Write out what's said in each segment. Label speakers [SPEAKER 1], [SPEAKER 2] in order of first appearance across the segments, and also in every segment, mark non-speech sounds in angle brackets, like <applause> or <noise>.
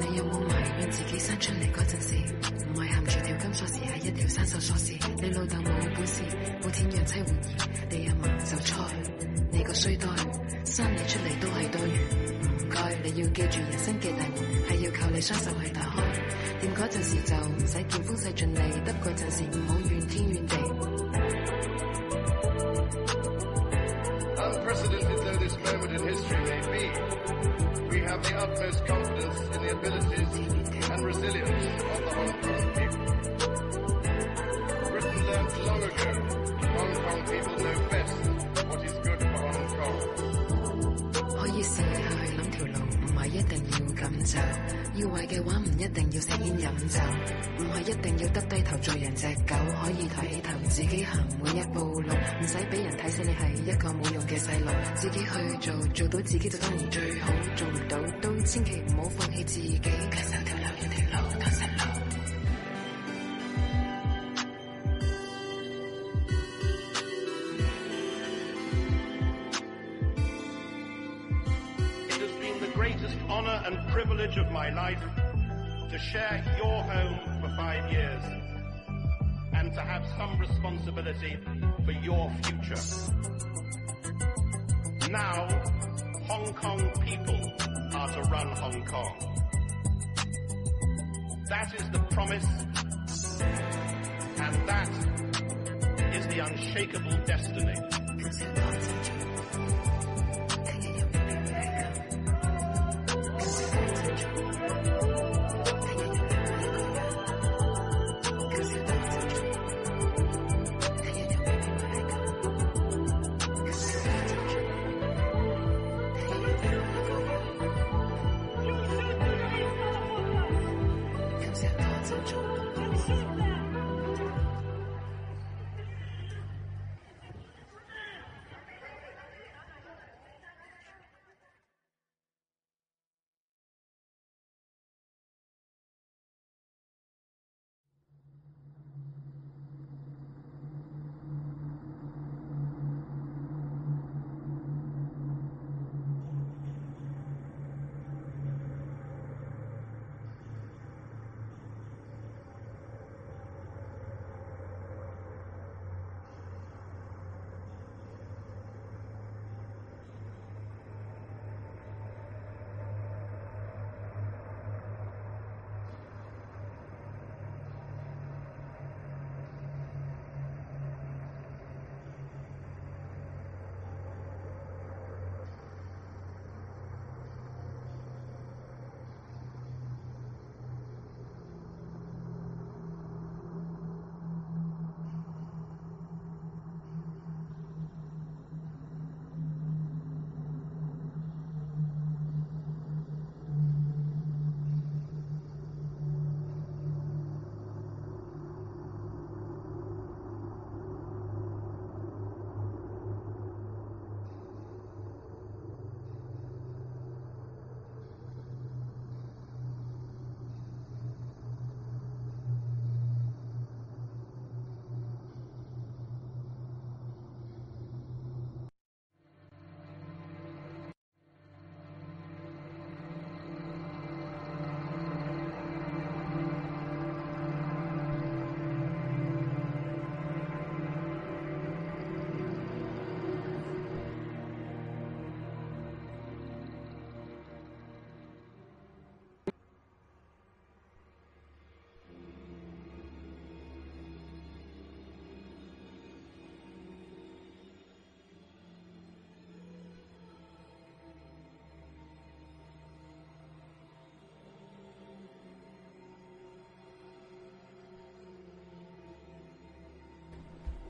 [SPEAKER 1] 你有冇埋怨自己生出嚟嗰陣時，唔係含住條金鎖匙，係一條生鏽鎖匙？你老豆冇本事，冇錢養妻活兒，你阿嫲就菜，你個衰袋，生你出嚟都係多餘。唔該，你要記住人生嘅大門係要靠你雙手去打開。掂嗰陣時就唔使見風勢盡利，得嗰陣時唔好怨天怨地。
[SPEAKER 2] Unprecedented though this moment in history may be, we have the utmost confidence in the abilities and resilience of the Hong Kong people. Britain learned long ago Hong Kong people know best what is good for Hong Kong.
[SPEAKER 1] 可以試下去諗條路，唔係一定要咁走。要為嘅話，唔一定要食煙飲酒，唔係一定要耷低頭做人隻狗，可以抬起頭自己行每一步路，唔使俾人睇死你係一個冇用嘅細路，自己去做，做到自己就當然最好，做唔到都千祈唔好放棄自己。腳手條路，有條路，當實路。
[SPEAKER 2] It has been the greatest honor and privilege of my life to share your home for five years and to have some responsibility for your future. Now, Hong Kong people are to run Hong Kong. That is the promise and that is the unshakable destiny.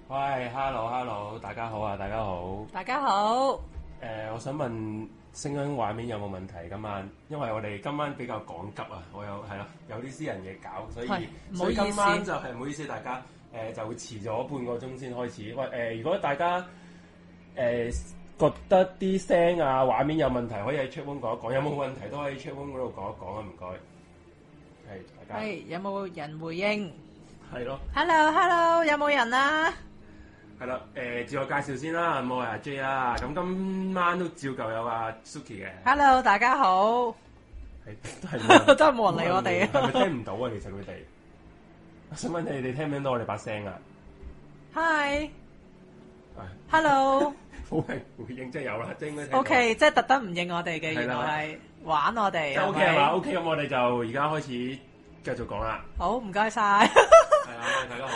[SPEAKER 3] 喂，hello，hello，大家好啊，大家好。誒、
[SPEAKER 4] 大家好，
[SPEAKER 3] 我想問聲音畫面有冇問題今晚？因為我哋今晚比較趕急啊，我有係啦，有啲私人嘢搞，所以
[SPEAKER 4] 係唔好
[SPEAKER 3] 所以
[SPEAKER 4] 意思
[SPEAKER 3] 今晚就係唔好意思，大家誒、呃就會遲咗半個鐘先開始。喂誒、如果大家誒、覺呃得啲聲啊畫面有問題，可以喺 chat room 講一講，有冇問題都可以 chat room 嗰度講一講啊，唔該。係大家
[SPEAKER 4] 係哎有冇人回應
[SPEAKER 3] 係咯，
[SPEAKER 4] ？Hello Hello，有冇人啊？
[SPEAKER 3] 係啦，誒、自我介紹先啦，咁我係阿 J 啊，咁今晚都照舊有阿 Suki 嘅，
[SPEAKER 4] Hello，大家好，
[SPEAKER 3] 係都係冇
[SPEAKER 4] <laughs> 真係冇人理我哋
[SPEAKER 3] 係咪
[SPEAKER 4] 啊
[SPEAKER 3] 聽唔到啊？其實佢哋，我想問你哋聽唔聽到我哋把聲啊？
[SPEAKER 4] <laughs> ！Hi，Hello，OK，
[SPEAKER 3] 唉好係回應即係有啦，即係應該聽到。
[SPEAKER 4] 即係特登唔應我哋嘅，
[SPEAKER 3] 係啦
[SPEAKER 4] 原來係玩我哋。
[SPEAKER 3] O K 係
[SPEAKER 4] 係啊咪
[SPEAKER 3] 嘛？O K，咁我哋就而家開始繼續講啦。
[SPEAKER 4] 好，唔該晒。 <laughs>
[SPEAKER 3] 係
[SPEAKER 4] 啊
[SPEAKER 3] 啦，大 <laughs> 家好。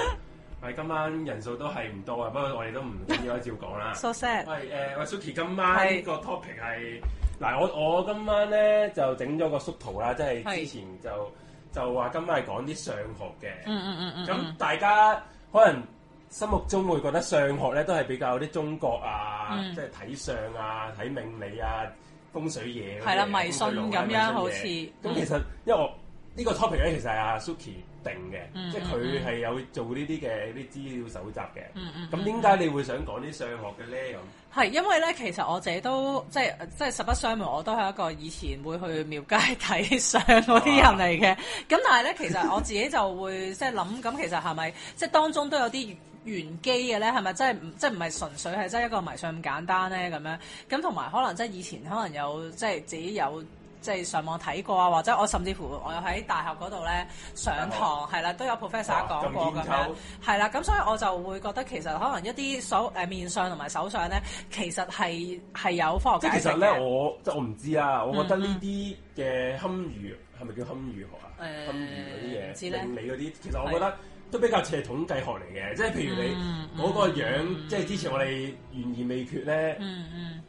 [SPEAKER 3] 喂，今晚人數都係唔多啊，不過我哋都唔緊要，啊照講
[SPEAKER 4] <laughs>
[SPEAKER 3] 啦。
[SPEAKER 4] So sad。
[SPEAKER 3] 喂，誒，喂，Suki，今晚個 topic 係嗱，我我今晚咧就整咗個縮圖啦，即係
[SPEAKER 4] 係
[SPEAKER 3] 之前就就話今晚係講啲上學嘅。
[SPEAKER 4] 嗯嗯嗯嗯。
[SPEAKER 3] 咁、大家可能心目中會覺得上學咧都係比較啲中國啊，
[SPEAKER 4] 嗯
[SPEAKER 3] 即係睇相啊、睇命理啊、風水嘢嗰啲嘢，
[SPEAKER 4] 係啦迷信
[SPEAKER 3] 風水佬啊
[SPEAKER 4] 咁樣
[SPEAKER 3] 迷信嘢
[SPEAKER 4] 好似
[SPEAKER 3] 咁其實因為我呢、個 topic 咧，其實係阿 Suki 定嘅，
[SPEAKER 4] 嗯
[SPEAKER 3] 即係
[SPEAKER 4] 嗯
[SPEAKER 3] 佢係有做呢啲嘅啲資料搜集嘅。
[SPEAKER 4] 嗯嗯
[SPEAKER 3] 咁點解你會想講啲上學嘅咧？咁
[SPEAKER 4] 係，因為咧，其實我自己都即係即係實不相瞞，我都係一個以前會去廟街睇相嗰啲人嚟嘅。咁但係咧，其實我自己就會 <laughs> 即係諗，咁其實係咪即係當中都有啲玄機嘅咧？係咪真係唔即係唔係純粹係真係一個迷信咁簡單咧？咁樣咁同埋可能即係以前可能有即係自己有。即係上網睇過啊，或者我甚至乎我有喺大學嗰度咧上堂，係啦，都有 professor
[SPEAKER 3] 哇
[SPEAKER 4] 講過
[SPEAKER 3] 咁研
[SPEAKER 4] 咁樣
[SPEAKER 3] 究。
[SPEAKER 4] 係啦，咁所以我就會覺得其實可能一啲手誒、呃面相同埋手相咧，其實係係有科
[SPEAKER 3] 即係
[SPEAKER 4] 學解
[SPEAKER 3] 其
[SPEAKER 4] 釋
[SPEAKER 3] 實咧，
[SPEAKER 4] 嘅。嗯
[SPEAKER 3] 我即係我唔知啦。我覺得呢啲嘅堪輿係咪叫堪輿學啊？
[SPEAKER 4] 誒
[SPEAKER 3] 堪
[SPEAKER 4] 唔知
[SPEAKER 3] 輿嗰啲
[SPEAKER 4] 咧
[SPEAKER 3] 嘢，命理嗰啲，其實我覺得都比較似係統計學嚟嘅。即係譬如
[SPEAKER 4] 嗯
[SPEAKER 3] 你嗰個樣，即係之前我哋懸而未決咧，
[SPEAKER 4] 嗯嗯，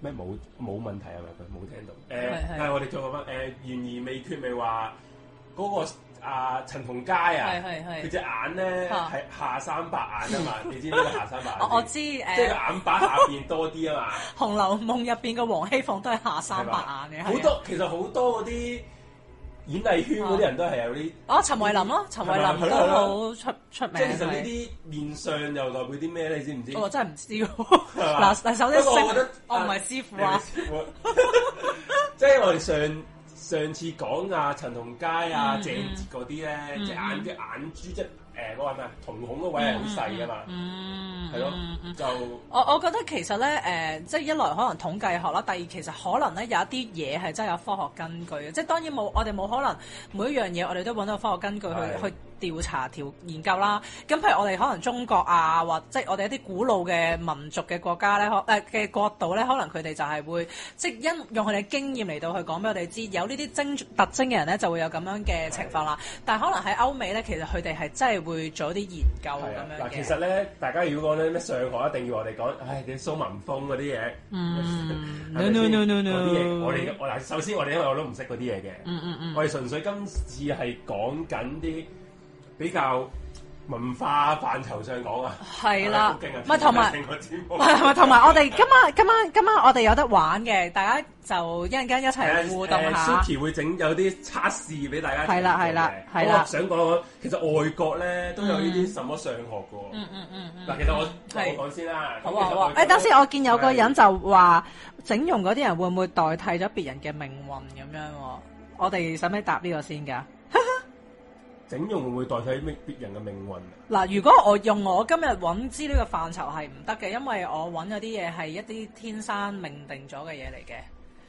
[SPEAKER 3] 咩冇冇問題係啊咪？佢冇聽到。誒
[SPEAKER 4] 係係，
[SPEAKER 3] 但係我哋再講翻誒懸而未決，咪話嗰個啊陳同佳
[SPEAKER 4] 係
[SPEAKER 3] 啊，
[SPEAKER 4] 係
[SPEAKER 3] 佢
[SPEAKER 4] 係。
[SPEAKER 3] 隻眼咧
[SPEAKER 4] 嚇
[SPEAKER 3] 係下三白眼
[SPEAKER 4] <laughs>
[SPEAKER 3] 啊嘛，你知唔知咩下三白眼先？
[SPEAKER 4] 我我知誒、
[SPEAKER 3] 即係啊個
[SPEAKER 4] 呃
[SPEAKER 3] 眼白下邊多啲啊嘛。
[SPEAKER 4] 《紅樓夢》入邊嘅黃熙鳳都係下三
[SPEAKER 3] 係
[SPEAKER 4] 白
[SPEAKER 3] 嘛
[SPEAKER 4] 眼嘅，
[SPEAKER 3] 好
[SPEAKER 4] 係啊。
[SPEAKER 3] 多其實好多嗰啲演藝圈嗰啲人都係有啲，
[SPEAKER 4] 哦，陳慧琳咯，陳慧
[SPEAKER 3] 嗯係咪係
[SPEAKER 4] 琳
[SPEAKER 3] 咯
[SPEAKER 4] 都
[SPEAKER 3] 係咯
[SPEAKER 4] 好出出名
[SPEAKER 3] 即係其實呢
[SPEAKER 4] 係。啊
[SPEAKER 3] 啲面相又代表啲咩咧？你知唔知？
[SPEAKER 4] 我真係唔知喎。
[SPEAKER 3] 係嘛
[SPEAKER 4] 嗱 <laughs> 嗱，首先
[SPEAKER 3] 不過我覺
[SPEAKER 4] 識啊
[SPEAKER 3] 得，
[SPEAKER 4] 我唔係師
[SPEAKER 3] 你
[SPEAKER 4] 傅
[SPEAKER 3] 咪
[SPEAKER 4] 啊。
[SPEAKER 3] 知喎 <laughs> 即係我哋上上次講啊陳同佳啊
[SPEAKER 4] 嗯
[SPEAKER 3] 鄭捷嗰啲咧，隻眼啲眼珠即係誒嗰個係咩啊瞳孔嗰位係好細啊嘛，
[SPEAKER 4] 嗯，
[SPEAKER 3] 係咯
[SPEAKER 4] 嗯嗯，
[SPEAKER 3] 就
[SPEAKER 4] 我我覺得其實咧，誒、即係一來可能統計學啦，第二其實可能咧有一啲嘢係真係有科學根據嘅，即係當然冇，我哋冇可能每一樣嘢我哋都揾到科學根據去
[SPEAKER 3] 係
[SPEAKER 4] 去調查調研究啦。咁譬如我哋可能中國啊，或即係我哋一啲古老嘅民族嘅國家咧，可誒嘅國度咧，可能佢哋就係會即係因用佢哋嘅經驗嚟到去講俾我哋知，有呢啲精特徵嘅人咧就會有咁樣嘅情況啦。但係可能喺歐美咧，其實佢哋係真係會做一啲研究
[SPEAKER 3] 係啊
[SPEAKER 4] 哦咁樣
[SPEAKER 3] 嗱，
[SPEAKER 4] 嘅。
[SPEAKER 3] 其實咧大家如果講咧咩上學一定要我哋講，唉啲蘇文峰嗰啲嘢。 <laughs>
[SPEAKER 4] 嗯
[SPEAKER 3] 係咪先
[SPEAKER 4] no no no
[SPEAKER 3] 嗰
[SPEAKER 4] no，
[SPEAKER 3] 啲嘢，我哋我嗱，首先我哋因為我都唔識嗰啲嘢嘅，
[SPEAKER 4] 嗯嗯嗯，
[SPEAKER 3] 我哋純粹今次係講緊啲比較文化範疇上講啊，
[SPEAKER 4] 係啦
[SPEAKER 3] 好勁啊，
[SPEAKER 4] 咪同埋。
[SPEAKER 3] 成個節目
[SPEAKER 4] 咪同埋我哋今晚今晚今晚我哋有得玩嘅，大家就一陣間
[SPEAKER 3] <laughs>
[SPEAKER 4] 一齊互動
[SPEAKER 3] 啊誒
[SPEAKER 4] 下。
[SPEAKER 3] Suki 會整有啲測試俾大家
[SPEAKER 4] 係啦係啦
[SPEAKER 3] 做嘅
[SPEAKER 4] 係啦
[SPEAKER 3] 我想講講，其實外國咧都有呢啲什麼上學嘅喎。
[SPEAKER 4] 嗯嗯嗯嗯，
[SPEAKER 3] 嗱，其實我
[SPEAKER 4] 係
[SPEAKER 3] 我講先啦。
[SPEAKER 4] 好
[SPEAKER 3] 咁
[SPEAKER 4] 啊
[SPEAKER 3] 其實外。
[SPEAKER 4] 好啊
[SPEAKER 3] 國
[SPEAKER 4] 誒，等先，我見有個人就話整容嗰啲人會唔會代替咗別人嘅命運咁樣喎？我哋使唔使答呢個先㗎？
[SPEAKER 3] 整容會唔會代替咩別人嘅命運啊？
[SPEAKER 4] 嗱，如果我用我今日揾資料嘅範疇係唔得嘅，因為我揾嗰啲嘢係一啲天生命定咗嘅嘢嚟嘅。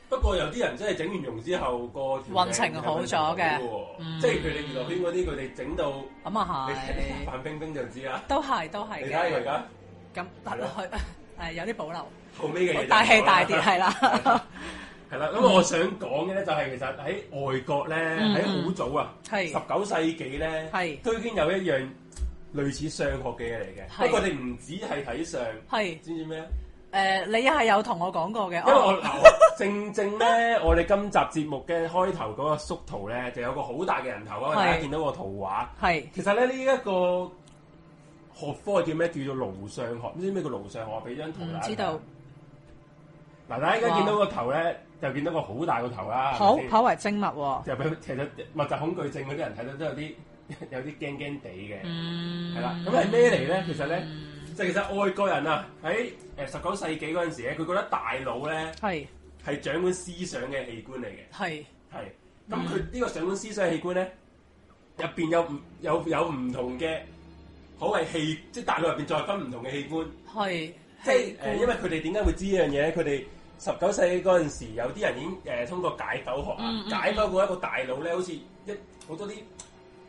[SPEAKER 3] 不過有啲人真係整完容之後個條命
[SPEAKER 4] 運程好咗嘅
[SPEAKER 3] 係喎
[SPEAKER 4] 嗯
[SPEAKER 3] 即係佢哋娛樂圈嗰啲，佢哋整到
[SPEAKER 4] 咁啊
[SPEAKER 3] 你 <laughs>
[SPEAKER 4] 係，
[SPEAKER 3] 范冰冰就知啦。
[SPEAKER 4] 都係都係
[SPEAKER 3] 你睇
[SPEAKER 4] 嘅。
[SPEAKER 3] 下佢而家
[SPEAKER 4] 咁
[SPEAKER 3] 係咯
[SPEAKER 4] 去 <laughs> 誒有啲保留，
[SPEAKER 3] 後尾嘅嘢就
[SPEAKER 4] 大氣
[SPEAKER 3] 講啦 <laughs>
[SPEAKER 4] 大啲係啦， <laughs>
[SPEAKER 3] 係啦，咁我想講嘅咧就係其實喺外國咧，
[SPEAKER 4] 嗯
[SPEAKER 3] 喺好早啊，十
[SPEAKER 4] 係
[SPEAKER 3] 九世紀咧，
[SPEAKER 4] 係
[SPEAKER 3] 都已經有一樣類似上學嘅嘢嚟嘅。
[SPEAKER 4] 係
[SPEAKER 3] 不過你唔止係睇相，
[SPEAKER 4] 係
[SPEAKER 3] 知唔知咩？啊
[SPEAKER 4] 誒，你係有同我講過嘅，
[SPEAKER 3] 因為
[SPEAKER 4] 哦
[SPEAKER 3] 我嗱，正正咧，我哋今集節目嘅開頭嗰個縮圖咧，就有個好大嘅人頭啊！
[SPEAKER 4] 係
[SPEAKER 3] 大家見到個圖畫。
[SPEAKER 4] 係
[SPEAKER 3] 其實咧，呢、一個學科叫咩？叫做顱相學。唔知咩叫顱相學？俾張圖
[SPEAKER 4] 唔
[SPEAKER 3] 啦。
[SPEAKER 4] 知道，
[SPEAKER 3] 嗱，大家而家見到個頭咧，就見到個好大個頭啦。係
[SPEAKER 4] 好
[SPEAKER 3] 咪先
[SPEAKER 4] 頗為精密喎，
[SPEAKER 3] 就俾其實密集恐懼症嗰 <laughs> 啲人睇到都有啲有啲驚驚地嘅。
[SPEAKER 4] 嗯
[SPEAKER 3] 係啦咁係咩嚟咧其實咧
[SPEAKER 4] 嗯
[SPEAKER 3] 即係其實外國人啊，喺誒十九世紀嗰陣時咧，佢覺得大腦咧
[SPEAKER 4] 係
[SPEAKER 3] 係掌管思想嘅器官嚟嘅，
[SPEAKER 4] 係
[SPEAKER 3] 係。
[SPEAKER 4] 嗯
[SPEAKER 3] 咁佢呢個掌管思想嘅器官咧，入邊有唔有有唔同嘅，可謂器，即係大腦入邊再分唔同嘅器官。
[SPEAKER 4] 係，
[SPEAKER 3] 即係誒、呃因為佢哋點解會知呢樣嘢咧？佢哋十九世紀嗰陣時，有啲人已經誒、呃通過解剖學啊，
[SPEAKER 4] 嗯嗯
[SPEAKER 3] 解剖過一個大腦咧，好似一好多啲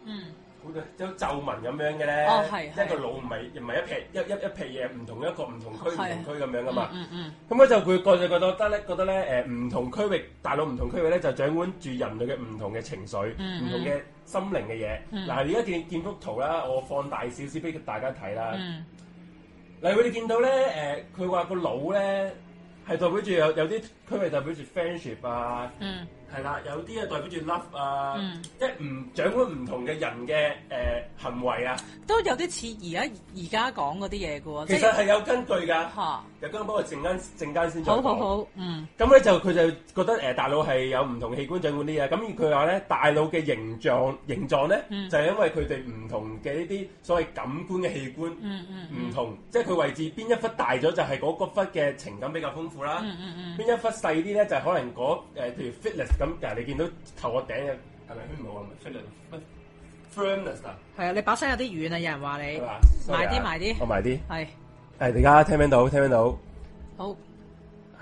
[SPEAKER 4] 嗯
[SPEAKER 3] 好多有皺紋咁樣嘅咧，
[SPEAKER 4] 哦係係
[SPEAKER 3] 一個腦唔係唔係一撇一一一撇嘢，唔同一個唔同區唔
[SPEAKER 4] 係
[SPEAKER 3] 同區咁啊樣噶嘛。
[SPEAKER 4] 嗯嗯
[SPEAKER 3] 咁咧就佢個就覺得得咧，覺得咧誒唔同區域，大腦唔同區域咧就掌管住人類嘅唔同嘅情緒、唔、
[SPEAKER 4] 嗯
[SPEAKER 3] 同嘅心靈嘅嘢。嗱、
[SPEAKER 4] 嗯
[SPEAKER 3] 而家見見幅圖啦，我放大少少俾大家睇啦。
[SPEAKER 4] 嗯
[SPEAKER 3] 例如你見到咧，誒、佢話個腦咧係代表住有有啲區域代表住 friendship 啊，
[SPEAKER 4] 嗯
[SPEAKER 3] 係啦，有啲啊代表住 love 啊，
[SPEAKER 4] 嗯
[SPEAKER 3] 即係唔掌管唔同嘅人嘅誒、行為啊，
[SPEAKER 4] 嗯，都有啲似而家而家講嗰啲嘢嘅喎，即
[SPEAKER 3] 其實
[SPEAKER 4] 係
[SPEAKER 3] 係有根據㗎。
[SPEAKER 4] 嚇，好
[SPEAKER 3] 有根據，不過陣間陣間先再講。
[SPEAKER 4] 好好，嗯
[SPEAKER 3] 咁咧就佢就覺得誒、大腦係有唔同器官掌管啲嘢，咁佢話咧大腦嘅形狀形狀咧、
[SPEAKER 4] 嗯
[SPEAKER 3] 就係因為佢哋唔同嘅呢啲所謂感官嘅器官。
[SPEAKER 4] 嗯嗯
[SPEAKER 3] 唔同，即係佢位置邊一忽大咗就係嗰個忽嘅情感比較豐富啦，
[SPEAKER 4] 嗯嗯嗯，
[SPEAKER 3] 邊一忽細啲咧就係可能嗰、誒譬如 fitness 咁，嗱你見到頭個頂嘅係咪唔好啊唔係？fitness 乜 firmness 啊，
[SPEAKER 4] 係啊，你把聲有啲遠啊，有人話你
[SPEAKER 3] 係啊嘛？
[SPEAKER 4] 埋啲埋啲
[SPEAKER 3] 我埋啲。誒
[SPEAKER 4] 係
[SPEAKER 3] 大家聽唔聽到？聽唔聽到？
[SPEAKER 4] 好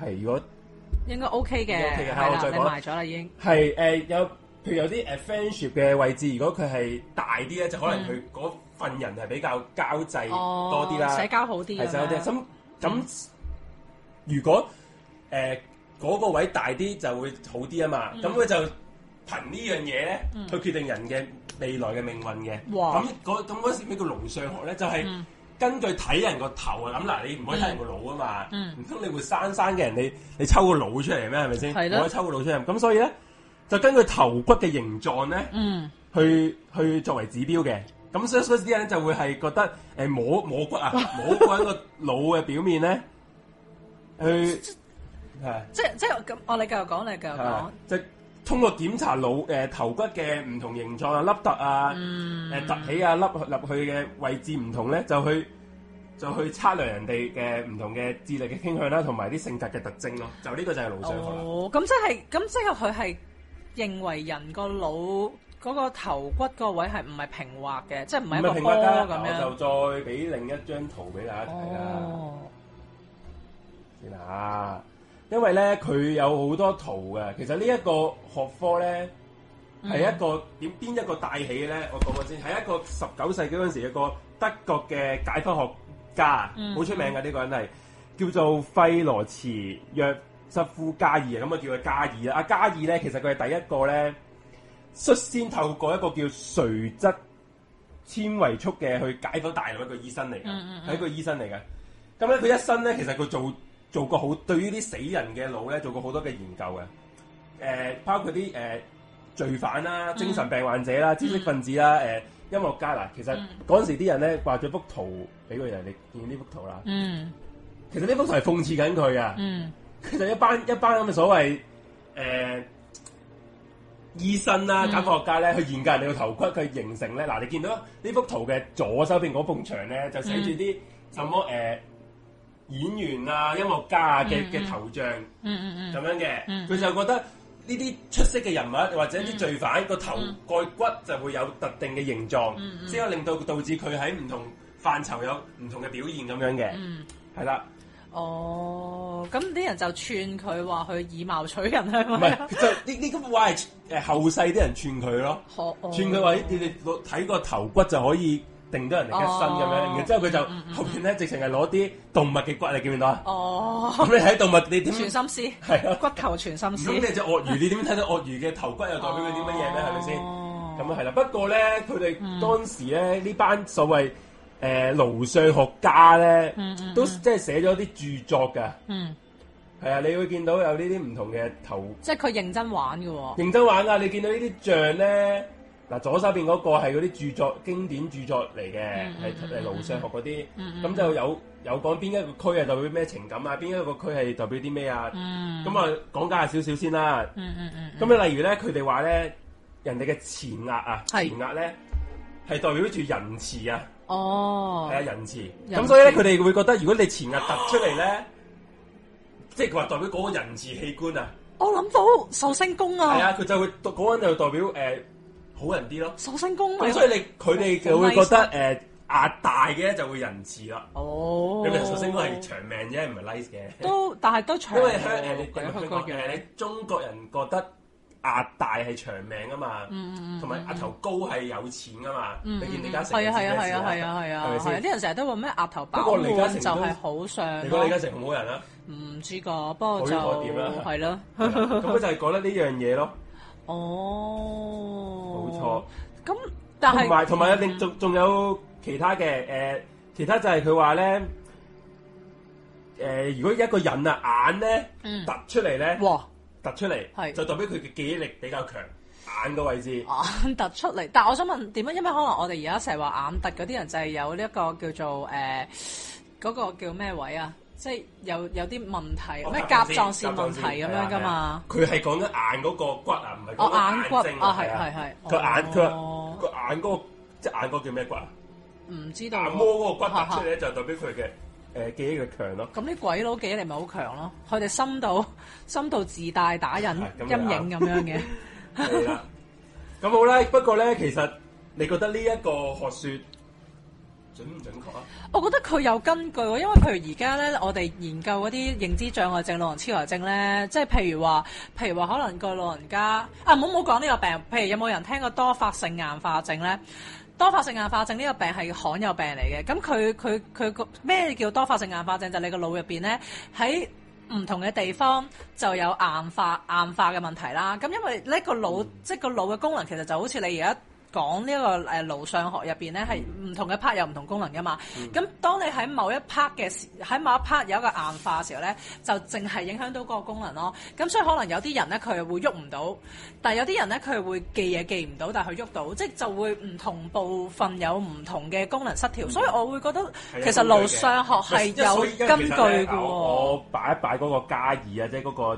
[SPEAKER 3] 係如果
[SPEAKER 4] 應該 OK 嘅，
[SPEAKER 3] 應該 OK 嘅
[SPEAKER 4] 係
[SPEAKER 3] 我
[SPEAKER 4] 啦，
[SPEAKER 3] 再
[SPEAKER 4] 你
[SPEAKER 3] 講
[SPEAKER 4] 埋咗啦已經，
[SPEAKER 3] 係誒、呃有譬如有啲誒 friendship 嘅位置，如果佢係大啲咧，就可能佢嗰份人係比較交際
[SPEAKER 4] 嗯哦
[SPEAKER 3] 多啲啦。
[SPEAKER 4] 社交好啲
[SPEAKER 3] 係
[SPEAKER 4] 咁
[SPEAKER 3] 就有啲
[SPEAKER 4] 樣，嗯
[SPEAKER 3] 咁咁，如果誒嗰個位大啲就會好啲啊嘛，咁
[SPEAKER 4] 嗯
[SPEAKER 3] 佢就憑呢樣嘢咧去決定人嘅未來嘅命運嘅。
[SPEAKER 4] 哇
[SPEAKER 3] 咁嗰咁嗰時咩叫腦相學咧？就係
[SPEAKER 4] 嗯
[SPEAKER 3] 根據睇人個頭啊，諗嗱你唔可以睇人個腦啊嘛，
[SPEAKER 4] 嗯
[SPEAKER 3] 唔通你會生生嘅人你你抽個腦出嚟咩？係咪先？
[SPEAKER 4] 係咯
[SPEAKER 3] 唔可以抽個腦出嚟。咁所以咧就根據頭骨嘅形狀咧。
[SPEAKER 4] 嗯
[SPEAKER 3] 去去作為指標嘅。咁所以所以啲人就會係覺得誒、摸摸
[SPEAKER 4] <laughs>
[SPEAKER 3] 骨啊，摸骨喺個腦嘅表面咧，
[SPEAKER 4] <laughs>
[SPEAKER 3] 去係
[SPEAKER 4] 即即咁，我你繼續講，你繼續
[SPEAKER 3] 啊係
[SPEAKER 4] 講，
[SPEAKER 3] 就通過檢查腦誒、頭骨嘅唔同形狀啊、凹凸啊、誒、
[SPEAKER 4] 嗯
[SPEAKER 3] 凸起啊、凹入去嘅位置唔同咧，就去就去測量人哋嘅唔同嘅智力嘅傾向啦，同埋啲性格嘅特徵咯。就呢個就係腦相學啦。
[SPEAKER 4] 哦，咁即係，咁即係佢係認為人個腦嗰個頭骨個位係唔係平滑嘅，即係唔係一個
[SPEAKER 3] 平
[SPEAKER 4] 波
[SPEAKER 3] 骨㗎
[SPEAKER 4] 咁
[SPEAKER 3] 嗱
[SPEAKER 4] 樣。
[SPEAKER 3] 我就再俾另一張圖俾大家睇啦。
[SPEAKER 4] 哦，
[SPEAKER 3] 先啦，因為咧佢有好多圖嘅，其實呢一個學科咧
[SPEAKER 4] 嗯
[SPEAKER 3] 係一個點邊一個帶起嘅咧？我講過先，係一個十九世紀嗰陣時有個德國嘅解剖學家，好、
[SPEAKER 4] 嗯
[SPEAKER 3] 出名嘅呢、個人係叫做費羅茨約瑟夫加爾啊，咁啊叫佢加爾啦。阿加爾咧，其實佢係第一個咧率先透過一個叫垂質纖維束嘅去解剖大腦一個醫生嚟嘅，係、
[SPEAKER 4] 嗯嗯嗯
[SPEAKER 3] 一個醫生嚟嘅。咁咧佢一生咧，其實佢做做過好對於啲死人嘅腦咧，做過好多嘅研究嘅。誒、包括啲誒、呃罪犯啦、
[SPEAKER 4] 嗯
[SPEAKER 3] 精神病患者啦、知識分子啦、誒、音樂家啦。其實
[SPEAKER 4] 嗯
[SPEAKER 3] 嗰陣時啲人咧畫咗幅圖俾佢哋，你見呢幅圖啦。
[SPEAKER 4] 嗯
[SPEAKER 3] 其實呢幅圖係諷刺緊佢啊！
[SPEAKER 4] 嗯
[SPEAKER 3] 其實一班一班咁嘅所謂誒、呃、醫生啦、
[SPEAKER 4] 嗯
[SPEAKER 3] 解剖學家咧，去研究人哋個頭骨佢形成咧。嗱，你見到呢幅圖嘅左手邊嗰埲牆咧，就寫住啲什麼誒、呃演員啊、音樂家啊嘅
[SPEAKER 4] 嗯嗯
[SPEAKER 3] 嘅
[SPEAKER 4] 嗯
[SPEAKER 3] 頭像咁
[SPEAKER 4] 嗯嗯嗯，
[SPEAKER 3] 樣嘅，佢、
[SPEAKER 4] 嗯
[SPEAKER 3] 就覺得。呢啲出色嘅人物或者啲罪犯個頭
[SPEAKER 4] 嗯
[SPEAKER 3] 蓋骨就會有特定嘅形狀
[SPEAKER 4] 嗯，嗯
[SPEAKER 3] 先可以令到導致佢喺唔同範疇有唔同嘅表現咁樣嘅，
[SPEAKER 4] 嗯，
[SPEAKER 3] 係啦。
[SPEAKER 4] 哦，咁啲人就串佢話佢以貌取人係
[SPEAKER 3] 唔
[SPEAKER 4] 咪
[SPEAKER 3] 係
[SPEAKER 4] 啊？，
[SPEAKER 3] 就呢呢咁話係誒後世啲人串佢咯，
[SPEAKER 4] 可哦
[SPEAKER 3] 串佢話咦你哋攞睇個頭骨就可以定到人哋嘅身咁樣，
[SPEAKER 4] 哦
[SPEAKER 3] 然之後佢就
[SPEAKER 4] 嗯嗯嗯
[SPEAKER 3] 後邊咧直情係攞啲動物嘅骨，你見唔見到啊？
[SPEAKER 4] 哦，
[SPEAKER 3] 咁你睇動物你點？
[SPEAKER 4] 全
[SPEAKER 3] 嗯係
[SPEAKER 4] 心思，
[SPEAKER 3] 啊，
[SPEAKER 4] 骨頭全心思
[SPEAKER 3] 咁，你隻鱷魚你點睇到鱷魚嘅頭骨又代表佢啲乜嘢咧？係咪先？
[SPEAKER 4] 哦嗯
[SPEAKER 3] 咁啊係啦，不過咧佢哋當時咧呢班所謂誒顱相學家咧
[SPEAKER 4] 嗯嗯，
[SPEAKER 3] 都即係寫咗啲著作㗎。
[SPEAKER 4] 嗯，
[SPEAKER 3] 係啊，你會見到有呢啲唔同嘅頭
[SPEAKER 4] 即係佢認真玩嘅喎。
[SPEAKER 3] 認真玩噶，啊你見到呢啲像咧，嗱左手邊嗰個係嗰啲著作經典著作嚟嘅，係係盧上學嗰啲，咁、
[SPEAKER 4] 嗯
[SPEAKER 3] 就有有講邊一個區係代表咩情感啊，邊一個區係代表啲咩啊，
[SPEAKER 4] 嗯，
[SPEAKER 3] 咁啊講解下少少先啦。
[SPEAKER 4] 嗯嗯嗯，
[SPEAKER 3] 咁啊，例如咧，佢哋話咧，人哋嘅前額啊，
[SPEAKER 4] 係
[SPEAKER 3] 前額咧係代表住仁慈啊，
[SPEAKER 4] 哦
[SPEAKER 3] 係，啊人詞。
[SPEAKER 4] 人
[SPEAKER 3] 咁
[SPEAKER 4] 詞
[SPEAKER 3] 所以咧，佢哋會覺得如果你前額突出嚟咧，即係佢話代表嗰個人字器官啊，
[SPEAKER 4] 哦我諗到壽星公
[SPEAKER 3] 係
[SPEAKER 4] 啊，
[SPEAKER 3] 啊，佢就會嗰個人就代表诶好人啲咯。
[SPEAKER 4] 壽星公
[SPEAKER 3] 咁
[SPEAKER 4] 嚟，
[SPEAKER 3] 所以你佢哋就會覺得诶壓大嘅咧就會人字啦。
[SPEAKER 4] 哦，
[SPEAKER 3] 咁其實首先係長命啫，唔係 nice 嘅。
[SPEAKER 4] 都，但係都長
[SPEAKER 3] 因
[SPEAKER 4] 喎，
[SPEAKER 3] 為香誒你
[SPEAKER 4] 佢
[SPEAKER 3] 香
[SPEAKER 4] 個
[SPEAKER 3] 港誒
[SPEAKER 4] 樣
[SPEAKER 3] 你中國人覺得壓大係長命啊嘛，
[SPEAKER 4] 嗯嗯嗯
[SPEAKER 3] 同埋額頭高係有錢啊嘛。
[SPEAKER 4] 嗯，
[SPEAKER 3] 你見李嘉誠
[SPEAKER 4] 係啊係啊係啊係
[SPEAKER 3] 係
[SPEAKER 4] 啊係啊，
[SPEAKER 3] 係咪
[SPEAKER 4] 係啊！
[SPEAKER 3] 先？
[SPEAKER 4] 啲人成日都話咩額頭飽
[SPEAKER 3] 不過李嘉
[SPEAKER 4] 滿
[SPEAKER 3] 誠
[SPEAKER 4] 就
[SPEAKER 3] 都
[SPEAKER 4] 係好相
[SPEAKER 3] 你覺得
[SPEAKER 4] 咯
[SPEAKER 3] 李，嘉誠好唔好人啊
[SPEAKER 4] 啊
[SPEAKER 3] 啦？
[SPEAKER 4] 唔知㗎，不過
[SPEAKER 3] 佢
[SPEAKER 4] 就
[SPEAKER 3] 嗰點啦 <laughs>
[SPEAKER 4] 係咯，
[SPEAKER 3] 係啦咁佢就係覺得呢樣嘢咯，冇錯
[SPEAKER 4] 哦，。咁但
[SPEAKER 3] 同
[SPEAKER 4] 係嗯
[SPEAKER 3] 埋同埋另仲仲有其他嘅誒、呃其他就係佢話咧誒，如果一個人啊眼咧
[SPEAKER 4] 嗯
[SPEAKER 3] 突出嚟咧，
[SPEAKER 4] 哇
[SPEAKER 3] 突出嚟
[SPEAKER 4] 係哦
[SPEAKER 3] 就代表佢嘅記憶力比較強，眼嘅位置。
[SPEAKER 4] 眼突出嚟，但係我想問點樣？因為可能我哋而家成日話眼突嗰啲人就係有呢一個叫做誒嗰、個叫咩位啊？即係有有啲問題，
[SPEAKER 3] 哦
[SPEAKER 4] 咩
[SPEAKER 3] 甲
[SPEAKER 4] 甲狀
[SPEAKER 3] 狀
[SPEAKER 4] 腺
[SPEAKER 3] 腺
[SPEAKER 4] 問題咁樣噶嘛？
[SPEAKER 3] 佢係講緊眼嗰個骨啊，唔係
[SPEAKER 4] 哦
[SPEAKER 3] 講緊
[SPEAKER 4] 眼骨
[SPEAKER 3] 睛
[SPEAKER 4] 啊係
[SPEAKER 3] 係
[SPEAKER 4] 係係
[SPEAKER 3] 佢眼佢
[SPEAKER 4] 哦
[SPEAKER 3] 話
[SPEAKER 4] 哦
[SPEAKER 3] 個眼嗰個即係眼嗰個叫咩骨啊？
[SPEAKER 4] 唔知道
[SPEAKER 3] 眼窩
[SPEAKER 4] 喎。
[SPEAKER 3] 嗰個骨
[SPEAKER 4] 哈
[SPEAKER 3] 突
[SPEAKER 4] 哈
[SPEAKER 3] 出嚟咧，就代表佢嘅呃誒記憶力強咯。
[SPEAKER 4] 咁啲鬼佬記憶力咪好強咯？佢哋深度深度自帶打印
[SPEAKER 3] 係咁
[SPEAKER 4] 陰影咁樣嘅。
[SPEAKER 3] 係啦，咁好啦。不過咧，其實你覺得呢一個學説準唔準確啊？
[SPEAKER 4] 我覺得佢有根據喎，因為譬如而家咧，我哋研究嗰啲認知障礙症、老人痴呆症咧，即係譬如話，譬如話可能個老人家啊，唔好唔好講呢個病。譬如有冇人聽過多發性硬化症咧？多發性硬化症呢個病係罕有病嚟嘅，咁佢佢佢個咩叫多發性硬化症？就係你個腦入邊咧喺唔同嘅地方就有硬化硬化嘅問題啦。咁因為呢個腦即係個腦嘅功能其實就好似你而家。講呢一個誒腦相學入邊咧，係
[SPEAKER 3] 嗯
[SPEAKER 4] 唔同嘅 part 有唔同功能噶嘛。咁、當你喺某一 part 嘅時喺某一 part 有一個硬化嘅時候咧，就淨係影響到嗰個功能咯。咁所以可能有啲人咧佢會喐唔到，但係有啲人咧佢會記嘢記唔到，但係佢喐到，即係就會唔同部分有唔同嘅功能失調。所以我會覺得
[SPEAKER 3] 嗯係有
[SPEAKER 4] 其
[SPEAKER 3] 根
[SPEAKER 4] 實
[SPEAKER 3] 據
[SPEAKER 4] 腦
[SPEAKER 3] 嘅
[SPEAKER 4] 相學哦係
[SPEAKER 3] 唔係所以
[SPEAKER 4] 有
[SPEAKER 3] 因為
[SPEAKER 4] 根
[SPEAKER 3] 其
[SPEAKER 4] 據
[SPEAKER 3] 實
[SPEAKER 4] 嘅
[SPEAKER 3] 呢
[SPEAKER 4] 喎。
[SPEAKER 3] 我我擺一擺嗰個加爾啊，即係嗰個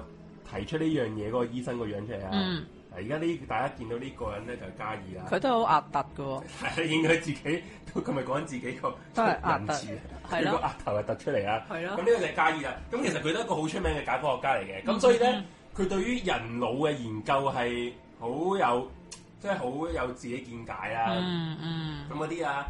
[SPEAKER 3] 提出呢樣嘢嗰個醫生個樣出嚟啊。
[SPEAKER 4] 嗯
[SPEAKER 3] 嗱，而家呢大家見到呢個人咧就係加爾啦。
[SPEAKER 4] 佢都好壓突嘅喎，
[SPEAKER 3] 係應該自己，佢咪講緊自己個
[SPEAKER 4] 都係額
[SPEAKER 3] 人
[SPEAKER 4] 突
[SPEAKER 3] 字，
[SPEAKER 4] 係
[SPEAKER 3] 佢
[SPEAKER 4] 咯
[SPEAKER 3] 個額頭係突出嚟啊！
[SPEAKER 4] 係咯
[SPEAKER 3] 咁呢個就係加爾啦。咁其實佢都係一個好出名嘅解剖學家嚟嘅。咁所以咧
[SPEAKER 4] 嗯，
[SPEAKER 3] 佢對於人腦嘅研究係好有，即係好有自己見解啊，
[SPEAKER 4] 嗯嗯
[SPEAKER 3] 咁嗰啲啊。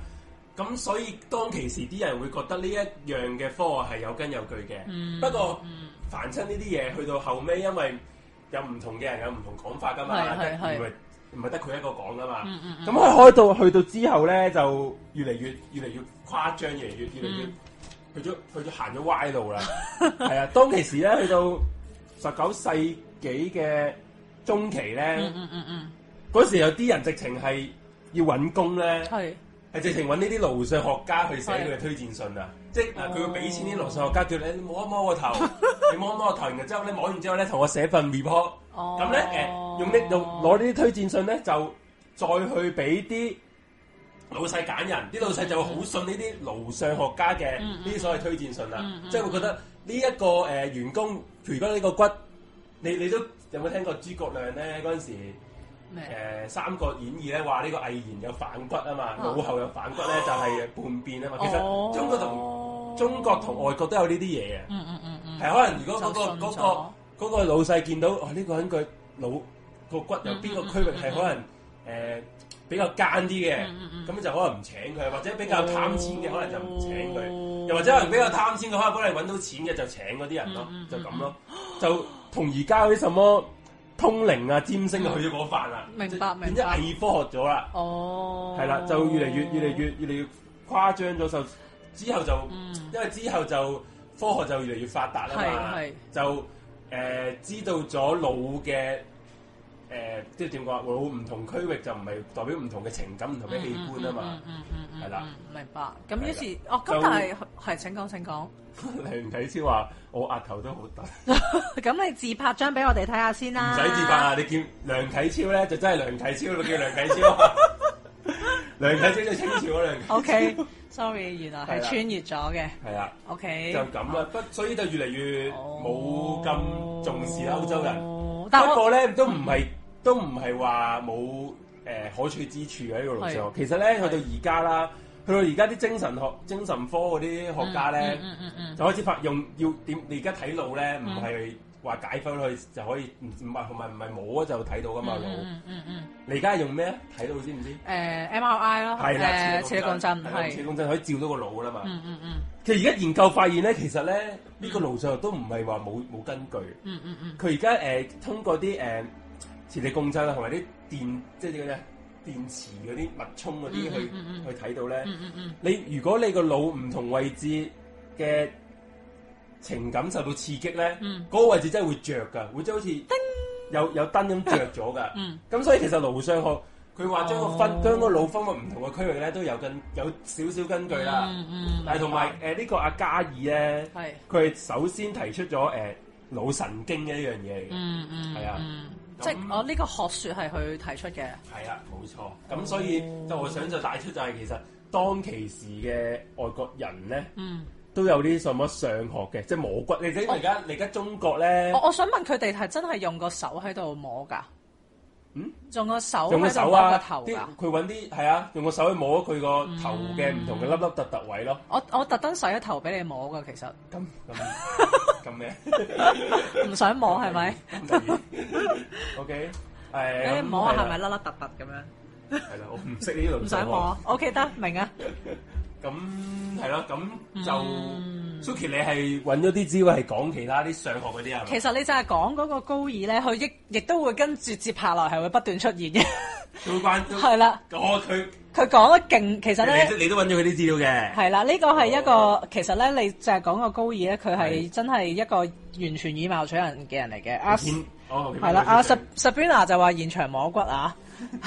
[SPEAKER 3] 咁所以當其時啲人會覺得呢一樣嘅科學係有根有據嘅。
[SPEAKER 4] 嗯。
[SPEAKER 3] 不過
[SPEAKER 4] 嗯
[SPEAKER 3] 凡親呢啲嘢去到後尾，因為有唔同嘅人有唔同講法噶嘛，
[SPEAKER 4] 係係係
[SPEAKER 3] 唔係唔係得佢一個講噶嘛。
[SPEAKER 4] 嗯嗯
[SPEAKER 3] 咁佢開到去到之後咧，就越嚟越越嚟越誇張，越嚟越越嚟越、去咗去咗行咗歪路啦。係啊，當其時咧，去到十九世紀嘅中期咧，
[SPEAKER 4] 嗯嗯嗯嗯
[SPEAKER 3] 嗰、時有啲人直情係要揾工咧
[SPEAKER 4] 嗯，，係。
[SPEAKER 3] 係直情揾呢啲路上學家去寫佢嘅推薦信啊。即係嗱佢會俾錢啲路上學家
[SPEAKER 4] 哦
[SPEAKER 3] 叫你你摸一摸我頭，你摸一摸我頭，然後之後咧摸完之後咧，同我寫份 report。
[SPEAKER 4] 哦。
[SPEAKER 3] 咁咧誒，用呢用攞呢啲推薦信咧，就再去俾啲老細揀人，啲老細就會好信呢啲勞相學家嘅
[SPEAKER 4] 嗯嗯
[SPEAKER 3] 呢啲所謂推薦信啦，啊
[SPEAKER 4] 嗯嗯
[SPEAKER 3] 即係會覺得呢一個誒、呃員工，譬如如果呢個骨，你你都有冇聽過諸葛亮咧嗰陣時？誒、
[SPEAKER 4] 咩？
[SPEAKER 3] 三國演義》咧話呢個魏延有反骨啊嘛，
[SPEAKER 4] 哦
[SPEAKER 3] 腦後有反骨咧就係、叛變啊嘛。其實
[SPEAKER 4] 哦
[SPEAKER 3] 中國同、中國同外國都有呢啲嘢嘅。啊
[SPEAKER 4] 嗯嗯嗯嗯，
[SPEAKER 3] 係可能如果嗰、
[SPEAKER 4] 就信
[SPEAKER 3] 個嗰、
[SPEAKER 4] 咗
[SPEAKER 3] 個嗰、個老細見到哦呢、個人佢腦個骨有邊個區域係可能誒、呃比較奸啲嘅，咁、
[SPEAKER 4] 嗯嗯
[SPEAKER 3] 就可能唔請佢，或者比較貪錢嘅可能就唔請
[SPEAKER 4] 哦
[SPEAKER 3] 佢，又或者可能比較貪錢嘅可能幫你揾到錢嘅就請嗰啲人咯，
[SPEAKER 4] 嗯嗯
[SPEAKER 3] 就咁咯，
[SPEAKER 4] <gasps>
[SPEAKER 3] 就同而家嗰啲什麼通靈啊、占星啊
[SPEAKER 4] 嗯
[SPEAKER 3] 去咗嗰範啦，
[SPEAKER 4] 明白
[SPEAKER 3] 就變
[SPEAKER 4] 明白
[SPEAKER 3] 咗偽科學咗啦，
[SPEAKER 4] 哦，
[SPEAKER 3] 係啦，就越嚟越越嚟越越嚟越誇張咗，就之後就。
[SPEAKER 4] 嗯
[SPEAKER 3] 因為之後就科學就越嚟越發達啦嘛
[SPEAKER 4] 係係，
[SPEAKER 3] 就誒、呃知道咗腦嘅誒，即係點講啊？腦唔同區域就唔係代表唔同嘅情感、唔同嘅器官啊嘛。
[SPEAKER 4] 嗯嗯嗯，
[SPEAKER 3] 係啦，
[SPEAKER 4] 明白。咁於是哦，咁但係係請講請講。 <laughs>
[SPEAKER 3] <laughs>
[SPEAKER 4] 嗯
[SPEAKER 3] 梁啟超話：我額頭都好大，唔
[SPEAKER 4] 咁你自拍張俾我哋睇下先啦。
[SPEAKER 3] 使自拍啊！你見梁啟超咧，就真係梁啟超，你叫梁啟超
[SPEAKER 4] <laughs>
[SPEAKER 3] 啊。梁啟超就清朝嗰梁啟超，
[SPEAKER 4] OK，sorry，原來
[SPEAKER 3] 係啦
[SPEAKER 4] 係穿越咗嘅。
[SPEAKER 3] 係啊啦，就
[SPEAKER 4] OK，
[SPEAKER 3] 咁啦。不，所以就越嚟越冇咁重視啦，歐洲人。
[SPEAKER 4] 人哦但
[SPEAKER 3] 不
[SPEAKER 4] 我嗯
[SPEAKER 3] 過咧，都唔係都唔係話冇誒可取之處嘅呢個路上
[SPEAKER 4] 係。
[SPEAKER 3] 其實咧，去到而家啦，去到而家啲精神學、精神科嗰啲學家咧，
[SPEAKER 4] 嗯嗯嗯
[SPEAKER 3] 就開始發用要點？你而家睇腦咧，唔係話解剖落去就可以，唔唔係同埋唔係摸就啊睇到噶嘛
[SPEAKER 4] 嗯
[SPEAKER 3] 腦。
[SPEAKER 4] 嗯嗯嗯
[SPEAKER 3] 你而家係用咩啊？睇到知唔知？
[SPEAKER 4] 嗯，誒 MRI 咯，
[SPEAKER 3] 係啦，
[SPEAKER 4] 誒，斜槓
[SPEAKER 3] 係
[SPEAKER 4] 針
[SPEAKER 3] 啦
[SPEAKER 4] 係
[SPEAKER 3] 磁，共振可以照到個腦噶啦嘛。
[SPEAKER 4] 嗯嗯嗯
[SPEAKER 3] 其實而家研究發現咧，其實咧呢、個路上都唔係話冇冇根據。
[SPEAKER 4] 嗯嗯嗯，
[SPEAKER 3] 佢而家誒通過啲誒、呃、磁力共振啊，同埋啲電即係啲咩電池嗰啲脈衝嗰啲去、
[SPEAKER 4] 嗯嗯嗯
[SPEAKER 3] 去睇到咧。
[SPEAKER 4] 嗯嗯嗯，
[SPEAKER 3] 你如果你個腦唔同位置嘅情感受到刺激咧，嗰、
[SPEAKER 4] 嗯
[SPEAKER 3] 個位置真係會着噶，會即係好似有有燈咁着咗噶。
[SPEAKER 4] <laughs> 嗯
[SPEAKER 3] 咁所以其實腦相學佢話將個分、
[SPEAKER 4] 哦
[SPEAKER 3] 將個腦分為唔同嘅區域咧，都有根有少少根據啦。
[SPEAKER 4] 嗯嗯，
[SPEAKER 3] 但係同埋誒呢個阿加爾咧，
[SPEAKER 4] 係，
[SPEAKER 3] 佢係首先提出咗誒、呃腦神經嘅一樣嘢嚟嘅。
[SPEAKER 4] 嗯嗯，
[SPEAKER 3] 係啊
[SPEAKER 4] 嗯，即係我呢個學説係佢提出嘅，
[SPEAKER 3] 係啦，冇錯。咁所以就我想就帶出就係其實當其時嘅外國人咧
[SPEAKER 4] 嗯。
[SPEAKER 3] 都有啲什麼上學嘅，即係摸骨。你睇而家你而家中國咧
[SPEAKER 4] 我，我想問佢哋係真係用個手喺度摸㗎？
[SPEAKER 3] 嗯，
[SPEAKER 4] 用個手
[SPEAKER 3] 用個
[SPEAKER 4] 喺度
[SPEAKER 3] 手
[SPEAKER 4] 摸個
[SPEAKER 3] 啊，
[SPEAKER 4] 頭
[SPEAKER 3] 啲
[SPEAKER 4] 㗎。
[SPEAKER 3] 佢揾啲係啊，用個手去摸佢個頭嘅唔同嘅粒粒突突位
[SPEAKER 4] <laughs>
[SPEAKER 3] 咯。
[SPEAKER 4] 我我特登洗咗頭俾你摸㗎，其實
[SPEAKER 3] 咁咁咁咩？
[SPEAKER 4] 唔想摸係咪？
[SPEAKER 3] 嗯？O K，誒，
[SPEAKER 4] 俾
[SPEAKER 3] 咁
[SPEAKER 4] <laughs> 你摸下
[SPEAKER 3] 啦
[SPEAKER 4] 係咪？甩甩突突咁樣？
[SPEAKER 3] 係啦，我啊唔識呢度，
[SPEAKER 4] 唔想摸。，OK 得明啊。
[SPEAKER 3] 咁係咯，咁就
[SPEAKER 4] 嗯
[SPEAKER 3] Suki，你係揾咗啲資料係講其他啲上學嗰啲係咪
[SPEAKER 4] 其？實你就係講嗰個高二咧，佢亦亦都會跟住接下來係會不斷出現嘅，
[SPEAKER 3] 都關都
[SPEAKER 4] 係啦。
[SPEAKER 3] 哦，佢
[SPEAKER 4] 佢講得勁，其實咧
[SPEAKER 3] 你都。你都揾咗佢啲資料嘅，
[SPEAKER 4] 係啦，呢個係一個其實咧，你就係講個高二咧，佢係真係一個完全以貌取人嘅人嚟嘅。阿
[SPEAKER 3] 片哦
[SPEAKER 4] 係啦，阿
[SPEAKER 3] 十
[SPEAKER 4] Sab- Sabrina 就話現場摸骨啊， <laughs>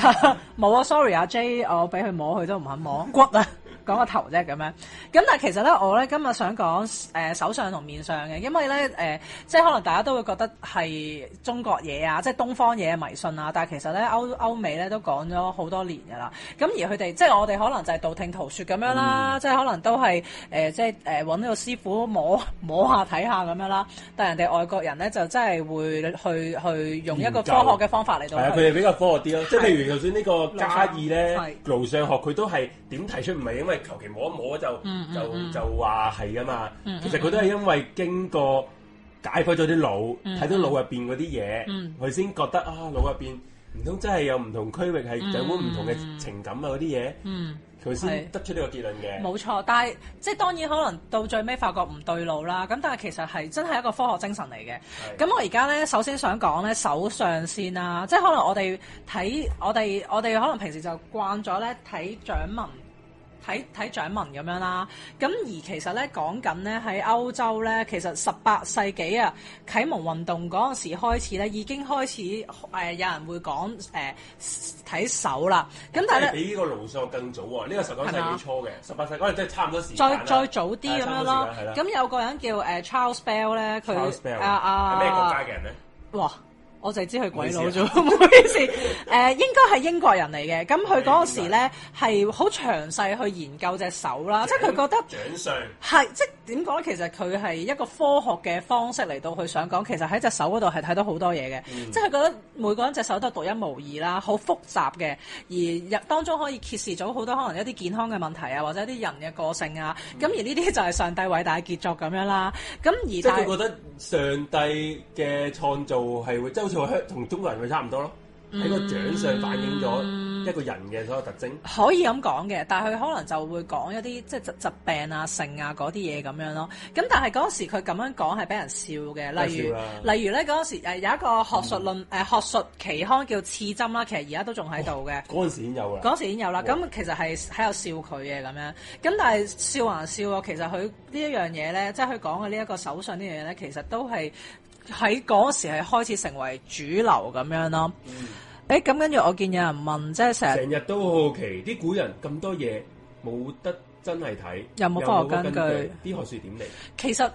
[SPEAKER 4] 冇啊，sorry 啊 J，我俾佢摸佢都唔肯摸骨啊，講個頭啫咁樣。咁但係其實咧，我咧今日想講誒、呃手相同面相嘅，因為咧誒、呃即係可能大家都會覺得係中國嘢啊，即係東方嘢嘅迷信啊，但係其實咧歐歐美咧都講咗好多年㗎啦。咁而佢哋即係我哋可能就係道聽途說咁樣啦，即係可能都係誒、呃即係誒揾個師傅摸摸下睇下咁樣啦。但係人哋外國人咧就真係會去去用一個
[SPEAKER 3] 研究
[SPEAKER 4] 科學嘅方法嚟
[SPEAKER 3] 係啊，
[SPEAKER 4] 到
[SPEAKER 3] 佢
[SPEAKER 4] 去。
[SPEAKER 3] 哋比較科學啲咯，即係譬如就算呢個加二
[SPEAKER 4] 係
[SPEAKER 3] 咧，路上學佢都係點提出，唔係因為求其摸一摸就
[SPEAKER 4] 嗯嗯
[SPEAKER 3] 就
[SPEAKER 4] 嗯
[SPEAKER 3] 就話係噶嘛
[SPEAKER 4] 嗯嗯。
[SPEAKER 3] 其實佢都係因為經過解剖咗啲腦，
[SPEAKER 4] 嗯
[SPEAKER 3] 睇到腦入邊嗰啲嘢
[SPEAKER 4] 嗯，
[SPEAKER 3] 佢先覺得啊腦入邊唔通真係有唔同區域係有冇唔同
[SPEAKER 4] 嗯
[SPEAKER 3] 嘅情感啊嗰啲嘢，
[SPEAKER 4] 嗯，
[SPEAKER 3] 佢先
[SPEAKER 4] 係
[SPEAKER 3] 得出呢個結論嘅。
[SPEAKER 4] 冇錯，但係即係當然可能到最尾發覺唔對路啦。咁但係其實係真係一個科學精神嚟嘅。咁我而家咧，首先想講咧手相先啦，即係可能我哋睇我哋我哋可能平時就慣咗咧睇掌紋。睇睇掌紋咁樣啦，咁而其實咧講緊咧喺歐洲咧，其實十八世紀啊啟蒙運動嗰陣時開始咧，已經開始誒、呃有人會講誒睇手啦，咁但係
[SPEAKER 3] 係
[SPEAKER 4] 咧。
[SPEAKER 3] 比呢個路上學更早喎，呢個十九世
[SPEAKER 4] 係嘛
[SPEAKER 3] 紀初嘅，十八世紀可能真係差唔多時間
[SPEAKER 4] 再
[SPEAKER 3] 啦
[SPEAKER 4] 再早啲咁
[SPEAKER 3] 係差
[SPEAKER 4] 樣
[SPEAKER 3] 唔多
[SPEAKER 4] 咯
[SPEAKER 3] 時間係啦。
[SPEAKER 4] 咁有個人叫誒 Charles Bell 咧，
[SPEAKER 3] Charles Bell
[SPEAKER 4] 佢啊啊
[SPEAKER 3] 係咩國家嘅人咧？
[SPEAKER 4] 哇！我就係知佢鬼佬啫，
[SPEAKER 3] 唔
[SPEAKER 4] <laughs> 唔好意思。誒、應該係英國人嚟嘅。咁佢嗰陣時咧係好詳細去研究隻手啦，啊即係佢覺得
[SPEAKER 3] 掌上
[SPEAKER 4] 係即係點講咧？其實佢係一個科學嘅方式嚟到去想講，其實喺隻手嗰度係睇到好多嘢嘅，
[SPEAKER 3] 嗯
[SPEAKER 4] 即係佢覺得每個人隻手都係獨一無二啦，好複雜嘅，而入當中可以揭示咗好多可能一啲健康嘅問題啊，或者一啲人嘅個性啊，咁、而呢啲就係上帝偉大嘅傑作咁樣啦。咁
[SPEAKER 3] 嗯即
[SPEAKER 4] 而
[SPEAKER 3] 係
[SPEAKER 4] 但
[SPEAKER 3] 佢覺得上帝嘅創造係會，即係好似話香同中國人會差唔多咯，
[SPEAKER 4] 嗯
[SPEAKER 3] 喺個掌上反映咗一個人嘅所有特徵。
[SPEAKER 4] 可以咁講嘅，但係佢可能就會講一啲即係疾疾病啊、性啊嗰啲嘢咁樣咯。咁但係嗰時佢咁樣講係俾人笑嘅，例
[SPEAKER 3] 梗係笑
[SPEAKER 4] 如
[SPEAKER 3] 啦嗯
[SPEAKER 4] 例如咧嗰時誒有一個學術論誒、學術期刊叫《刺針》啦，其實而家都仲喺度嘅。
[SPEAKER 3] 嗰陣時已經有啦，
[SPEAKER 4] 嗰時已經有啦，咁其實係喺度笑佢嘅咁樣，咁但係笑還笑啊，其實佢呢一樣嘢咧，即係佢講嘅呢一個手信呢樣嘢咧，其實都係喺嗰時係開始成為主流咁樣咯。
[SPEAKER 3] 嗯
[SPEAKER 4] 誒咁跟住我見有人問，即係成日
[SPEAKER 3] 成日都好好奇啲古人咁多嘢冇得真係睇，
[SPEAKER 4] 有冇科學
[SPEAKER 3] 有冇
[SPEAKER 4] 根據
[SPEAKER 3] 據？啲學説點嚟？
[SPEAKER 4] 其實誒、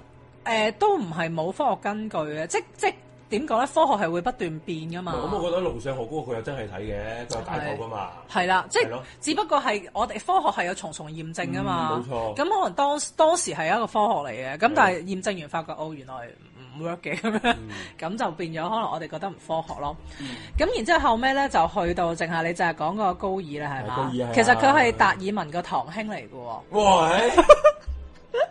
[SPEAKER 4] 呃都唔係冇科學根據嘅，即即點講咧？科學係會不斷變噶嘛。
[SPEAKER 3] 嗯咁我覺得路上學嗰個佢又真係睇嘅，佢有解剖噶嘛。
[SPEAKER 4] 係啦，即
[SPEAKER 3] 係咯
[SPEAKER 4] 只不過係我哋科學係有重重驗證噶嘛，
[SPEAKER 3] 嗯冇錯嗯
[SPEAKER 4] 咁可能當當時係一個科學嚟嘅，咁
[SPEAKER 3] 係
[SPEAKER 4] 但係驗證完發覺哦，原來唔唔 work 嘅咁
[SPEAKER 3] 嗯
[SPEAKER 4] 樣，咁就變咗可能我哋覺得唔科學咯。咁然之後後尾咧就去到淨係你就係講個高爾啦，係
[SPEAKER 3] 高
[SPEAKER 4] 嘛
[SPEAKER 3] 爾？係啊
[SPEAKER 4] 其實佢係達爾文個堂兄嚟嘅喎。
[SPEAKER 3] 哇！
[SPEAKER 4] <laughs>
[SPEAKER 3] 唉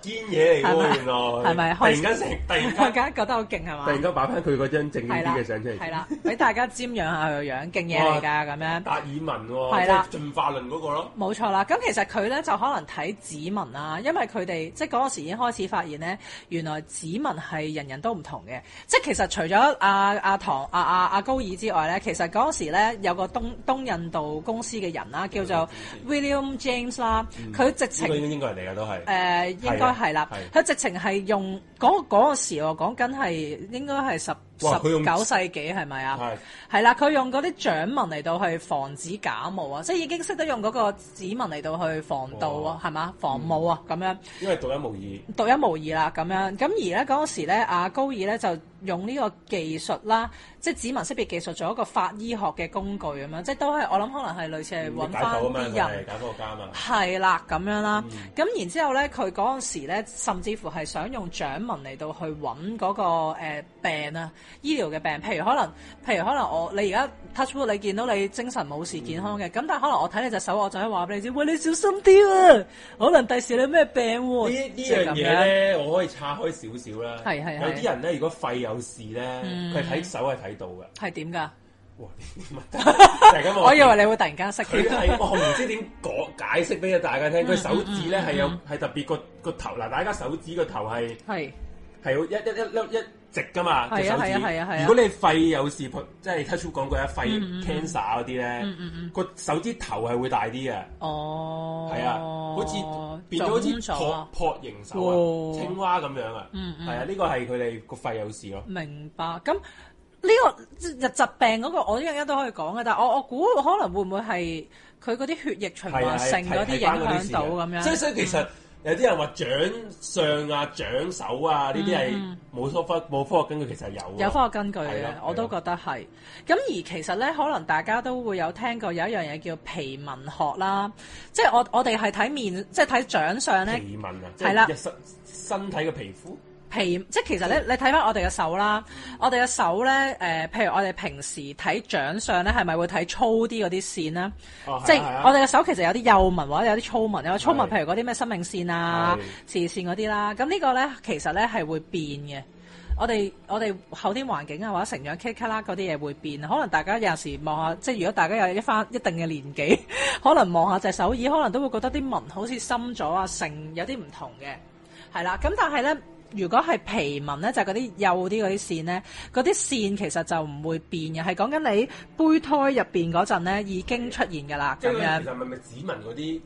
[SPEAKER 3] 堅嘢嚟嘅喎，原來
[SPEAKER 4] 係咪
[SPEAKER 3] 突然間成，突
[SPEAKER 4] <laughs>
[SPEAKER 3] 然
[SPEAKER 4] 大
[SPEAKER 3] 間，
[SPEAKER 4] 家覺得好勁係嘛
[SPEAKER 3] 突？然間擺翻佢嗰張正
[SPEAKER 4] 係
[SPEAKER 3] 啲
[SPEAKER 4] 啦，
[SPEAKER 3] 嘅相出嚟。
[SPEAKER 4] 係啦，俾大家瞻仰下佢個樣，勁嘢嚟㗎咁樣。
[SPEAKER 3] 達爾文喎，
[SPEAKER 4] 係
[SPEAKER 3] 即
[SPEAKER 4] 啦
[SPEAKER 3] 係進化論嗰個咯。
[SPEAKER 4] 冇錯啦，咁其實佢咧就可能睇指紋啦，因為佢哋即係嗰陣時已經開始發現咧，原來指紋係人人都唔同嘅。即係其實除咗阿阿唐阿阿阿高爾之外咧，其實嗰陣時咧有個東東印度公司嘅人啦，叫做
[SPEAKER 3] 嗯
[SPEAKER 4] William James 啦，佢直
[SPEAKER 3] 呢個
[SPEAKER 4] 情。
[SPEAKER 3] 應應該係你嘅都係
[SPEAKER 4] 誒、。應該係啦，
[SPEAKER 3] 係
[SPEAKER 4] 佢直情係用嗰嗰、個時我講緊係應該係十
[SPEAKER 3] 哇佢
[SPEAKER 4] 十
[SPEAKER 3] 用
[SPEAKER 4] 九世紀係咪啊？
[SPEAKER 3] 係
[SPEAKER 4] 係啦，佢用嗰啲掌紋嚟到去防止假冒啊，即係已經識得用嗰個指紋嚟到去防盜
[SPEAKER 3] 哦
[SPEAKER 4] 啊，係嘛防冒啊
[SPEAKER 3] 嗯
[SPEAKER 4] 咁樣，
[SPEAKER 3] 因為獨一無
[SPEAKER 4] 獨一無二啦咁樣。咁而咧嗰陣時咧，阿高爾咧就用呢個技術啦，即係指紋識別技術做一個法醫學嘅工具咁樣，即係都係我諗可能係類似係
[SPEAKER 3] 二，
[SPEAKER 4] 揾
[SPEAKER 3] 解
[SPEAKER 4] 翻
[SPEAKER 3] 剖啊嘛，佢
[SPEAKER 4] 啲人
[SPEAKER 3] 係。解剖家啊嘛。
[SPEAKER 4] 係啦，咁樣啦，
[SPEAKER 3] 嗯
[SPEAKER 4] 咁、然之後咧，佢嗰陣時咧，甚至乎係想用掌紋嚟到去揾嗰、個、呃、病啊，醫療嘅病，譬如可能，譬如可能我你而家 touch wood，你見到你精神冇事健康
[SPEAKER 3] 嗯
[SPEAKER 4] 嘅，咁、但係可能我睇你隻手，我就可以話俾你知，喂，你小心啲啊，可能第時你咩病喎、
[SPEAKER 3] 呢呢樣
[SPEAKER 4] 哦即係咁
[SPEAKER 3] 嘢咧，我可以岔開少少啦。
[SPEAKER 4] 係係係嗯
[SPEAKER 3] 有啲人咧，如果肺有事咧，佢睇手係睇到嘅。
[SPEAKER 4] 係點㗎？
[SPEAKER 3] 哇！點
[SPEAKER 4] <laughs>
[SPEAKER 3] 啊大家望
[SPEAKER 4] 我以為你會突然間識
[SPEAKER 3] 佢
[SPEAKER 4] 添，
[SPEAKER 3] 係我唔知點講解釋俾大家聽，佢手指
[SPEAKER 4] 嗯
[SPEAKER 3] 咧係有係特別個個頭嗱，大家手指個頭係
[SPEAKER 4] 係
[SPEAKER 3] 係有一一一一一直噶嘛
[SPEAKER 4] 係啊
[SPEAKER 3] 隻手指
[SPEAKER 4] 係啊係啊嗯係啊
[SPEAKER 3] 如果你肺有事，即係 touch wood 講過啊，肺 cancer 嗰啲咧，
[SPEAKER 4] 嗯
[SPEAKER 3] 個手指頭係會大啲嘅，
[SPEAKER 4] 哦，
[SPEAKER 3] 係啊，好似變咗好似
[SPEAKER 4] 腫咗
[SPEAKER 3] 撲
[SPEAKER 4] 啊
[SPEAKER 3] 撲形手啊，
[SPEAKER 4] 哇
[SPEAKER 3] 青蛙咁樣啊，
[SPEAKER 4] 嗯嗯
[SPEAKER 3] 係啊，呢個係佢哋個肺有事咯。
[SPEAKER 4] 明白。咁呢、個即係疾病嗰個，我一陣間都可以講嘅。但係我我估可能會唔會係佢嗰啲血液循
[SPEAKER 3] 係啊，
[SPEAKER 4] 環
[SPEAKER 3] 係
[SPEAKER 4] 性嗰啲
[SPEAKER 3] 係關嗰
[SPEAKER 4] 影
[SPEAKER 3] 事
[SPEAKER 4] 響到
[SPEAKER 3] 嘅
[SPEAKER 4] 咁樣？
[SPEAKER 3] 即係所以其實有啲人話掌上啊、掌手啊呢啲係冇科學冇科學根據，其實係有
[SPEAKER 4] 嗯有
[SPEAKER 3] 科
[SPEAKER 4] 科學根據
[SPEAKER 3] 係
[SPEAKER 4] 嘅
[SPEAKER 3] 啊，
[SPEAKER 4] 我都覺得係。咁而其實咧，可能大家都會有聽過有一樣嘢叫皮紋學啦，即係我我哋係睇面，即係睇掌上咧。
[SPEAKER 3] 皮紋啊，即
[SPEAKER 4] 係啦
[SPEAKER 3] 係一身身體嘅皮膚。
[SPEAKER 4] 皮即係其實咧，
[SPEAKER 3] 嗯
[SPEAKER 4] 你睇翻我哋嘅手啦，我哋嘅手咧，誒、譬如我哋平時睇掌相咧，係咪會睇粗啲嗰啲線咧？
[SPEAKER 3] 哦
[SPEAKER 4] 即係
[SPEAKER 3] 係啊係啊
[SPEAKER 4] 我哋嘅手其實有啲幼紋或者有啲粗紋，有粗
[SPEAKER 3] 係
[SPEAKER 4] 紋譬如嗰啲咩生命線啊、慈線嗰啲啦，咁呢個咧其實咧係會變嘅。我哋我哋後天環境啊，或者成長 K 卡啦嗰啲嘢會變，可能大家有時望下，即係如果大家有一番一定嘅年紀， <laughs> 可能望下隻手耳，可能都會覺得啲紋好似深咗啊，成有啲唔同嘅，係啦。咁但係咧，如果係皮紋咧，就係嗰啲幼啲嗰啲線咧，嗰啲線其實就唔會變嘅，係講緊你胚胎入邊嗰陣咧已經出現㗎啦，
[SPEAKER 3] 即
[SPEAKER 4] 咁
[SPEAKER 3] 係
[SPEAKER 4] 樣
[SPEAKER 3] 其。實咪咪指紋嗰啲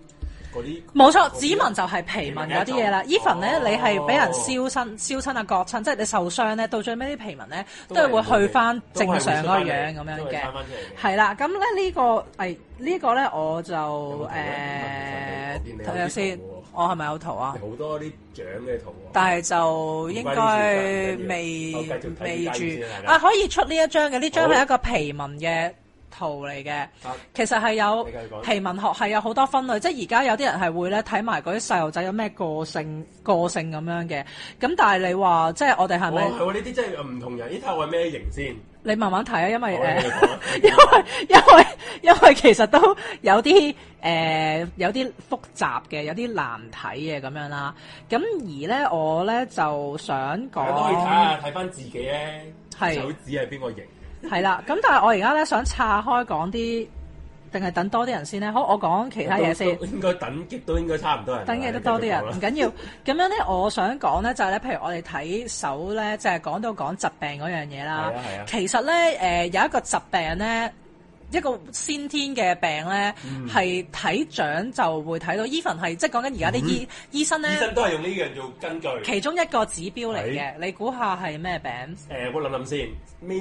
[SPEAKER 3] 嗰啲
[SPEAKER 4] 冇錯，指紋就係皮紋嗰啲嘢啦。
[SPEAKER 3] 皮紋
[SPEAKER 4] even
[SPEAKER 3] 一種
[SPEAKER 4] 咧，
[SPEAKER 3] 哦
[SPEAKER 4] 你係俾人燒身、燒親啊、割親，即係你受傷咧，到最尾啲皮紋咧都
[SPEAKER 3] 係
[SPEAKER 4] 係會
[SPEAKER 3] 會
[SPEAKER 4] 去翻
[SPEAKER 3] 都係
[SPEAKER 4] 正
[SPEAKER 3] 會
[SPEAKER 4] 常嗰個
[SPEAKER 3] 翻嚟
[SPEAKER 4] 樣咁樣
[SPEAKER 3] 都係
[SPEAKER 4] 嘅
[SPEAKER 3] 翻。返出嚟嘅
[SPEAKER 4] 係啦，咁咧呢個誒呢個咧我就
[SPEAKER 3] 冇圖咧我見你有
[SPEAKER 4] 誒睇下
[SPEAKER 3] 啲
[SPEAKER 4] 先
[SPEAKER 3] 圖啊喎，
[SPEAKER 4] 我係咪有圖啊？
[SPEAKER 3] 好多啲掌嘅圖喎。
[SPEAKER 4] 但係就應
[SPEAKER 3] 唔關
[SPEAKER 4] 該
[SPEAKER 3] 呢啲事
[SPEAKER 4] 未
[SPEAKER 3] 唔緊要我繼續睇
[SPEAKER 4] 未
[SPEAKER 3] 呢間
[SPEAKER 4] 住
[SPEAKER 3] 先啦大家
[SPEAKER 4] 啊，可以出呢一張嘅，呢張
[SPEAKER 3] 好
[SPEAKER 4] 係一個皮紋嘅圖嚟嘅。
[SPEAKER 3] 啊
[SPEAKER 4] 其實係有
[SPEAKER 3] 你繼續講
[SPEAKER 4] 皮紋學係有好多分類，即係而家有啲人係會咧睇埋嗰啲細路仔有咩個性個性咁樣嘅。咁但係你話即係我哋係咪
[SPEAKER 3] 哦，？係喎，呢啲真係唔同人。呢睇下我係咩型先？
[SPEAKER 4] 你慢慢睇啊，因為
[SPEAKER 3] 好你繼續
[SPEAKER 4] 誒。
[SPEAKER 3] 講啊
[SPEAKER 4] <laughs> 因為因為因為其實都有啲誒、呃有啲複雜嘅，有啲難睇嘅咁樣啦。咁而咧，我咧就想
[SPEAKER 3] 大家都可以睇
[SPEAKER 4] 講
[SPEAKER 3] 下睇翻自己咧，
[SPEAKER 4] 係
[SPEAKER 3] 手指係邊個型？
[SPEAKER 4] 係啦。咁但係我而家咧想岔開講啲，定係等多啲人先咧？好，我講其他嘢先。
[SPEAKER 3] 都應該等極都應該差唔多人啦。
[SPEAKER 4] 等嘢都多啲人，唔緊要。咁
[SPEAKER 3] <laughs>
[SPEAKER 4] 樣咧，我想講咧就係咧，譬如我哋睇手咧，就係講到講疾病嗰樣嘢啦
[SPEAKER 3] 係啊係啊。
[SPEAKER 4] 其實咧，誒、有一個疾病咧，一個先天嘅病咧，
[SPEAKER 3] 嗯
[SPEAKER 4] 係睇掌就會睇到。even 係即係講緊而家啲醫、醫生咧
[SPEAKER 3] 嗯醫，生都係用呢樣做根據。
[SPEAKER 4] 其中一個指標嚟嘅
[SPEAKER 3] 係。
[SPEAKER 4] 你估下係咩病？
[SPEAKER 3] 誒、
[SPEAKER 4] 誒、
[SPEAKER 3] 我諗諗先，咩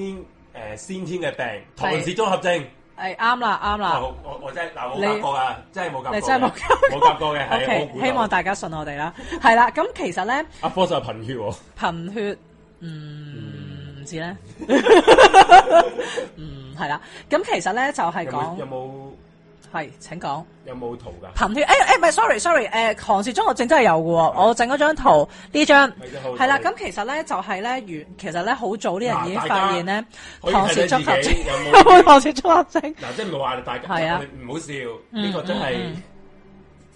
[SPEAKER 3] 誒先天嘅病，唐氏綜合症。
[SPEAKER 4] 啱啦，啱啦。
[SPEAKER 3] 啊我我我真係嗱，我冇夾過啊，真係冇夾過嘅。
[SPEAKER 4] 啊你真係冇
[SPEAKER 3] 冇夾過嘅，係
[SPEAKER 4] <laughs> OK，
[SPEAKER 3] 我估
[SPEAKER 4] 希望
[SPEAKER 3] 到
[SPEAKER 4] 大家信我哋啦。係啦，咁其實咧。
[SPEAKER 3] 阿科就係貧血喎。
[SPEAKER 4] 貧血，嗯，唔知咧，嗯，係啦。咁其實咧就係
[SPEAKER 3] 有冇
[SPEAKER 4] 講
[SPEAKER 3] 有冇
[SPEAKER 4] 係請講。
[SPEAKER 3] 有冇圖㗎？
[SPEAKER 4] 貧血，誒誒唔係，sorry sorry，誒、唐氏綜合症真係有嘅喎，我整嗰張圖呢張
[SPEAKER 3] 啊咪就好
[SPEAKER 4] 係啦，咁其實咧就係咧原其實咧好早啲人已經
[SPEAKER 3] 嗱大家
[SPEAKER 4] 發現咧
[SPEAKER 3] 可以
[SPEAKER 4] 唐
[SPEAKER 3] 睇
[SPEAKER 4] 氏綜合
[SPEAKER 3] 睇自己有
[SPEAKER 4] <laughs> 症，唐氏綜合症。
[SPEAKER 3] 嗱，即係唔係話大家
[SPEAKER 4] 係啊
[SPEAKER 3] 唔好笑，
[SPEAKER 4] 嗯
[SPEAKER 3] 呢個真係
[SPEAKER 4] 嗯嗯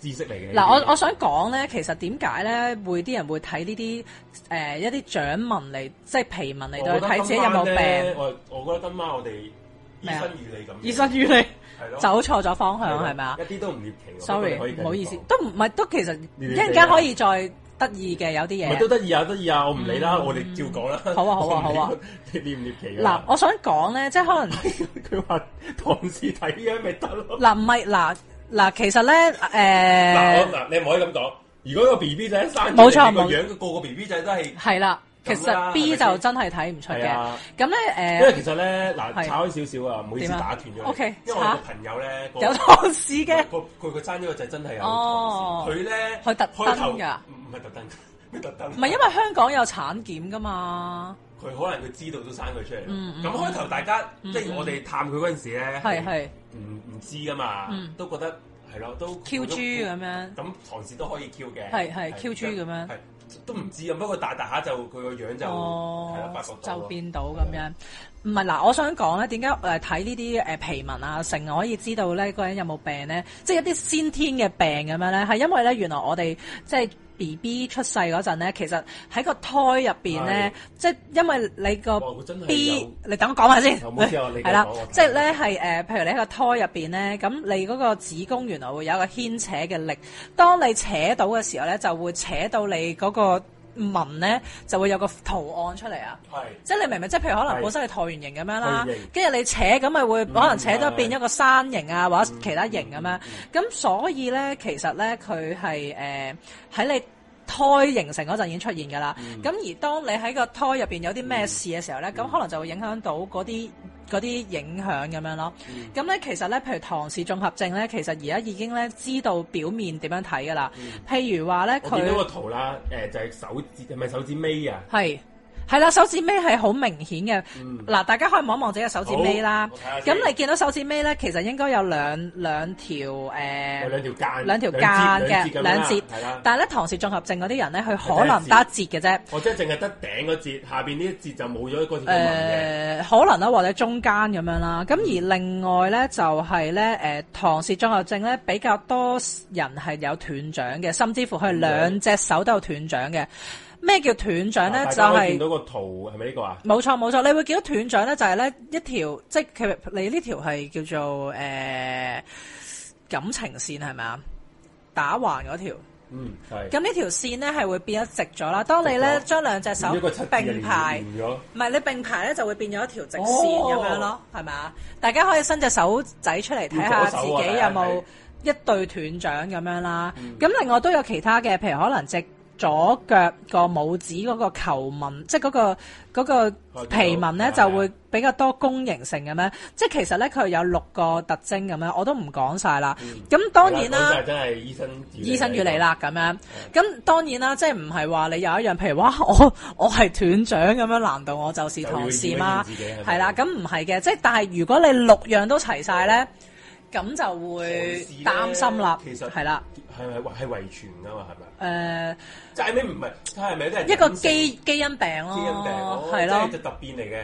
[SPEAKER 3] 知識嚟嘅。
[SPEAKER 4] 嗱，我我想講咧，其實點解咧會啲人會睇呢啲誒一啲掌紋嚟，即係皮紋嚟
[SPEAKER 3] 我
[SPEAKER 4] 到
[SPEAKER 3] 覺得
[SPEAKER 4] 去睇自己有
[SPEAKER 3] 今
[SPEAKER 4] 冇
[SPEAKER 3] 晚咧
[SPEAKER 4] 病？
[SPEAKER 3] 我我覺得今晚我哋醫
[SPEAKER 4] 咩啊
[SPEAKER 3] 生與你咁樣，
[SPEAKER 4] 醫生與你
[SPEAKER 3] 係咯
[SPEAKER 4] 走錯咗方
[SPEAKER 3] 係
[SPEAKER 4] 向
[SPEAKER 3] 咯
[SPEAKER 4] 係咪啊
[SPEAKER 3] 一啲都唔獵奇喎。
[SPEAKER 4] ？sorry，
[SPEAKER 3] 不過你可以
[SPEAKER 4] 唔好意思
[SPEAKER 3] 繼續，
[SPEAKER 4] 都唔係都其實
[SPEAKER 3] 你
[SPEAKER 4] 一
[SPEAKER 3] 哋
[SPEAKER 4] 陣間可以再得意嘅有
[SPEAKER 3] 講。
[SPEAKER 4] 啲
[SPEAKER 3] 唔係
[SPEAKER 4] 嘢
[SPEAKER 3] 都。得意啊，得意啊！我唔理啦，我哋照講啦。
[SPEAKER 4] 好啊好啊好啊
[SPEAKER 3] <laughs> 我唔理！你獵唔獵奇㗎
[SPEAKER 4] 嗱，我想講咧，即係可能。
[SPEAKER 3] <laughs> 佢話唐氏睇樣咪得咯。
[SPEAKER 4] 嗱，唔係嗱嗱，其實咧，
[SPEAKER 3] 嗱我
[SPEAKER 4] 誒
[SPEAKER 3] 嗱，你唔可以咁講。如果個 B B 仔生出嚟
[SPEAKER 4] 呃冇錯
[SPEAKER 3] 你個
[SPEAKER 4] 冇
[SPEAKER 3] 樣個個 B B 仔都係
[SPEAKER 4] 係啦，其
[SPEAKER 3] 咁啦
[SPEAKER 4] 實 B
[SPEAKER 3] 係咪
[SPEAKER 4] 就
[SPEAKER 3] 先
[SPEAKER 4] 真係睇唔出
[SPEAKER 3] 係
[SPEAKER 4] 嘅。
[SPEAKER 3] 啊。
[SPEAKER 4] 咁
[SPEAKER 3] 因為
[SPEAKER 4] 咧
[SPEAKER 3] 其實咧，嗱，
[SPEAKER 4] 係
[SPEAKER 3] 炒開少少啊，唔好意思
[SPEAKER 4] 點啊
[SPEAKER 3] 打斷咗你。
[SPEAKER 4] OK，
[SPEAKER 3] 因為我
[SPEAKER 4] 炒
[SPEAKER 3] 個朋友咧，個
[SPEAKER 4] 誒有唐氏嘅，
[SPEAKER 3] 個佢個生咗個仔真係 <laughs> 有
[SPEAKER 4] 哦
[SPEAKER 3] 唐氏，佢咧
[SPEAKER 4] 佢特登
[SPEAKER 3] 開頭
[SPEAKER 4] 㗎
[SPEAKER 3] 唔唔係特登， <laughs> 咩特登？
[SPEAKER 4] 唔係因為香港有產檢噶嘛？
[SPEAKER 3] 佢可能佢知道都生佢出嚟
[SPEAKER 4] 嗯嗯
[SPEAKER 3] 啦。咁開頭大家
[SPEAKER 4] 嗯
[SPEAKER 3] 即係我哋探佢嗰陣時咧，
[SPEAKER 4] 係係
[SPEAKER 3] 唔唔知噶嘛
[SPEAKER 4] 嗯，
[SPEAKER 3] 都覺得係咯，都
[SPEAKER 4] QG 咁樣，
[SPEAKER 3] 咁唐氏都可以 Q 嘅，
[SPEAKER 4] 係係 QG 咁樣
[SPEAKER 3] 係都唔知咁。啊不過大大下就佢個樣就
[SPEAKER 4] 哦
[SPEAKER 3] 係啦，發覺，到
[SPEAKER 4] 就
[SPEAKER 3] 咯
[SPEAKER 4] 變到咁樣。唔係嗱，我想講咧，點解誒睇呢啲誒皮紋啊，成可以知道咧個人有冇病咧？即係一啲先天嘅病咁樣咧，係因為咧原來我哋即係 B B 出世嗰陣咧，其實喺個胎入邊咧
[SPEAKER 3] 係，
[SPEAKER 4] 即係因為你個
[SPEAKER 3] 哇佢真係
[SPEAKER 4] B，
[SPEAKER 3] 有
[SPEAKER 4] 你等我講下先。
[SPEAKER 3] 有冇知啊你繼續
[SPEAKER 4] 係啦
[SPEAKER 3] 講我，
[SPEAKER 4] 即係咧係誒，譬如你喺個胎入邊咧，咁你嗰個子宮原來會有一個牽扯嘅力，當你扯到嘅時候咧，就會扯到你嗰個紋咧，就會有個圖案出嚟啊！
[SPEAKER 3] 係
[SPEAKER 4] 即係你明唔明？即係譬如可能
[SPEAKER 3] 係
[SPEAKER 4] 本身係橢圓形咁樣啦
[SPEAKER 3] 橢圓形，
[SPEAKER 4] 跟住你扯咁咪會可能扯咗
[SPEAKER 3] 嗯
[SPEAKER 4] 變一個山形啊，或者其他形咁樣。咁所以咧，其實咧佢係誒喺你。胎形成嗰陣已經出現㗎啦，
[SPEAKER 3] 嗯
[SPEAKER 4] 咁、而當你喺個胎入邊有啲咩事嘅時候咧，咁、可能就會影響到嗰啲嗰啲影響咁樣咯。
[SPEAKER 3] 嗯
[SPEAKER 4] 咁咧、其實咧，譬如唐氏綜合症咧，其實而家已經咧知道表面點樣睇㗎啦。譬如話咧，
[SPEAKER 3] 嗯我
[SPEAKER 4] 佢
[SPEAKER 3] 見到個圖啦，誒就係手指，係咪手指尾啊？
[SPEAKER 4] 係係啦，手指尾係好明顯嘅。
[SPEAKER 3] 嗯
[SPEAKER 4] 嗱、大家可以望一望自己嘅手指尾啦
[SPEAKER 3] 好我睇下。先
[SPEAKER 4] 咁你見到手指尾咧，其實應該有兩兩條誒。
[SPEAKER 3] 有哦兩條間，
[SPEAKER 4] 兩條間嘅兩
[SPEAKER 3] 兩
[SPEAKER 4] 節
[SPEAKER 3] 節，啊係啦，。
[SPEAKER 4] 但係咧唐氏綜合症嗰啲人咧，佢可能得一節嘅啫，誒、
[SPEAKER 3] 我即係淨係得頂嗰節，下邊呢一節就冇咗嗰條紋嘅。嗯
[SPEAKER 4] 可能啦，或者中間咁樣啦。咁而另外咧就係咧誒唐氏綜合症咧比較多人係有斷掌嘅，甚至乎佢兩隻手都有斷掌嘅。咩叫斷掌咧？
[SPEAKER 3] 大
[SPEAKER 4] 就
[SPEAKER 3] 家可以
[SPEAKER 4] 係、
[SPEAKER 3] 見到個圖係咪呢個啊？
[SPEAKER 4] 冇錯冇錯，你會見到斷掌咧，就係咧一條，即係佢你呢條係叫做誒、呃感情線係咪啊？打橫嗰條，
[SPEAKER 3] 嗯，係。
[SPEAKER 4] 咁呢條線咧係會變咗直咗啦。當你咧
[SPEAKER 3] 直咗
[SPEAKER 4] 將兩隻手
[SPEAKER 3] 一個七字啊嘅
[SPEAKER 4] 並排，
[SPEAKER 3] 連咗，
[SPEAKER 4] 唔係你並排咧就會變咗一條直線
[SPEAKER 3] 哦
[SPEAKER 4] 咁樣咯，係咪啊？大家可以伸隻手仔出嚟睇
[SPEAKER 3] 要
[SPEAKER 4] 下
[SPEAKER 3] 左
[SPEAKER 4] 自
[SPEAKER 3] 手啊
[SPEAKER 4] 己
[SPEAKER 3] 係嗯
[SPEAKER 4] 有
[SPEAKER 3] 啊
[SPEAKER 4] 冇
[SPEAKER 3] 係
[SPEAKER 4] 一對斷掌咁樣啦。咁、另外都有其他嘅，譬如可能隻左腳個拇指嗰個球紋，即係嗰、個嗰、個
[SPEAKER 3] 哦
[SPEAKER 4] 皮紋咧
[SPEAKER 3] 見到
[SPEAKER 4] 就會比較多弓形性咁樣。即係其實咧佢有六個特徵咁樣，我都唔講晒啦。咁、當然啦。
[SPEAKER 3] 嗰陣真嗯係醫生嗯治理
[SPEAKER 4] 醫生與你。啦咁樣，咁當然啦，即係唔係話 <laughs> 你有一樣，譬如哇，我我係斷掌咁樣，難道我就是唐
[SPEAKER 3] 就要掩
[SPEAKER 4] 氏嗎
[SPEAKER 3] 飾自己係？咪
[SPEAKER 4] 係啦，咁唔係嘅，即係但係如果你六樣都齊晒咧，咁就會擔心啦
[SPEAKER 3] 唐氏呢，其實
[SPEAKER 4] 係啦，
[SPEAKER 3] 係咪係遺傳㗎嘛？係咪？
[SPEAKER 4] 誒、
[SPEAKER 3] 就係咩唔係？即係咪都係
[SPEAKER 4] 一個
[SPEAKER 3] 隱性
[SPEAKER 4] 基基因病咯，
[SPEAKER 3] 基因病？哦
[SPEAKER 4] 係咯
[SPEAKER 3] 即係。就突變嚟嘅。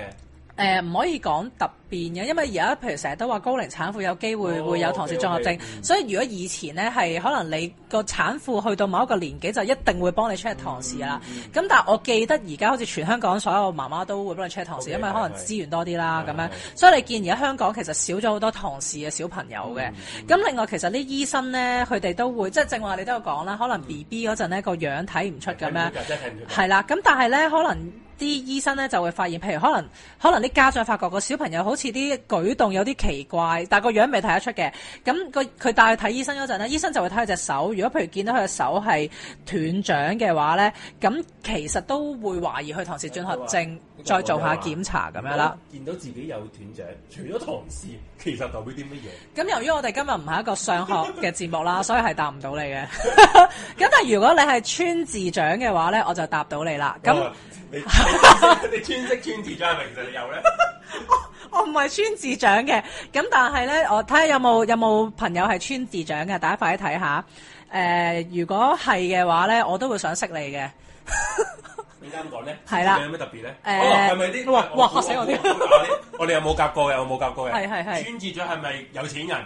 [SPEAKER 4] 誒唔、可以講突變嘅，因為而家譬如成日都話高齡產婦有機會
[SPEAKER 3] 哦
[SPEAKER 4] 會有唐氏綜合症
[SPEAKER 3] OK，OK，嗯
[SPEAKER 4] 所以如果以前咧係可能你個產婦去到某一個年紀就一定會幫你 check 唐氏啦。
[SPEAKER 3] 嗯
[SPEAKER 4] 咁、但係我記得而家好似全香港所有媽媽都會幫你 check 唐氏
[SPEAKER 3] OK，
[SPEAKER 4] 因為可能
[SPEAKER 3] 係係
[SPEAKER 4] 資源多啲啦
[SPEAKER 3] 係
[SPEAKER 4] 咁樣
[SPEAKER 3] 係。
[SPEAKER 4] 所以你見而家香港其實少咗好多唐氏嘅小朋友嘅。
[SPEAKER 3] 嗯
[SPEAKER 4] 咁、另外其實啲醫生咧佢哋都會即係正話你都有講啦，
[SPEAKER 3] 嗯
[SPEAKER 4] 可能 B B 嗰陣咧個樣睇唔出咁樣。
[SPEAKER 3] 睇唔出㗎真係睇唔出㗎。
[SPEAKER 4] 係啦，咁但係咧，可能啲醫生咧就會發現，譬如可能可能啲家長發覺個小朋友好似啲舉動有啲奇怪，但個樣未睇得出嘅。咁個佢帶去睇醫生嗰陣咧，醫生就會睇佢隻手。如果譬如見到佢隻手係斷掌嘅話咧，咁其實都會懷疑佢唐氏綜合症，再做下檢查咁樣啦。。
[SPEAKER 3] 見到自己有斷掌，除咗唐氏，其實代表啲乜嘢？
[SPEAKER 4] 咁由於我哋今日唔係一個上學嘅節目啦，所以係答唔到你嘅。咁但係如果你係穿字掌嘅話咧，我就
[SPEAKER 3] 啊哦
[SPEAKER 4] 答到你啦。咁 <laughs>
[SPEAKER 3] 哇你你你專職專字掌係咪其實你有咧？
[SPEAKER 4] 我我唔係村字長嘅，咁但係咧，我睇下有冇有冇朋友係村字長嘅，大家快啲睇下。誒、如果係嘅話咧，我都會想識你嘅。
[SPEAKER 3] 你啱講咧，
[SPEAKER 4] 係啦
[SPEAKER 3] 有咩特別咧？
[SPEAKER 4] 誒
[SPEAKER 3] 哦，係咪啲？
[SPEAKER 4] 哇哇
[SPEAKER 3] 估
[SPEAKER 4] 嚇死我添
[SPEAKER 3] 估估下啲我哋有冇夾過嘅？我冇夾過嘅。
[SPEAKER 4] 係係係
[SPEAKER 3] 專志長係咪有錢人？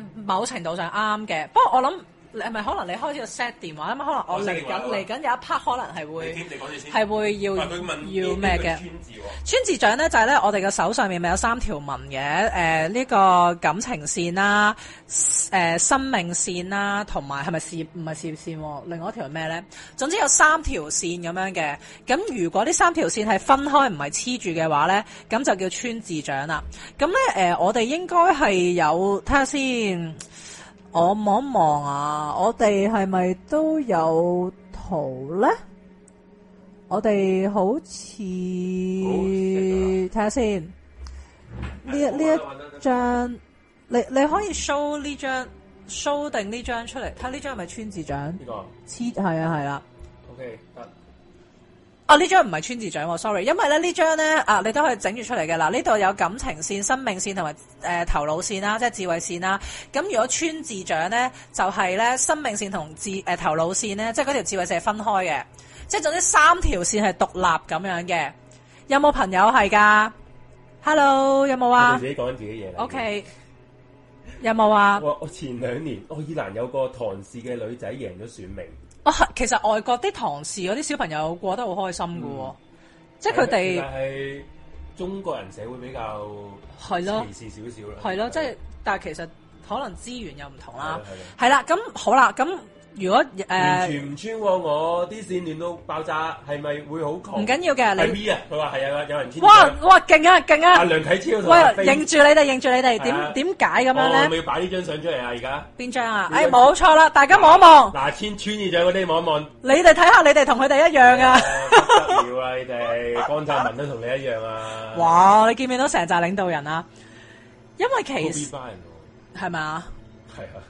[SPEAKER 4] 誒、某程度上啱嘅，不過我諗你係咪可能你開始個 set 電話啊嘛？可能我
[SPEAKER 3] 我 set
[SPEAKER 4] 嚟
[SPEAKER 3] 電話
[SPEAKER 4] 緊
[SPEAKER 3] 啦
[SPEAKER 4] 嚟緊有一 part 可能係
[SPEAKER 3] 你
[SPEAKER 4] 會
[SPEAKER 3] 添，你講住先。
[SPEAKER 4] 係會要
[SPEAKER 3] 啊佢問
[SPEAKER 4] 要咩嘅？
[SPEAKER 3] 專字喎？
[SPEAKER 4] 川字掌咧就係咧，我哋嘅手上面咪有三條紋嘅，誒、呢、個感情線啦、誒、生命線啦，同埋係咪事業唔係事業線喎？另外一條係咩咧？總之有三條線咁樣嘅。咁如果呢三條線係分開唔係黐住嘅話咧，咁就叫川字掌啦。咁咧誒，我哋應該係有睇下先，我望一望啊，我哋係咪都有圖咧？我哋好似睇下先，呢一呢一張，你你可以 show 呢張 show 定呢張出嚟，睇下呢張係咪川字掌？
[SPEAKER 3] 呢個
[SPEAKER 4] 黐係啊係啦，
[SPEAKER 3] OK 得。
[SPEAKER 4] 啊呢張唔係川字掌喎，sorry，因為咧呢張咧啊你都可以整住出嚟嘅嗱，呢度有感情線、生命線同埋誒呃頭腦線啦，即係智慧線啦。咁如果川字掌咧，就係、咧生命線同智呃誒、頭腦線咧，即係嗰條智慧線係分開嘅，即係總之三條線係獨立咁樣嘅。有冇朋友係㗎？Hello，有冇
[SPEAKER 3] 我哋
[SPEAKER 4] 啊
[SPEAKER 3] 自己講緊自己嘢啦。
[SPEAKER 4] ？OK，有冇啊？
[SPEAKER 3] 我我前兩年愛爾蘭有個唐氏嘅女仔贏咗選美，
[SPEAKER 4] 哦，其實外國啲唐氏嗰啲小朋友過得好開心㗎喎，即係佢哋
[SPEAKER 3] 但係中國人社會比較
[SPEAKER 4] 係咯。
[SPEAKER 3] 歧視少少啦。
[SPEAKER 4] 係咯，即係但係其實可能資源又唔同啦。
[SPEAKER 3] 係啊
[SPEAKER 4] 係啦，咁好啦，咁如果
[SPEAKER 3] 完
[SPEAKER 4] 誒
[SPEAKER 3] 全唔穿過我啲線亂到爆炸，係咪會好
[SPEAKER 4] 唔
[SPEAKER 3] 窮？
[SPEAKER 4] 緊要嘅，
[SPEAKER 3] 係
[SPEAKER 4] 你
[SPEAKER 3] V 啊，佢話係啊，有人穿。
[SPEAKER 4] 哇哇勁啊勁
[SPEAKER 3] 阿
[SPEAKER 4] 啊！
[SPEAKER 3] 梁啟超同
[SPEAKER 4] 喂
[SPEAKER 3] 阿，飛
[SPEAKER 4] 認住你哋，認住你哋，
[SPEAKER 3] 係啊
[SPEAKER 4] 點點解咁
[SPEAKER 3] 哦
[SPEAKER 4] 樣
[SPEAKER 3] 我咪
[SPEAKER 4] 咧？
[SPEAKER 3] 要擺呢張相出嚟啊！而家
[SPEAKER 4] 邊張啊？
[SPEAKER 3] 呢
[SPEAKER 4] 誒
[SPEAKER 3] 張
[SPEAKER 4] 冇錯啦，大家望一望，
[SPEAKER 3] 嗱，穿穿耳仔嗰啲望一 <laughs> 望，
[SPEAKER 4] 你哋睇下，你哋同佢哋一樣啊！
[SPEAKER 3] 誒不得了啊！你哋江澤民都同你一樣啊！
[SPEAKER 4] 哇！你見唔見到成扎領導人啊？因為
[SPEAKER 3] ，Kobe
[SPEAKER 4] 其
[SPEAKER 3] Bryant
[SPEAKER 4] 實係咪啊？
[SPEAKER 3] 喎，係
[SPEAKER 4] <laughs>
[SPEAKER 3] 啊，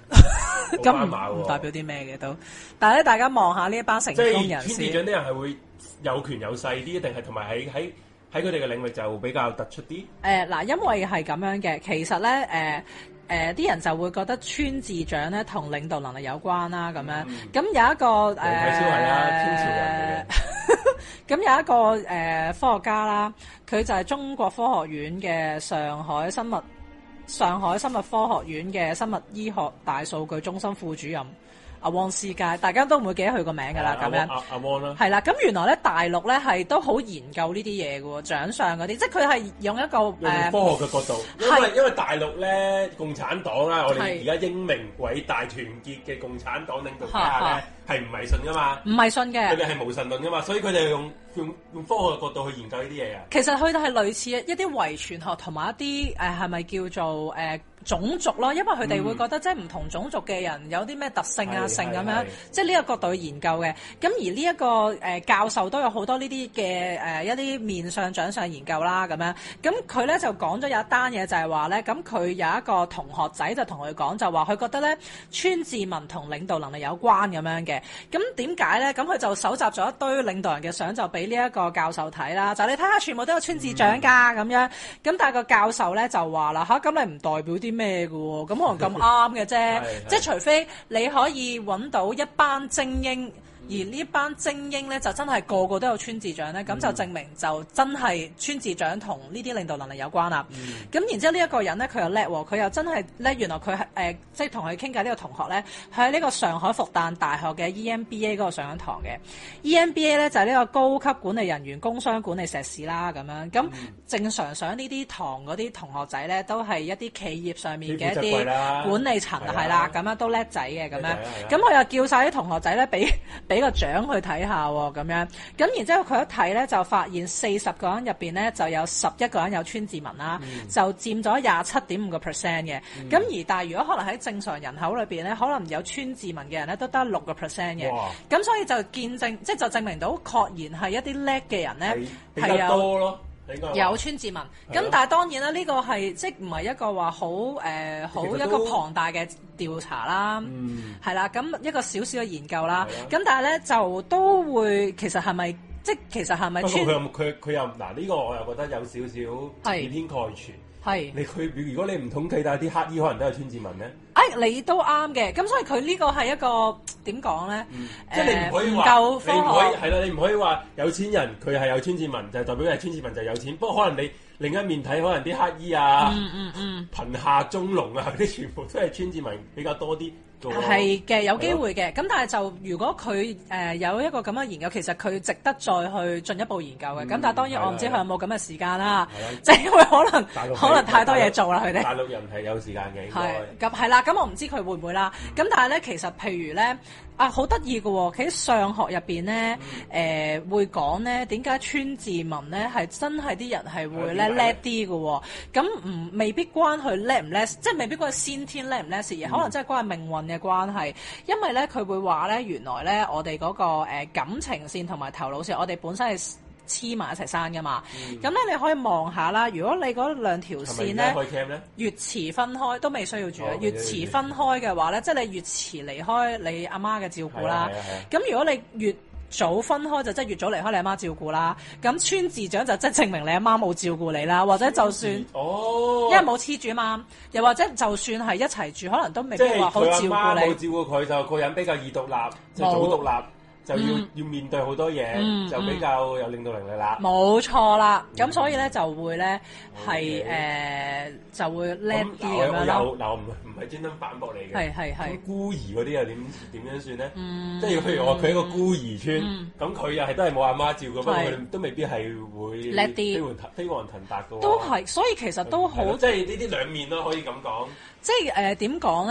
[SPEAKER 4] 咁
[SPEAKER 3] 奧
[SPEAKER 4] 唔
[SPEAKER 3] 巴馬喎
[SPEAKER 4] 唔代表啲咩嘅都，但係咧，大家望下呢一班成
[SPEAKER 3] 即
[SPEAKER 4] 功
[SPEAKER 3] 係
[SPEAKER 4] 人
[SPEAKER 3] 穿
[SPEAKER 4] 士
[SPEAKER 3] 耳。掌啲人係會有權有勢啲，定係同埋喺喺喺佢哋嘅領域就比較突出啲。
[SPEAKER 4] 誒呃嗱、因為係咁樣嘅，其實咧誒誒呃啲人就會覺得村字長咧同領導能力有關啦，咁樣。咁、有一個誒，
[SPEAKER 3] 嗯梁啟超係啦，清朝人
[SPEAKER 4] <laughs> 咁有一個誒、呃科學家啦，佢就係中國科學院嘅上海生物上海生物科學院嘅生物醫學大數據中心副主任阿汪思佳，大家都唔會記得佢個名
[SPEAKER 3] 嚟嘅，
[SPEAKER 4] 㗎啦，咁樣
[SPEAKER 3] 啊阿。阿阿汪啦，
[SPEAKER 4] 係啦，咁原來咧大陸咧係都好研究呢啲嘢嘅喎，掌上嗰啲，即係佢係用一個誒。
[SPEAKER 3] 用
[SPEAKER 4] 呃
[SPEAKER 3] 科學嘅角度，因為
[SPEAKER 4] 係
[SPEAKER 3] 因為大陸咧共產黨啦，我哋
[SPEAKER 4] 係
[SPEAKER 3] 而家英明偉大團結嘅共產黨領導家咧係唔迷信噶嘛。
[SPEAKER 4] 唔係信
[SPEAKER 3] 佢
[SPEAKER 4] 嘅，
[SPEAKER 3] 哋係無神論噶嘛，所以佢哋用用用科學嘅角度去研究呢啲嘢啊。
[SPEAKER 4] 其實佢哋係類似一啲遺傳學同埋一啲誒係咪叫做誒、呃、種族咯，因為佢哋會覺得即係唔同種族嘅人有啲咩特性啊、
[SPEAKER 3] 係
[SPEAKER 4] 性咁
[SPEAKER 3] 係
[SPEAKER 4] 樣
[SPEAKER 3] 係，
[SPEAKER 4] 即係呢個角度去研究嘅。咁而呢、一個誒、呃教授都有好多呢啲嘅呃誒一啲面上掌上研究啦咁樣。咁佢咧就講咗有一單嘢就係話咧，咁佢有一個同學仔就同佢講就話佢覺得咧川字文同領導能力有關咁樣嘅。咁點解咧？咁佢就搜集咗一堆領導人嘅相，就俾呢一個教授睇啦。就你睇下，全部都有川字掌
[SPEAKER 3] 嗯
[SPEAKER 4] 㗎咁樣。咁但係個教授咧就話啦吓，咁、你唔代表啲咩㗎喎？咁可能咁啱嘅啫
[SPEAKER 3] 係，
[SPEAKER 4] 即係除非你可以揾到一班精英。而呢班精英咧，就真係個個都有川字掌咧，咁
[SPEAKER 3] 嗯
[SPEAKER 4] 就證明就真係川字掌同呢啲領導能力有關啦。咁、然之後呢一個人咧，佢又叻喎，佢又真係咧，原來佢係誒，即係同佢傾偈呢個同學咧，佢喺呢個上海復旦大學嘅 E EMBA 嗰個上緊堂嘅。EMBA E 咧就係、呢個高級管理人員工商管理碩士啦，咁樣咁正常上呢啲堂嗰啲同學仔咧，都係一啲企業上面嘅
[SPEAKER 3] 基本
[SPEAKER 4] 一
[SPEAKER 3] 職位
[SPEAKER 4] 啲
[SPEAKER 3] 啦
[SPEAKER 4] 管理層
[SPEAKER 3] 係啊
[SPEAKER 4] 係啦，咁樣都叻仔嘅咁
[SPEAKER 3] 叻仔
[SPEAKER 4] 樣
[SPEAKER 3] 啊係啊。
[SPEAKER 4] 咁佢又叫晒啲同學仔咧，俾 <laughs> 俾個獎去睇下喎，咁樣。咁然之後佢一睇咧，就發現四十個人入邊咧，就有十一個人有川字紋啦，
[SPEAKER 3] 嗯
[SPEAKER 4] 就佔咗廿七點五個 percent 嘅。咁、而但係如果可能喺正常人口裏邊咧，可能有川字紋嘅人咧，都得六個 percent 嘅
[SPEAKER 3] 哇。
[SPEAKER 4] 咁所以就見證，即係就證明到確然係一啲叻嘅人
[SPEAKER 3] 係
[SPEAKER 4] 咧
[SPEAKER 3] 比
[SPEAKER 4] 係
[SPEAKER 3] 較
[SPEAKER 4] 有。
[SPEAKER 3] 多咯，應該話
[SPEAKER 4] 有川字紋，
[SPEAKER 3] 係
[SPEAKER 4] 咁
[SPEAKER 3] 咯
[SPEAKER 4] 但係當然啦，呢、個係即係唔係一個話好誒好
[SPEAKER 3] 其實
[SPEAKER 4] 一
[SPEAKER 3] 都
[SPEAKER 4] 個龐大嘅調查啦。
[SPEAKER 3] 嗯
[SPEAKER 4] 係啦，咁一個少少嘅研究啦
[SPEAKER 3] 係啊，
[SPEAKER 4] 咁但係咧就都會其實係咪即係其實係咪
[SPEAKER 3] 不過佢
[SPEAKER 4] 穿
[SPEAKER 3] 又佢佢又嗱呢個我又覺得有少少
[SPEAKER 4] 係
[SPEAKER 3] 以偏概全。
[SPEAKER 4] 係？
[SPEAKER 3] 你佢如果你唔統計，但係啲黑衣可能都有穿字文咧，
[SPEAKER 4] 哎，你都啱嘅，咁所以佢呢個係一個點講咧？
[SPEAKER 3] 嗯即係你唔可以
[SPEAKER 4] 誒
[SPEAKER 3] 話，你唔
[SPEAKER 4] 唔夠
[SPEAKER 3] 可以
[SPEAKER 4] 科學，
[SPEAKER 3] 係啦，你唔可以話有錢人佢係有穿字文，就代表佢係穿字文就係有錢。不過可能你另一面睇，可能啲黑衣啊、
[SPEAKER 4] 嗯嗯嗯，
[SPEAKER 3] 貧下中農啊嗰 <laughs> 啲，全部都係穿字文比較多啲嘅喎。
[SPEAKER 4] 係嘅，有機會嘅。咁但係就如果佢誒有一個咁嘅研究，其實佢值得再去進一步研究嘅。咁但係當然我唔知佢有冇咁嘅時間啦
[SPEAKER 3] 係啦，
[SPEAKER 4] 即係因為可能
[SPEAKER 3] 大陸係
[SPEAKER 4] 可能太多嘢做啦，佢哋。
[SPEAKER 3] 大陸人係有時間嘅，應
[SPEAKER 4] 係
[SPEAKER 3] 該
[SPEAKER 4] 咁係啦，咁我唔知佢會唔會啦。
[SPEAKER 3] 嗯
[SPEAKER 4] 咁但係咧，其實譬如咧，啊好得意嘅喎，佢喺上學入邊咧，誒、
[SPEAKER 3] 嗯
[SPEAKER 4] 會講咧點解川字文咧係真係啲人係會咧
[SPEAKER 3] 係點解
[SPEAKER 4] 叻
[SPEAKER 3] 咧
[SPEAKER 4] 啲嘅喎。咁唔未必關佢叻唔叻，即係未必關佢先天叻唔叻
[SPEAKER 3] 嗯
[SPEAKER 4] 事，而可能真係關佢命運嘅關係。因為咧佢會話咧，原來咧我哋嗰、個、呃、感情線同埋頭腦線，我哋本身係黐埋一齊生噶嘛。咁咧、你可以望下啦，如果你嗰兩條
[SPEAKER 3] 嗯係
[SPEAKER 4] 線
[SPEAKER 3] 咪
[SPEAKER 4] 咧
[SPEAKER 3] 而家。開 cam 咧？
[SPEAKER 4] 越遲分開都未需要住啊
[SPEAKER 3] 哦！
[SPEAKER 4] 越遲分開嘅話咧，即係你越遲離開你阿媽嘅照顧啦
[SPEAKER 3] 係啊係啊。
[SPEAKER 4] 咁如果你越早分開就即係越早離開你阿媽照顧啦。咁村字長就即係證明你阿媽冇照顧你啦，或者就算嗯因
[SPEAKER 3] 哦，
[SPEAKER 4] 為冇黐住嘛，又或者就算係一齊住，可能都未
[SPEAKER 3] 即
[SPEAKER 4] 必
[SPEAKER 3] 係
[SPEAKER 4] 話好
[SPEAKER 3] 佢
[SPEAKER 4] 照
[SPEAKER 3] 阿媽
[SPEAKER 4] 顧
[SPEAKER 3] 冇
[SPEAKER 4] 你。
[SPEAKER 3] 照顧佢，就個人比較易獨立，就
[SPEAKER 4] 冇
[SPEAKER 3] 早獨立，就要、
[SPEAKER 4] 嗯
[SPEAKER 3] 要面對好多嘢，
[SPEAKER 4] 嗯
[SPEAKER 3] 就比較有領導能力啦。
[SPEAKER 4] 冇錯啦，咁所以咧就會咧係
[SPEAKER 3] OK
[SPEAKER 4] 誒就會叻
[SPEAKER 3] 哦啊咁
[SPEAKER 4] 啲
[SPEAKER 3] 嗱我
[SPEAKER 4] 咁樣咯。
[SPEAKER 3] 有嗱，我唔唔係專登反駁你嘅。
[SPEAKER 4] 係係係嗯
[SPEAKER 3] 咁孤兒嗰啲又點點樣算咧？即係譬如我佢一個孤兒村，咁佢又係都係冇阿媽照顧，不過
[SPEAKER 4] 係
[SPEAKER 3] 佢哋都未必係會
[SPEAKER 4] 叻啲
[SPEAKER 3] 飛黃騰飛黃騰達嘅喎。
[SPEAKER 4] 都係，所以其實都好
[SPEAKER 3] 係咯即係呢啲兩面咯，可以咁講。
[SPEAKER 4] 即係誒點講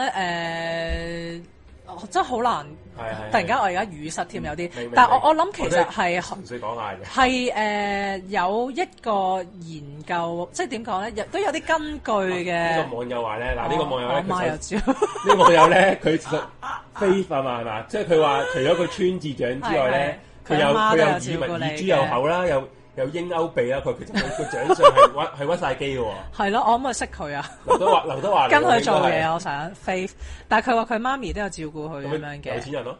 [SPEAKER 4] 咧誒，我真係好難。
[SPEAKER 3] 係係。
[SPEAKER 4] 突然間我而家語塞添有
[SPEAKER 3] 明
[SPEAKER 4] 啲
[SPEAKER 3] 明，
[SPEAKER 4] 但係我我
[SPEAKER 3] 明
[SPEAKER 4] 諗其實係
[SPEAKER 3] 純粹講下嘅。
[SPEAKER 4] 係誒有一個研究，即係點講咧，亦都有啲根據嘅哦
[SPEAKER 3] 呢。個網友話咧，嗱呢個網友
[SPEAKER 4] 我
[SPEAKER 3] 咧，
[SPEAKER 4] 媽又
[SPEAKER 3] 佢
[SPEAKER 4] 知， <laughs>
[SPEAKER 3] 呢個網友咧，佢其實非法嘛係嘛，即係佢話除咗個村字長之外咧，
[SPEAKER 4] 係係
[SPEAKER 3] 佢有
[SPEAKER 4] 佢阿媽
[SPEAKER 3] 佢
[SPEAKER 4] 都
[SPEAKER 3] 有
[SPEAKER 4] 有
[SPEAKER 3] 耳
[SPEAKER 4] 照顧
[SPEAKER 3] 文
[SPEAKER 4] 你
[SPEAKER 3] 耳珠
[SPEAKER 4] 嘅
[SPEAKER 3] 又口啦，又又英歐鼻啊啦，佢其實佢個長相係屈係屈曬機嘅喎。
[SPEAKER 4] 係咯，我可唔可以識佢啊？
[SPEAKER 3] 劉德華，劉德華嚟
[SPEAKER 4] 跟
[SPEAKER 3] 喎
[SPEAKER 4] 佢做嘢
[SPEAKER 3] 應
[SPEAKER 4] 啊，我想 faith，但係佢話佢媽咪都有照顧佢
[SPEAKER 3] 該
[SPEAKER 4] 咁
[SPEAKER 3] 係
[SPEAKER 4] 樣
[SPEAKER 3] 有
[SPEAKER 4] 嘅。
[SPEAKER 3] 錢人咯，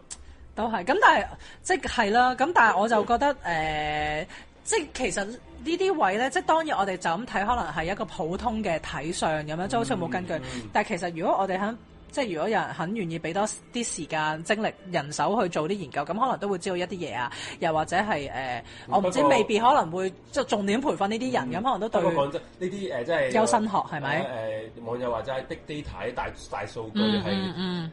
[SPEAKER 4] 都係，咁但係即係啦，咁但係我就覺得誒、呃即係其實呢啲位咧，即係當然我哋就咁睇，可能係一個普通嘅睇相咁
[SPEAKER 3] 嗯
[SPEAKER 4] 樣，即係好似冇根據。但係其實如果我哋肯，即係如果有人肯願意俾多啲時間、精力、人手去做啲研究，咁可能都會知道一啲嘢啊，又或者係誒、呃我唔知
[SPEAKER 3] 不過
[SPEAKER 4] 未必可能會即係重點培訓呢啲人，咁、可能都對
[SPEAKER 3] 不過講真，呢啲誒真係
[SPEAKER 4] 優生學係咪？
[SPEAKER 3] 誒網友話齋 big data 大大數據
[SPEAKER 4] 嗯嗯
[SPEAKER 3] 係
[SPEAKER 4] 嗯，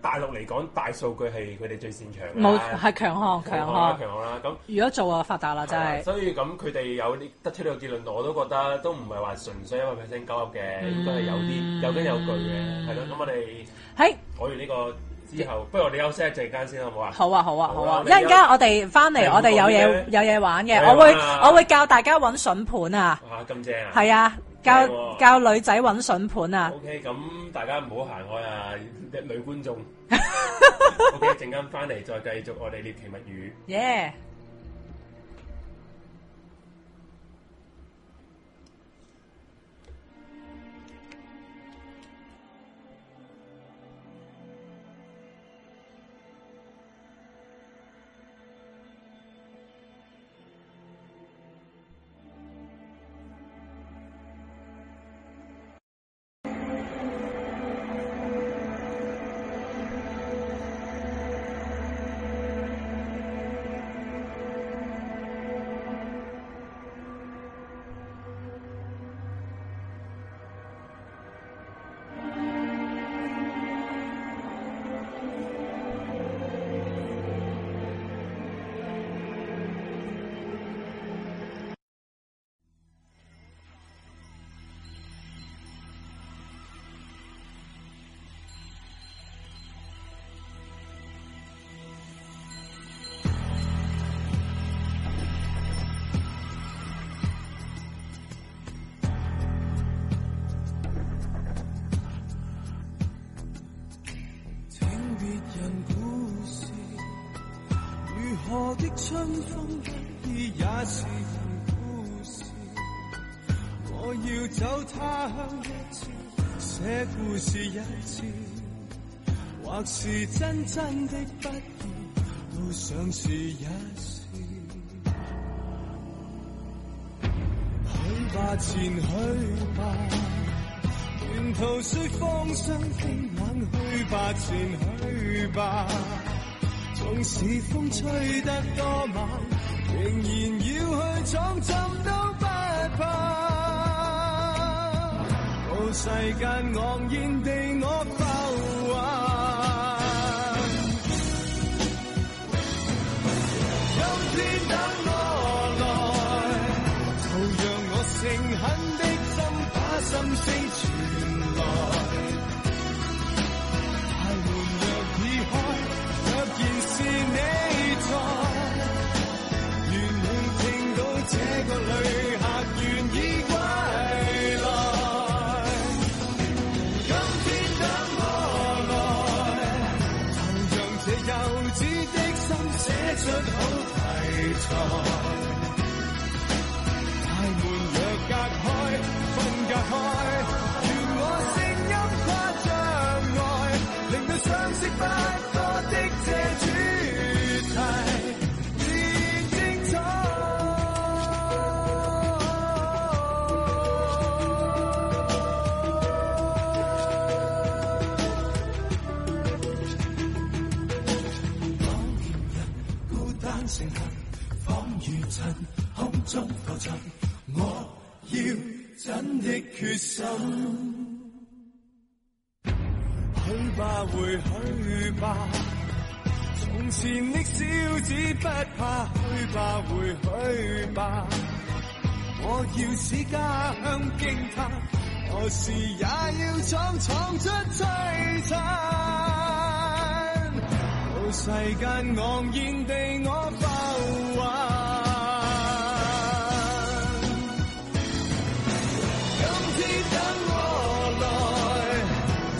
[SPEAKER 3] 大陸嚟講，大數據係佢哋最擅長嘅
[SPEAKER 4] 冇
[SPEAKER 3] 啦
[SPEAKER 4] 係強項強
[SPEAKER 3] 啦
[SPEAKER 4] 項。
[SPEAKER 3] 強項啦，咁。
[SPEAKER 4] 如果做啊發達啦，真係。
[SPEAKER 3] 所以咁佢哋有呢得出呢個結論，我都覺得都唔係話純粹因為 percent 鳩噏嘅，
[SPEAKER 4] 嗯
[SPEAKER 3] 應該係有啲有根有據嘅，係咯。咁我哋
[SPEAKER 4] 係
[SPEAKER 3] 講完呢個之後，不如我哋休息一陣間先好唔好啊？
[SPEAKER 4] 好啊，好啊，好啊！一
[SPEAKER 3] 好啊
[SPEAKER 4] 陣間我哋翻嚟，
[SPEAKER 3] 你有
[SPEAKER 4] 我哋有嘢
[SPEAKER 3] 講
[SPEAKER 4] 有嘢玩嘅，
[SPEAKER 3] 有嘢玩啊
[SPEAKER 4] 我會我會教大家揾筍盤啊，
[SPEAKER 3] 哇，咁正啊！
[SPEAKER 4] 係啊，教
[SPEAKER 3] 正喎
[SPEAKER 4] 教女仔揾筍盤啊，
[SPEAKER 3] OK，咁大家唔好行開啊，女觀
[SPEAKER 4] <laughs>
[SPEAKER 3] 眾。OK，一陣間翻嚟再繼續我哋獵奇物語。
[SPEAKER 4] 耶！
[SPEAKER 5] 請別人故事，如何的春風得意也是份故事。我要走他鄉一次，寫故事一次，或是真真的不易，路上是一事。下前去吧，沿途雖芳霜冰冷，去吧前去吧。縱使風吹得多猛，仍然要去闖，怎都不怕。到世間昂然地我浮華。今天等我來，就讓我誠懇的心把心聲傳來。大門若已開，若然是你在，願滿聽到這個旅客願意歸來。今天等我來。就讓這幼稚的心寫出好題材。大門若隔開，分隔開，願我聲音跨障礙，令到相識不多的這主題變精彩。孤單成行，彷如塵空中浮沉。我要真的決心，去吧，回去吧。從前的小子不怕，去吧，回去吧。我要使家鄉驚嘆，何時也要闖，闖出璀璨。到世間昂然地我浮華。今天等我來，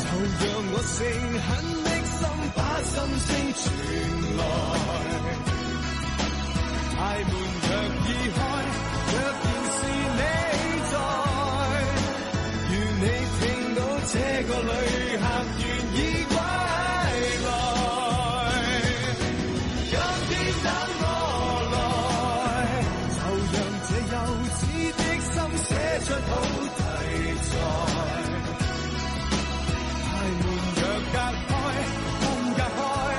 [SPEAKER 5] 就讓我誠懇的心把心聲傳來。大門若已開，若然是你在，願你聽到這個旅客願意歸來。今天等我來，就讓這幼稚的心寫出好題材。大門若隔開，分隔開，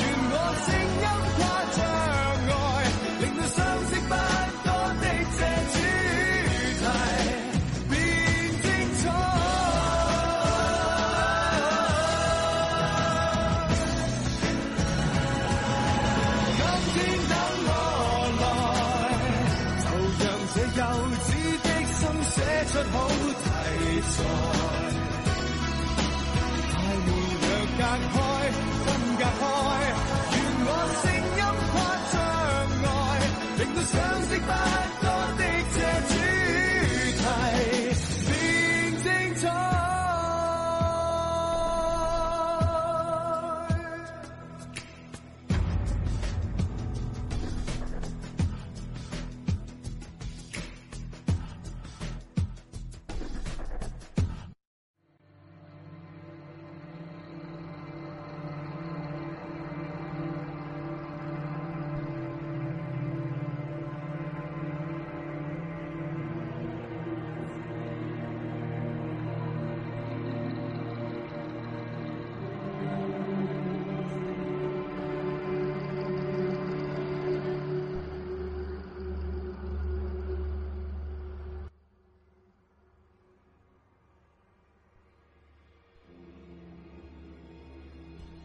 [SPEAKER 5] 願我聲音跨障礙，令到相識不多的這主題變精彩。今天等我來，就讓這幼稚的心寫出好題材。大門若隔開，分隔開，願我聲音跨障礙，令到相識不多的這主題變精彩。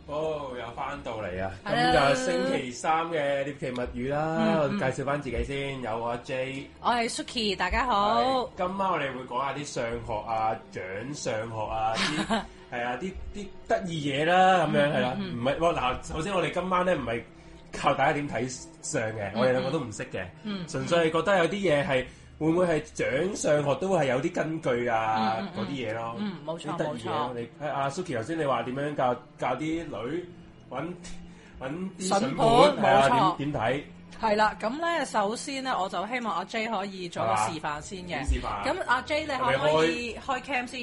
[SPEAKER 3] 好，哦又翻到嚟啊！
[SPEAKER 4] Hello 嗯
[SPEAKER 3] 咁就星期三嘅獵奇物語啦，我介紹翻自己先，有阿 J。
[SPEAKER 4] 我係 Suki，大家好
[SPEAKER 3] 係。今晚我哋會講下啲相學啊、掌相學啊，
[SPEAKER 4] <laughs>
[SPEAKER 3] 啲係啊啲啲得意嘢啦，
[SPEAKER 4] 嗯
[SPEAKER 3] 咁樣係啦。唔係我嗱，首先我哋今晚咧唔係靠大家點睇相
[SPEAKER 4] 嗯
[SPEAKER 3] 嘅，我哋兩個都唔識嘅，純粹係覺得有啲嘢係會唔會係掌相學都會係有啲根據啊
[SPEAKER 4] 嗯
[SPEAKER 3] 嗰啲嘢咯。
[SPEAKER 4] 嗯冇錯
[SPEAKER 3] 啲得意嘢咯
[SPEAKER 4] 冇錯
[SPEAKER 3] 你係啊阿 Suki 頭先你話點樣教教啲女揾 <laughs> 揾啲
[SPEAKER 4] 筍
[SPEAKER 3] 筍
[SPEAKER 4] 盤
[SPEAKER 3] 盤係啊
[SPEAKER 4] 冇錯
[SPEAKER 3] 點點睇？
[SPEAKER 4] 係啦，咁咧首先咧，我就希望阿 J 可以做個
[SPEAKER 3] 係嘛
[SPEAKER 4] 示範先嘅
[SPEAKER 3] 啊點。示範啊
[SPEAKER 4] 咁阿 J 你可唔可以開 cam 先？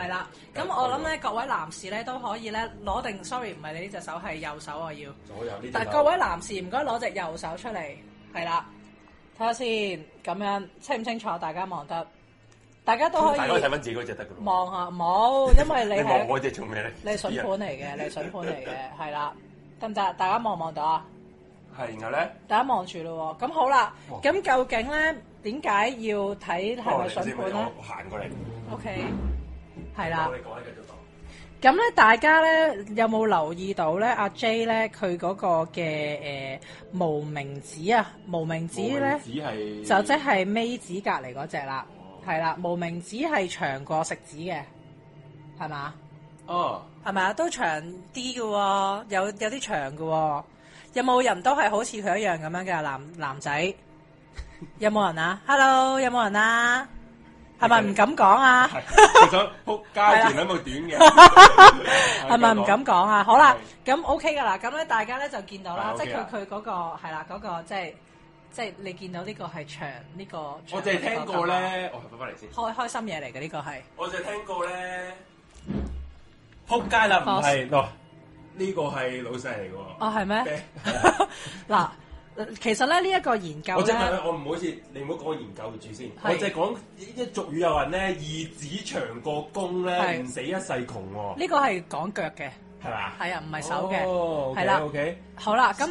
[SPEAKER 4] 係啦，咁
[SPEAKER 3] 係
[SPEAKER 4] 我諗咧，各位男士咧都可以咧攞定，sorry 唔係你呢隻手係右手我要，
[SPEAKER 3] 左右呢啲
[SPEAKER 4] 但
[SPEAKER 3] 手
[SPEAKER 4] 係各位男士唔該攞隻右手出嚟，係啦，睇下先，咁樣清唔清楚？大家望得大家都可
[SPEAKER 3] 嗯大家可以睇
[SPEAKER 4] 以
[SPEAKER 3] 翻自己嗰只得噶咯。
[SPEAKER 4] 望下，冇，因為
[SPEAKER 3] 你
[SPEAKER 4] 你
[SPEAKER 3] 望
[SPEAKER 4] 係
[SPEAKER 3] 我只啊做咩咧？
[SPEAKER 4] 你係筍盤嚟嘅，你係筍盤嚟嘅，係啦，得唔得？大家望唔望到啊？
[SPEAKER 3] 係，然後咧，
[SPEAKER 4] 大家望住咯喎，咁好啦，
[SPEAKER 3] 哇
[SPEAKER 4] 咁究竟咧點解要睇係
[SPEAKER 3] 我
[SPEAKER 4] 咪
[SPEAKER 3] 嚟
[SPEAKER 4] 筍
[SPEAKER 3] 先，
[SPEAKER 4] 盤咧
[SPEAKER 3] 我行過嚟，
[SPEAKER 4] ？OK，係啦
[SPEAKER 3] 我。哋講一繼續講。
[SPEAKER 4] 咁咧，大家咧有冇留意到咧？阿 J 咧佢嗰個嘅誒、呃、無名指啊，無名指咧
[SPEAKER 3] 只係
[SPEAKER 4] 就即係尾指隔離嗰只啦，係啦，無名指係長過食指嘅，係嘛？
[SPEAKER 3] <laughs> 哦，
[SPEAKER 4] 係咪啊？都長啲嘅喎，有有啲長嘅喎、有冇人都係好似佢一樣咁樣嘅男男仔？有冇人啊？Hello，有冇人啊？係咪唔敢講啊？
[SPEAKER 3] 係佢想撲街前兩部短嘅， <laughs>
[SPEAKER 4] 係咪唔敢講啊？好啦，咁 OK 噶啦，咁咧大家咧就見到啦，
[SPEAKER 3] 係
[SPEAKER 4] 即係
[SPEAKER 3] OK 啊
[SPEAKER 4] 佢佢嗰個係啦，嗰個即係即係你見到呢個係長呢個。啊
[SPEAKER 3] 我淨係聽過，咧，我翻翻嚟先。
[SPEAKER 4] 開開心嘢嚟嘅呢個係
[SPEAKER 3] 我淨係聽過咧，撲街啦，唔係嗱，呢個係老細嚟嘅
[SPEAKER 4] 哦係咩？
[SPEAKER 3] 喎。
[SPEAKER 4] <laughs> 嗱，其實咧呢一個研究
[SPEAKER 3] 我即係
[SPEAKER 4] 咧
[SPEAKER 3] 問我唔好似你唔好講研究住先，我
[SPEAKER 4] 係
[SPEAKER 3] 淨係講一俗語有人咧，二指長過弓咧，
[SPEAKER 4] 係
[SPEAKER 3] 唔死一世窮喎，
[SPEAKER 4] 呢個係講腳嘅，
[SPEAKER 3] 係嘛？
[SPEAKER 4] 係啊，唔係手嘅。
[SPEAKER 3] 哦，
[SPEAKER 4] 係啦
[SPEAKER 3] OK，
[SPEAKER 4] 好啦，咁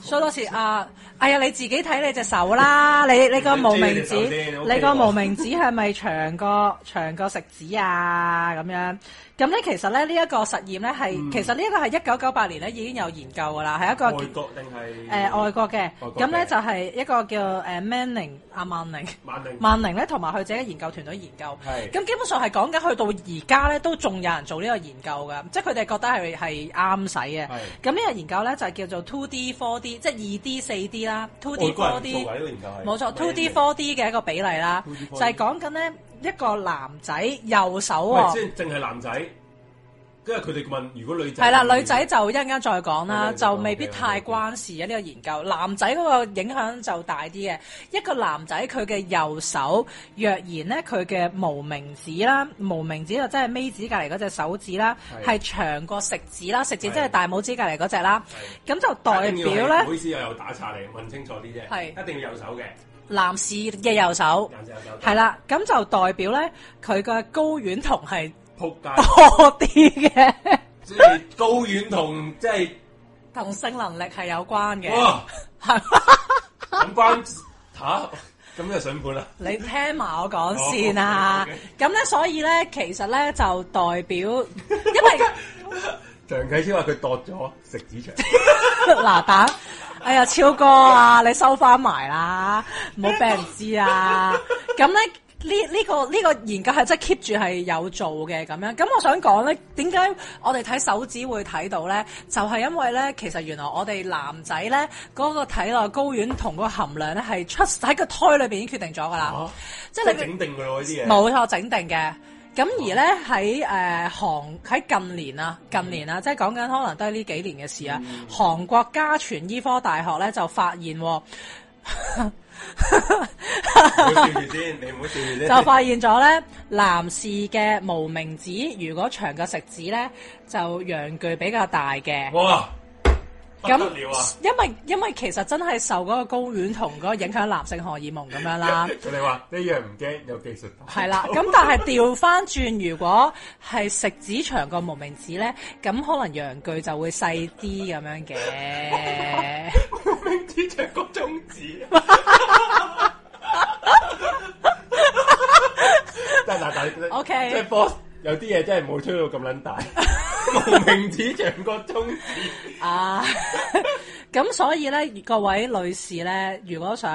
[SPEAKER 4] 所以多時啊，哎呀你自己睇你隻手啦，你你個無名指，
[SPEAKER 3] 你知你隻手先
[SPEAKER 4] 你個
[SPEAKER 3] OK 喎
[SPEAKER 4] 無名指係咪長過長過食指啊？咁樣咁咧，其實咧呢一個實驗咧係，其實呢一個係一九九八年咧已經有研究噶啦，係一個
[SPEAKER 3] OK，外國定係
[SPEAKER 4] 誒外國嘅，
[SPEAKER 3] 國嘅
[SPEAKER 4] 咁咧就係一個叫誒 Manning 阿曼寧。
[SPEAKER 3] 萬寧
[SPEAKER 4] 萬寧咧，同埋佢自己嘅研究團隊研究，
[SPEAKER 3] 係
[SPEAKER 4] 咁基本上係講緊去到而家咧，都仲有人做呢個研究嘅，即係佢哋覺得係係啱使嘅
[SPEAKER 3] 係。
[SPEAKER 4] 咁呢個研究咧就係叫做 two D、four D，即係二 D、四 D 啦，two D、
[SPEAKER 3] 外國
[SPEAKER 4] four
[SPEAKER 3] 人做
[SPEAKER 4] D
[SPEAKER 3] 㗎呢個研究係
[SPEAKER 4] 冇錯，two D、four D 嘅一個比例啦，
[SPEAKER 3] 2D
[SPEAKER 4] 就係講緊咧一個男仔右手
[SPEAKER 3] 喂，
[SPEAKER 4] 喎、
[SPEAKER 3] 即係淨係男仔，跟住佢哋問如果女仔
[SPEAKER 4] 係啦，女仔就一陣間再講
[SPEAKER 3] 好
[SPEAKER 4] 啦，
[SPEAKER 3] 女仔
[SPEAKER 4] 就
[SPEAKER 3] 講
[SPEAKER 4] 未必
[SPEAKER 3] OK，OK，
[SPEAKER 4] 太關事啊嘅呢個研究。男仔嗰個影響就大啲嘅。一個男仔佢嘅右手，若然咧佢嘅無名指啦，無名指就即係尾指隔離嗰隻手指啦，
[SPEAKER 3] 係
[SPEAKER 4] 係長過食指啦，食指即係
[SPEAKER 3] 係
[SPEAKER 4] 大拇指隔離嗰隻啦。咁就代
[SPEAKER 3] 代
[SPEAKER 4] 表
[SPEAKER 3] 唔好
[SPEAKER 4] 咧，
[SPEAKER 3] 意思，我又打岔你，問清楚啲啫，
[SPEAKER 4] 係
[SPEAKER 3] 一定要右手嘅，
[SPEAKER 4] 男士嘅右手
[SPEAKER 3] 男仔右手
[SPEAKER 4] 係啦，咁就代表咧佢嘅睾丸酮係
[SPEAKER 3] 撲街，
[SPEAKER 4] 多啲嘅，
[SPEAKER 3] 即係高遠同即
[SPEAKER 4] <laughs>
[SPEAKER 3] 係
[SPEAKER 4] 同性能力係有關嘅。
[SPEAKER 3] 哇，
[SPEAKER 4] 係
[SPEAKER 3] 咁關嚇咁就上盤啦。
[SPEAKER 4] 你聽埋我講先啊
[SPEAKER 3] 哦，OK，OK！
[SPEAKER 4] 咁咧，所以咧，其實咧就代表，因為 <laughs>
[SPEAKER 3] 梁啟超話佢度咗食指 <laughs> 長，
[SPEAKER 4] 嗱等，哎呀，超哥啊，你收翻埋啦，唔好俾人知啊！咁咧。呢呢、個呢、個研究係真係 keep 住係有做嘅咁樣，咁我想講咧，點解我哋睇手指會睇到咧？就係、因為咧，其實原來我哋男仔咧嗰、個體內睾丸同個含量咧係出喺個胎裏邊已經決定咗噶啦，
[SPEAKER 3] 啊
[SPEAKER 4] 即
[SPEAKER 3] 即係
[SPEAKER 4] 係你
[SPEAKER 3] 整定㗎咯呢啲嘢。
[SPEAKER 4] 冇錯，整定嘅。咁而咧喺誒韓喺近年啊，
[SPEAKER 3] 嗯
[SPEAKER 4] 近年啊，即係講緊可能都係呢幾年嘅事啊。韓國家傳醫科大學咧就發現
[SPEAKER 3] <laughs>
[SPEAKER 4] 喎，
[SPEAKER 3] 你唔好笑住先，你唔好笑住先。
[SPEAKER 4] 就發現咗咧男士嘅無名指如果長過食指咧，就陽具比較大嘅。
[SPEAKER 3] 哇，不
[SPEAKER 4] 咁
[SPEAKER 3] 得了啊！
[SPEAKER 4] 因為因為其實真係受嗰個睾丸同嗰個影響男性荷爾蒙咁
[SPEAKER 3] <laughs>
[SPEAKER 4] 樣啦。
[SPEAKER 3] 佢哋話呢樣唔驚，有技術。
[SPEAKER 4] 係啦，咁但係調翻轉，如果係食指長過無名指咧，咁可能陽具就會細啲咁樣嘅。
[SPEAKER 3] 明知長個中指。但係嗱，但
[SPEAKER 4] OK
[SPEAKER 3] 即係 boss 有啲嘢真係冇吹到咁撚大，無名指長個中指。
[SPEAKER 4] 啊，咁所以咧，各位女士咧，如果想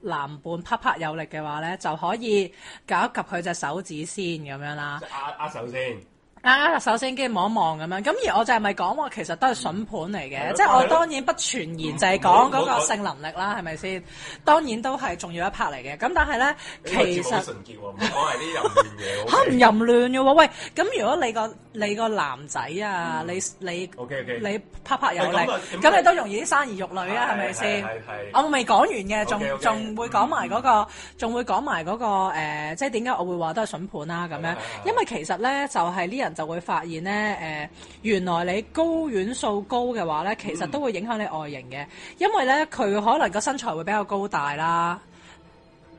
[SPEAKER 4] 男伴啪啪有力嘅話咧，就可以夾一夾佢隻手指先咁樣啦。
[SPEAKER 3] 握握手先，
[SPEAKER 4] 啱啱啊首先跟住望一望咁樣，咁而我就係咪講話其實都係筍盤嚟
[SPEAKER 3] 係
[SPEAKER 4] 嘅，
[SPEAKER 3] 咯
[SPEAKER 4] 即係
[SPEAKER 3] 係
[SPEAKER 4] 我
[SPEAKER 3] 咯嗯
[SPEAKER 4] 當然不全然就係講嗰
[SPEAKER 3] 唔好
[SPEAKER 4] 個
[SPEAKER 3] 講
[SPEAKER 4] 性能力啦，係咪先？當然都係重要一 part 嚟嘅，咁但係咧，其實
[SPEAKER 3] 純潔喎，唔好講係啲淫亂嘢。
[SPEAKER 4] 嚇唔淫亂嘅喎，喂，咁如果你個你個男仔啊，你你
[SPEAKER 3] OK OK，
[SPEAKER 4] 你啪啪有
[SPEAKER 3] 嗯
[SPEAKER 4] 力
[SPEAKER 3] 喂咁啊，咁
[SPEAKER 4] 咁你都容易啲生兒育女啊，係咪先？
[SPEAKER 3] 係係。
[SPEAKER 4] 哦我未講完嘅，仲
[SPEAKER 3] OK，OK
[SPEAKER 4] 仲會講埋嗰個，仲會講埋嗰個誒，即係點解我會話都係筍盤啦
[SPEAKER 3] 係
[SPEAKER 4] 咁樣
[SPEAKER 3] 啊係啊？
[SPEAKER 4] 因為其實咧就係啲人就會發現咧誒，原來你睾丸素高嘅話咧，
[SPEAKER 3] 嗯
[SPEAKER 4] 其實都會影響你外形嘅，因為咧佢可能個身材會比較高大啦。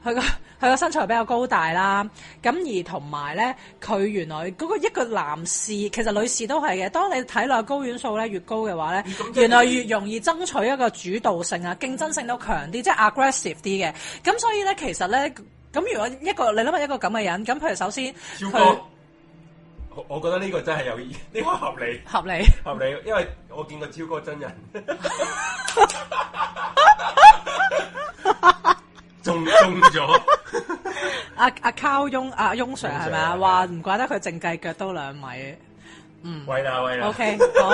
[SPEAKER 4] 佢個 <laughs> 佢個身材比較高大啦，咁而同埋咧，佢原來嗰個一個男士，其實女士都係嘅。當你體內睾丸素咧越高嘅話咧，原來越容易爭取一個主導性啊、競爭性都強啲，即係 aggressive 啲嘅。咁所以咧，其實咧，咁如果一個你諗下一個咁嘅人，咁譬如首先
[SPEAKER 3] 超
[SPEAKER 4] 佢
[SPEAKER 3] 哥，我我覺得呢個真係有意，呢、個合理
[SPEAKER 4] 合理。
[SPEAKER 3] 合理，啊因為我見過超哥真
[SPEAKER 4] <laughs>
[SPEAKER 3] 人，中中咗，
[SPEAKER 4] 阿阿靠翁阿翁 Sir 係咪啊？
[SPEAKER 3] 翁 Sir，
[SPEAKER 4] 話唔怪得佢淨計腳都兩米。
[SPEAKER 3] 喂啦喂啦
[SPEAKER 4] O K，好，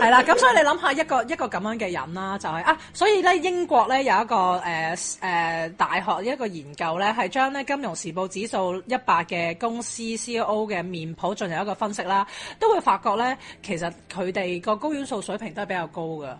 [SPEAKER 4] 係啦，咁所以你諗下一個一個咁樣嘅人啦，就係、啊，所以咧英國咧有一個誒誒、呃大學一個研究咧，係將咧《金融時報》指數一百嘅公司 C E O 嘅面譜進行一個分析啦，都會發覺咧，其實佢哋個高元素水平都係比較高嘅。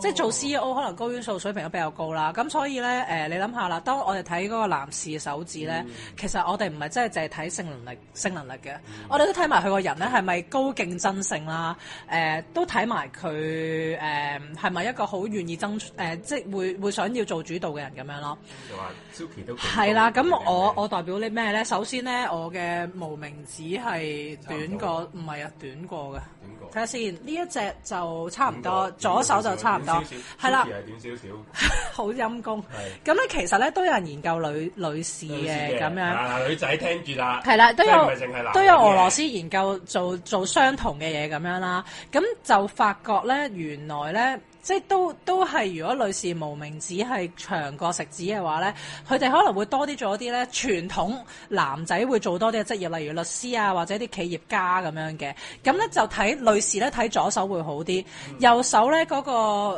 [SPEAKER 4] 即係做 CEO 可能高元素水平都比較高啦，咁所以咧誒、呃你諗下啦，當我哋睇嗰個男士手指咧，其實我哋唔係真係淨係睇性能力性能力嘅，我哋都睇埋佢個人咧係咪高競爭性啦，誒、都睇埋佢誒係咪一個好願意爭誒、呃即係會會想要做主導嘅人咁樣咯。
[SPEAKER 3] 就話 Suki 都
[SPEAKER 4] 係啦，咁我我代表你咩咧？首先咧，我嘅無名指係短過，唔係啊，短過嘅。
[SPEAKER 3] 點
[SPEAKER 4] 睇
[SPEAKER 3] 講？
[SPEAKER 4] 下先，呢一隻就差唔多，
[SPEAKER 3] 短
[SPEAKER 4] 左
[SPEAKER 3] 過
[SPEAKER 4] 手就差唔多
[SPEAKER 3] 短少，少
[SPEAKER 4] 係
[SPEAKER 3] Suki，
[SPEAKER 4] 啦
[SPEAKER 3] 係短少少，
[SPEAKER 4] <laughs> 好陰功。 <laughs>
[SPEAKER 3] 係
[SPEAKER 4] 咁咧，其實咧都有人研究女女士嘅啊咁樣，
[SPEAKER 3] 嗱女仔聽住啦，
[SPEAKER 4] 係啦，都
[SPEAKER 3] 即係唔
[SPEAKER 4] 有
[SPEAKER 3] 係淨係男
[SPEAKER 4] 都有俄
[SPEAKER 3] 嘅
[SPEAKER 4] 羅斯研究做做相同嘅嘢咁樣啦。咁就發覺咧，原來咧。即係都都係，如果女士無名指係長過食指嘅話咧，佢哋可能會多啲做一啲咧傳統男仔會做多啲嘅職業，例如律師啊或者啲企業家咁樣嘅。咁咧就睇女士咧睇左手會好啲，
[SPEAKER 3] 嗯
[SPEAKER 4] 右手咧嗰、個、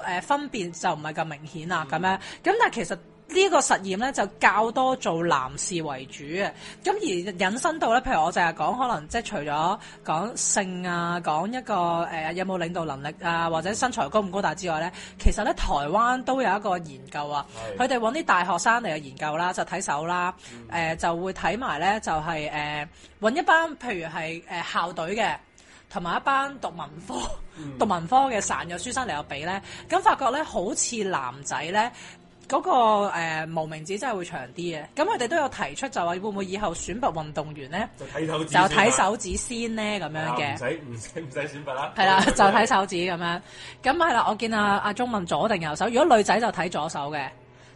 [SPEAKER 4] 呃、分別就唔係咁明顯啦咁樣。咁但係其實呢個實驗咧就較多做男士為主嘅，咁而引申到咧，譬如我就係講可能即係除咗講性啊，講一個誒、呃有冇領導能力啊，或者身材高唔高大之外咧，其實咧台灣都有一個研究啊，
[SPEAKER 3] 係
[SPEAKER 4] 佢哋揾啲大學生嚟去研究啦，就睇手啦，誒、就會睇埋咧就係誒揾一班譬如係誒、呃校隊嘅。同埋一班讀文科、
[SPEAKER 3] 嗯
[SPEAKER 4] 讀文科嘅孱弱書生嚟比咧，咁發覺咧好似男仔咧嗰、個誒、呃、無名指真係會長啲嘅，咁佢哋都有提出就話會唔會以後選拔運動員咧
[SPEAKER 3] 就睇手指先
[SPEAKER 4] 就
[SPEAKER 3] 啦，
[SPEAKER 4] 睇手指先咧咁樣
[SPEAKER 3] 啊
[SPEAKER 4] 嘅
[SPEAKER 3] 唔。使唔使唔使選拔啦，<laughs>
[SPEAKER 4] 係啦，就睇手指咁樣。咁係啦，我見阿阿鐘問左定右手，如果女仔就睇左手嘅。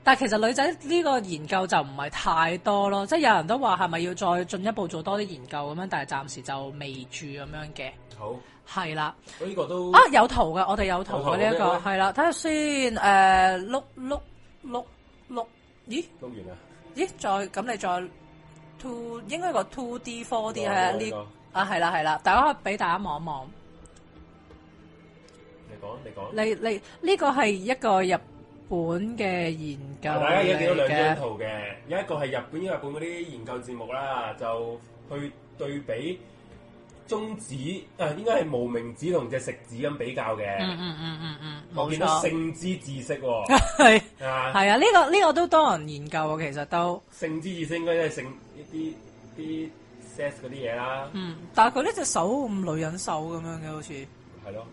[SPEAKER 4] 但係其實女仔呢個研究就唔係太多咯，即係有人都話係咪要再進一步做多啲研究咁樣，但係暫時就未住咁樣嘅。
[SPEAKER 3] 好，
[SPEAKER 4] 係啦，
[SPEAKER 3] 我呢個都
[SPEAKER 4] 啊有圖嘅，我哋有圖
[SPEAKER 3] 有圖
[SPEAKER 4] 嘅呢一個
[SPEAKER 3] 咩咩
[SPEAKER 4] 係啦，睇下先誒碌碌碌碌，咦
[SPEAKER 3] 錄完啦，
[SPEAKER 4] 咦再咁你再 two 應該個 two D four D
[SPEAKER 3] 呢個
[SPEAKER 4] 係
[SPEAKER 3] 呢
[SPEAKER 4] 呢
[SPEAKER 3] 個
[SPEAKER 4] 啊係啦係啦，大家可以俾大家望一望。
[SPEAKER 3] 你講你講。
[SPEAKER 4] 你你呢個係一個日本嘅研究
[SPEAKER 3] 大家而家見到
[SPEAKER 4] 嚟
[SPEAKER 3] 兩張
[SPEAKER 4] 嘅，
[SPEAKER 3] 圖嘅，有一個係日本，因為日本嗰啲研究節目啦，就去對比中指，誒、呃、應該係無名指同隻食指咁比較嘅。
[SPEAKER 4] 嗯嗯嗯嗯嗯，
[SPEAKER 3] 我
[SPEAKER 4] 冇
[SPEAKER 3] 見到
[SPEAKER 4] 錯，
[SPEAKER 3] 性知知識
[SPEAKER 4] <laughs>
[SPEAKER 3] 喎、
[SPEAKER 4] 係
[SPEAKER 3] 啊，
[SPEAKER 4] 係啊，呢個呢個都多人研究啊，其實都，
[SPEAKER 3] 性知知識應該都係性一啲啲 sex 嗰啲嘢啦，
[SPEAKER 4] 嗯，但係佢呢隻手咁女人手咁樣嘅，好似
[SPEAKER 3] 係咯，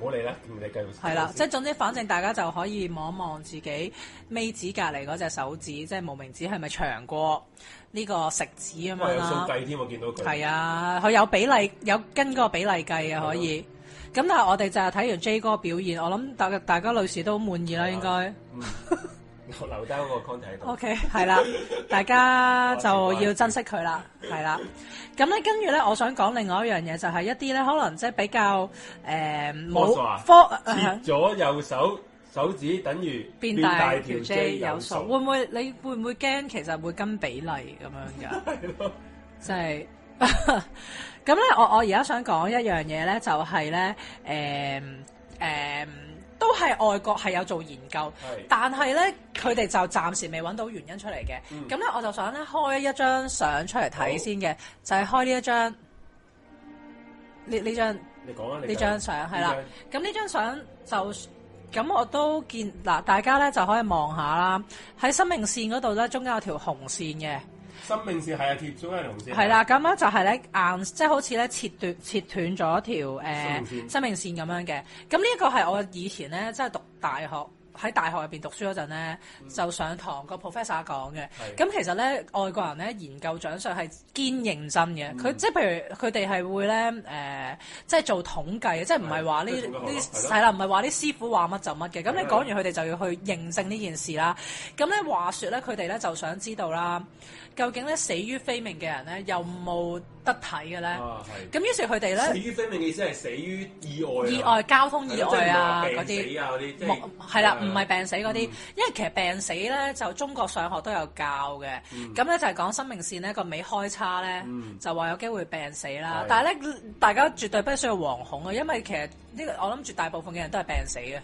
[SPEAKER 3] 唔好理啦，嗯唔理繼續。
[SPEAKER 4] 係啦，即係總之，反正大家就可以望一望自己尾指隔離嗰隻手指，即係無名指係咪長過呢個食指咁
[SPEAKER 3] 因
[SPEAKER 4] 樣
[SPEAKER 3] 為有數
[SPEAKER 4] 啦。
[SPEAKER 3] 計添，我見到佢。
[SPEAKER 4] 係啊，佢有比例，有跟個比例計啊，可以。咁但係我哋就係睇完 J 哥表現，我諗大大家女士都滿意啦，應該。
[SPEAKER 3] 嗯，留留低嗰個 contact 喺度。<laughs>
[SPEAKER 4] <laughs> OK，係啦，大家就要珍惜佢啦，係啦。咁咧，跟住咧，我想講另外一樣嘢，就係一啲咧，可能即係比較誒冇
[SPEAKER 3] Force 啊
[SPEAKER 4] 科 <laughs>
[SPEAKER 3] 切
[SPEAKER 4] 呃
[SPEAKER 3] 咗右手手指等於
[SPEAKER 4] 變大條
[SPEAKER 3] 條
[SPEAKER 4] J 有數，會
[SPEAKER 3] 數，
[SPEAKER 4] 唔會你會唔會驚其實會跟比例咁樣 <laughs> 㗎？
[SPEAKER 3] 係咯
[SPEAKER 4] 即係 <laughs> 咁咧，我我而家想講一樣嘢咧，就係咧，誒誒，都係外國係有做研究
[SPEAKER 3] 係，
[SPEAKER 4] 但係咧佢哋就暫時未揾到原因出嚟嘅。咁咧、我就想咧開一張相出嚟睇先嘅，就係開呢一張呢呢張。
[SPEAKER 3] 你講啊，你
[SPEAKER 4] 呢
[SPEAKER 3] 講
[SPEAKER 4] 張相係啦
[SPEAKER 3] 呢，
[SPEAKER 4] 咁呢張相就咁我都見嗱，大家咧就可以望下啦。喺生命線嗰度咧，中間有條紅線嘅，
[SPEAKER 3] 生命線係啊，貼中間條紅線
[SPEAKER 4] 係啦，，咁樣就係咧硬，即係好似咧切斷切斷咗條
[SPEAKER 3] 生
[SPEAKER 4] 誒
[SPEAKER 3] 命線
[SPEAKER 4] 生命線咁樣嘅。咁呢一個係我以前咧，即係讀大學喺大學入邊讀書嗰陣咧，就上堂個 professor 講嘅。
[SPEAKER 3] 嗯係
[SPEAKER 4] 咁其實咧，外國人咧研究獎賞係堅認真嘅。
[SPEAKER 3] 嗯
[SPEAKER 4] 佢、即係譬如佢哋係會咧誒、呃即係做統計嘅，啊即係唔係話呢
[SPEAKER 3] 係即係統計學
[SPEAKER 4] 呢
[SPEAKER 3] 係咯
[SPEAKER 4] 係啦，唔係話啲師傅話乜就乜嘅。咁你
[SPEAKER 3] 係
[SPEAKER 4] 講完佢哋就要去認證呢件事啦。咁咧話說咧，佢哋咧就想知道啦，究竟咧死於非命嘅人咧有冇得睇嘅咧？
[SPEAKER 3] 啊係。
[SPEAKER 4] 咁於是佢哋
[SPEAKER 3] 死
[SPEAKER 4] 咧
[SPEAKER 3] 於非命嘅意思係死於意外啊，
[SPEAKER 4] 意外交通意外啊
[SPEAKER 3] 係咯
[SPEAKER 4] 嗰
[SPEAKER 3] 即係唔係話病死。啊嗰嗯
[SPEAKER 4] 啲
[SPEAKER 3] 啲，即係
[SPEAKER 4] 冇係啦，唔係病死嗰啲，因為其實病死咧就中國上學都有教嘅，咁咧、就係講生命線咧個尾開叉咧，
[SPEAKER 3] 嗯
[SPEAKER 4] 就話有機會病死啦
[SPEAKER 3] 係。
[SPEAKER 4] 但係咧，大家絕對不需要惶恐啊，因為其實呢、個我諗絕大部分嘅人都係病死嘅。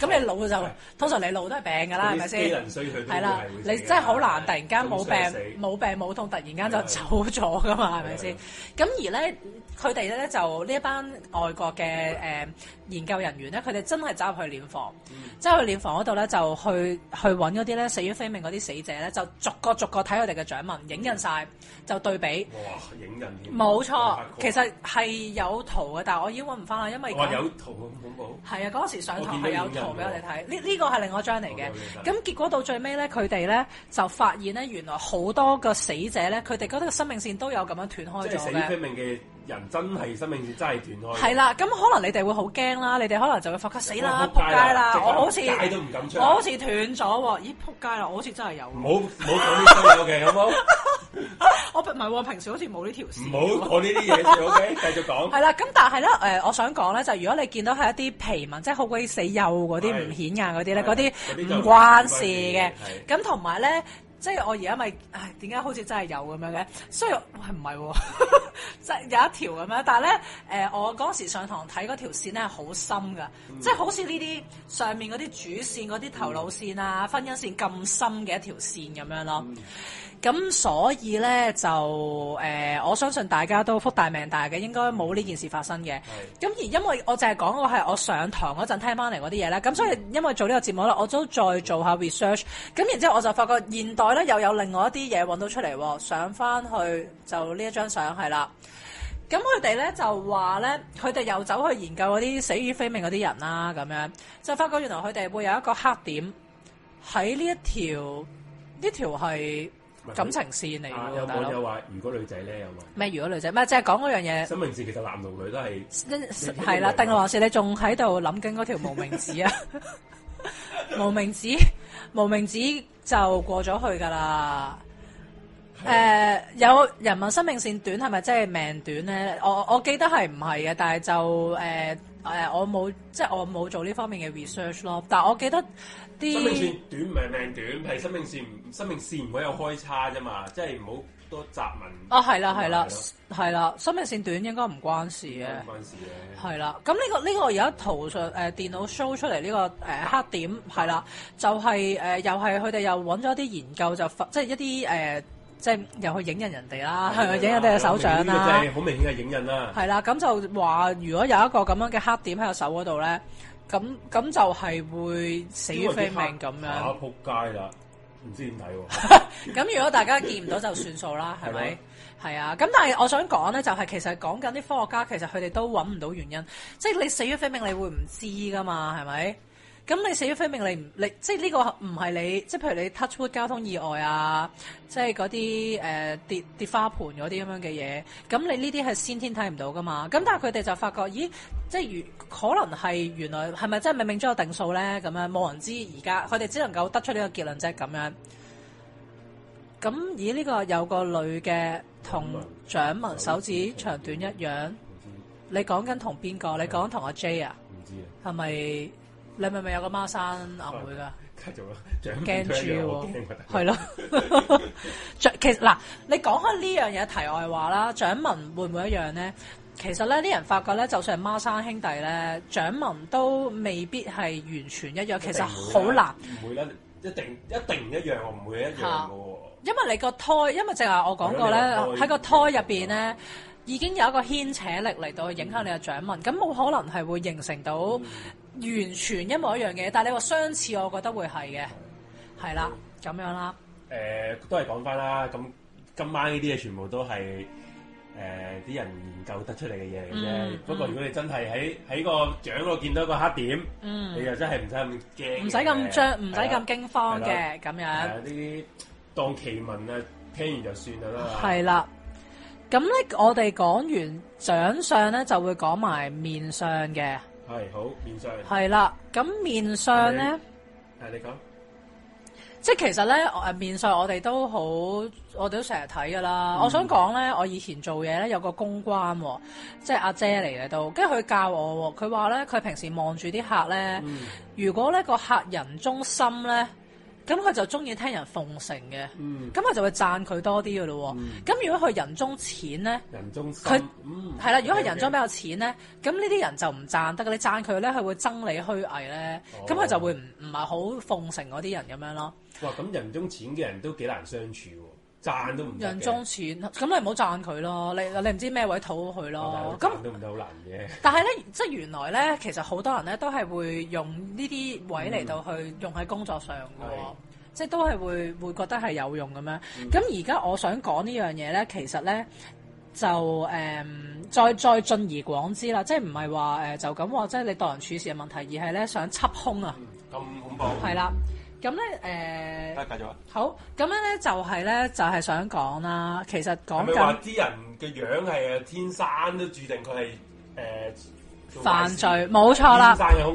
[SPEAKER 4] 咁你老就
[SPEAKER 3] 係
[SPEAKER 4] 通常你老都係病㗎啦，係咪
[SPEAKER 3] 機
[SPEAKER 4] 先
[SPEAKER 3] 能？衰退都
[SPEAKER 4] 係啦
[SPEAKER 3] 會，啊
[SPEAKER 4] 你真係好難突然間冇
[SPEAKER 3] 中暑死
[SPEAKER 4] 病冇病冇痛，突然間就
[SPEAKER 3] 係
[SPEAKER 4] 走咗噶嘛，係咪
[SPEAKER 3] 係
[SPEAKER 4] 先？咁而咧，佢哋咧就呢一班外國嘅誒、研究人員咧，佢哋真係走入去殮房，
[SPEAKER 3] 嗯
[SPEAKER 4] 走入去殮房嗰度咧就去去揾嗰啲咧死於非命嗰啲死者咧，就逐個逐個睇佢哋嘅掌紋，影印
[SPEAKER 3] 嗯
[SPEAKER 4] 晒，就對比。
[SPEAKER 3] 哇影人添，
[SPEAKER 4] 冇錯，其
[SPEAKER 3] 實
[SPEAKER 4] 實係有圖嘅，但係我已經揾唔翻啦，因為
[SPEAKER 3] 哇
[SPEAKER 4] 嗰
[SPEAKER 3] 哦有圖好恐怖，
[SPEAKER 4] 係啊，嗰時上堂
[SPEAKER 3] 我見
[SPEAKER 4] 係
[SPEAKER 3] 到
[SPEAKER 4] 有圖
[SPEAKER 3] 影印
[SPEAKER 4] 俾我哋
[SPEAKER 3] 喎
[SPEAKER 4] 睇，呢呢個係另外一張嚟嘅
[SPEAKER 3] OK，OK，。得
[SPEAKER 4] 咁結果到最尾咧，佢哋咧就發現咧，原來好多個死者咧，佢哋覺得個生命線都有咁樣斷開
[SPEAKER 3] 即係
[SPEAKER 4] 咗
[SPEAKER 3] 死於非
[SPEAKER 4] 嘅。
[SPEAKER 3] 命嘅人真係生命線真係斷開，
[SPEAKER 4] 係啦，咁可能你哋會好驚啦，你哋可能就會發覺死啦，
[SPEAKER 3] 仆
[SPEAKER 4] 仆
[SPEAKER 3] 街
[SPEAKER 4] 街
[SPEAKER 3] 啦
[SPEAKER 4] 啦
[SPEAKER 3] 即，係
[SPEAKER 4] 我好似
[SPEAKER 3] 街都唔敢出
[SPEAKER 4] 我好似斷咗喎，咦仆街啦，我好似真係有
[SPEAKER 3] 唔，好唔好講呢啲嘢 OK 好冇？
[SPEAKER 4] 我唔係喎，平時好似冇呢條線
[SPEAKER 3] 唔。好講呢啲嘢先 OK，繼續講。
[SPEAKER 4] 係啦，咁但係咧，誒、我想講咧，就如果你見到係一啲皮紋，即係好鬼死幼嗰啲
[SPEAKER 3] 係
[SPEAKER 4] 唔顯眼嗰
[SPEAKER 3] 係
[SPEAKER 4] 啲咧，嗰
[SPEAKER 3] 嗰啲
[SPEAKER 4] 啲
[SPEAKER 3] 就
[SPEAKER 4] 唔關
[SPEAKER 3] 唔關
[SPEAKER 4] 事
[SPEAKER 3] 事
[SPEAKER 4] 嘅
[SPEAKER 3] 嘅。
[SPEAKER 4] 咁同埋咧，即係我而家咪，唉，點解好似真係有咁樣嘅？雖然喂唔係喎， <laughs> 即係有一條咁樣，但係咧，誒、我嗰時上堂睇嗰條線咧係好深噶，即係好似呢啲上面嗰啲主線、嗰啲頭腦線啊、婚姻線咁深嘅一條線咁樣咯。咁所以咧就誒、呃我相信大家都福大命大嘅，應該冇呢件事發生嘅。咁而因為我就係講我係我上堂嗰陣聽翻嚟嗰啲嘢啦，咁所以
[SPEAKER 3] 嗯
[SPEAKER 4] 因為做呢個節目咧，我都再做下 research，咁然之後我就發覺現代咧又有另外一啲嘢揾到出嚟喎，上翻去就呢一張相係啦。咁佢哋咧就話咧，佢哋又走去研究嗰啲死於非命嗰啲人啦，咁樣就發覺原來佢哋會有一個黑點喺呢一條，呢條係感情線嚟
[SPEAKER 3] 啊
[SPEAKER 4] 嘅
[SPEAKER 3] 有
[SPEAKER 4] 喎，大
[SPEAKER 3] 網
[SPEAKER 4] 佬
[SPEAKER 3] 友。話：如果女仔咧，有話
[SPEAKER 4] 咩？如果女仔咩？即係講嗰樣嘢。
[SPEAKER 3] 生命線其實男同女都係
[SPEAKER 4] 係啦，定還是你仲喺度諗緊嗰條無名
[SPEAKER 3] <laughs>
[SPEAKER 4] 指啊？無名指，無名指就過咗去噶啦。誒、
[SPEAKER 3] 啊
[SPEAKER 4] 有人問生命線短係咪真係命短咧？我我記得係唔係嘅，但係就誒誒、我冇即係我冇做呢方面嘅 research 咯。但係我記得
[SPEAKER 3] 生命
[SPEAKER 4] 啲
[SPEAKER 3] 線短唔係命短，係生命線唔生命線唔會有開叉啫嘛，即係唔好多雜文。
[SPEAKER 4] 哦，係啦係啦
[SPEAKER 3] 係啊咯
[SPEAKER 4] 係啦，生命線短應該唔關事嘅。
[SPEAKER 3] 唔關事嘅。
[SPEAKER 4] 係啊啦，咁呢、個呢、個而家圖上誒、呃、電腦 show 出嚟呢、個誒、呃黑點係啦，就係、呃又係佢哋又揾咗啲研究就發即係一啲誒、呃即係又去影印人哋啦，係咪影人哋嘅手掌啊
[SPEAKER 3] 呢個
[SPEAKER 4] 啦
[SPEAKER 3] 真？係好明顯係影印啦。
[SPEAKER 4] 係啦，咁就話如果有一個咁樣嘅黑點喺個手嗰度咧，咁咁就係會死於非命咁
[SPEAKER 3] 啊
[SPEAKER 4] 樣。
[SPEAKER 3] 仆街啦！唔知點睇
[SPEAKER 4] <laughs>
[SPEAKER 3] 喎。
[SPEAKER 4] 咁如果大家見唔到就算數啦，係
[SPEAKER 3] 係
[SPEAKER 4] 咪
[SPEAKER 3] 咯？
[SPEAKER 4] 係啊，咁但係我想講咧，就係其實講緊啲科學家，其實佢哋都揾唔到原因，即係你死於非命，你會唔知噶嘛，係咪？咁你死於非命，你唔你即係呢個唔係你，即係譬如你 touch wood 交通意外啊，即係嗰啲誒跌跌花盆嗰啲咁樣嘅嘢，咁你呢啲係先天睇唔到噶嘛。咁但係佢哋就發覺，咦，即係如可能係原來係咪真係冥冥中有定數咧？咁樣冇人知而家，佢哋只能夠得出呢個結論啫咁樣。咁以呢個有個女嘅同掌紋手指長短一樣，
[SPEAKER 3] 唔知
[SPEAKER 4] 你講緊同邊個？你講緊同阿 J 啊？
[SPEAKER 3] 唔知啊。
[SPEAKER 4] 係咪你咪咪有個孖生阿妹㗎？
[SPEAKER 3] 繼續啦，獎
[SPEAKER 4] 驚
[SPEAKER 3] 品 <laughs>
[SPEAKER 4] 住
[SPEAKER 3] 都一樣我
[SPEAKER 4] 喎
[SPEAKER 3] 驚啊，
[SPEAKER 4] 係咯。 <laughs> 掌其實嗱，你講開呢樣嘢題外話啦，掌紋會唔會一樣咧？其實咧，啲人發覺咧，就算係孖生兄弟咧，掌紋都未必係完全一樣，其實好難。
[SPEAKER 3] 唔會啦，一定一定唔一樣，我唔會一樣嘅喎。
[SPEAKER 4] 因為你個胎，因為正話我講過咧，
[SPEAKER 3] 係咯你個胎
[SPEAKER 4] 喺個胎入邊咧已經有一個牽扯力嚟到去影響你嘅掌紋，咁冇可能係會形成到
[SPEAKER 3] 嗯
[SPEAKER 4] 完全一模一樣嘅嘢。但係你話相似，我覺得會係嘅，係啦，咁樣啦，
[SPEAKER 3] 呃誒、都係講翻啦。咁今晚呢啲嘢全部都係誒啲人研究得出嚟嘅嘢嚟啫
[SPEAKER 4] 嗯。
[SPEAKER 3] 不過如果你真係喺喺個獎嗰度見到一個黑點，
[SPEAKER 4] 嗯
[SPEAKER 3] 你就真係唔使咁驚嘅，
[SPEAKER 4] 唔使咁張，唔使咁驚慌
[SPEAKER 3] 呃係
[SPEAKER 4] 嘅咁
[SPEAKER 3] 係啊
[SPEAKER 4] 樣，
[SPEAKER 3] 呢啲當奇聞啊，聽完就算㗎啦。
[SPEAKER 4] 係啦。咁咧，我哋講完掌相咧，就會講埋面相嘅，
[SPEAKER 3] 係好面相，係
[SPEAKER 4] 係啦。咁面相咧。
[SPEAKER 3] 你講
[SPEAKER 4] 即係其實咧，誒面上我哋都好，我哋都成日睇噶
[SPEAKER 3] 嗯
[SPEAKER 4] 啦。我想講咧，我以前做嘢咧有個公關喎，即係阿姐嚟嘅都，跟住佢教我喎，佢話咧佢平時望住啲客咧，
[SPEAKER 3] 嗯
[SPEAKER 4] 如果咧個客人中心咧，咁佢就中意聽人奉承嘅，
[SPEAKER 3] 嗯
[SPEAKER 4] 咁佢就會讚佢多啲嘅咯
[SPEAKER 3] 嗯
[SPEAKER 4] 喎。咁如果佢人中淺咧，
[SPEAKER 3] 人中心
[SPEAKER 4] 佢
[SPEAKER 3] 嗯
[SPEAKER 4] 係啦，如果佢人中比
[SPEAKER 3] 咩？
[SPEAKER 4] 較淺咧，咁呢啲人就唔讚得嘅。你讚佢咧，佢會憎你虛偽咧，
[SPEAKER 3] 哦
[SPEAKER 4] 咁佢就會唔唔係好奉承嗰啲人咁樣咯。
[SPEAKER 3] 哇！咁人中淺嘅人都幾難相處喎，讚都唔得嘅
[SPEAKER 4] 人中錢，咁你唔好讚佢咯，你你唔知咩位討好佢咯
[SPEAKER 3] 哦。
[SPEAKER 4] 咁
[SPEAKER 3] 但係都唔得好難嘅。
[SPEAKER 4] 但係咧，即係原來咧，其實好多人咧都係會用呢啲位嚟到去用喺工作上嘅喎。
[SPEAKER 3] 嗯係嗯
[SPEAKER 4] 即係都係會會覺得係有用咁樣。咁而家我想講呢樣嘢咧，其實咧就誒、再再進而廣之啦，即係唔係話誒就咁話，即係你待人處事嘅問題，而係咧想緝兇啊，
[SPEAKER 3] 嗯咁恐怖，
[SPEAKER 4] 係啦。咁咧誒
[SPEAKER 6] 得繼續啊！
[SPEAKER 4] 好，咁樣咧就係、咧就係、想講啦，其實
[SPEAKER 3] 係
[SPEAKER 4] 講
[SPEAKER 3] 咪話
[SPEAKER 4] 緊。
[SPEAKER 3] 啲人嘅樣係啊天生都注定佢係誒做壞
[SPEAKER 4] 犯
[SPEAKER 3] 事
[SPEAKER 4] 罪，冇錯啦，
[SPEAKER 3] 天生嘅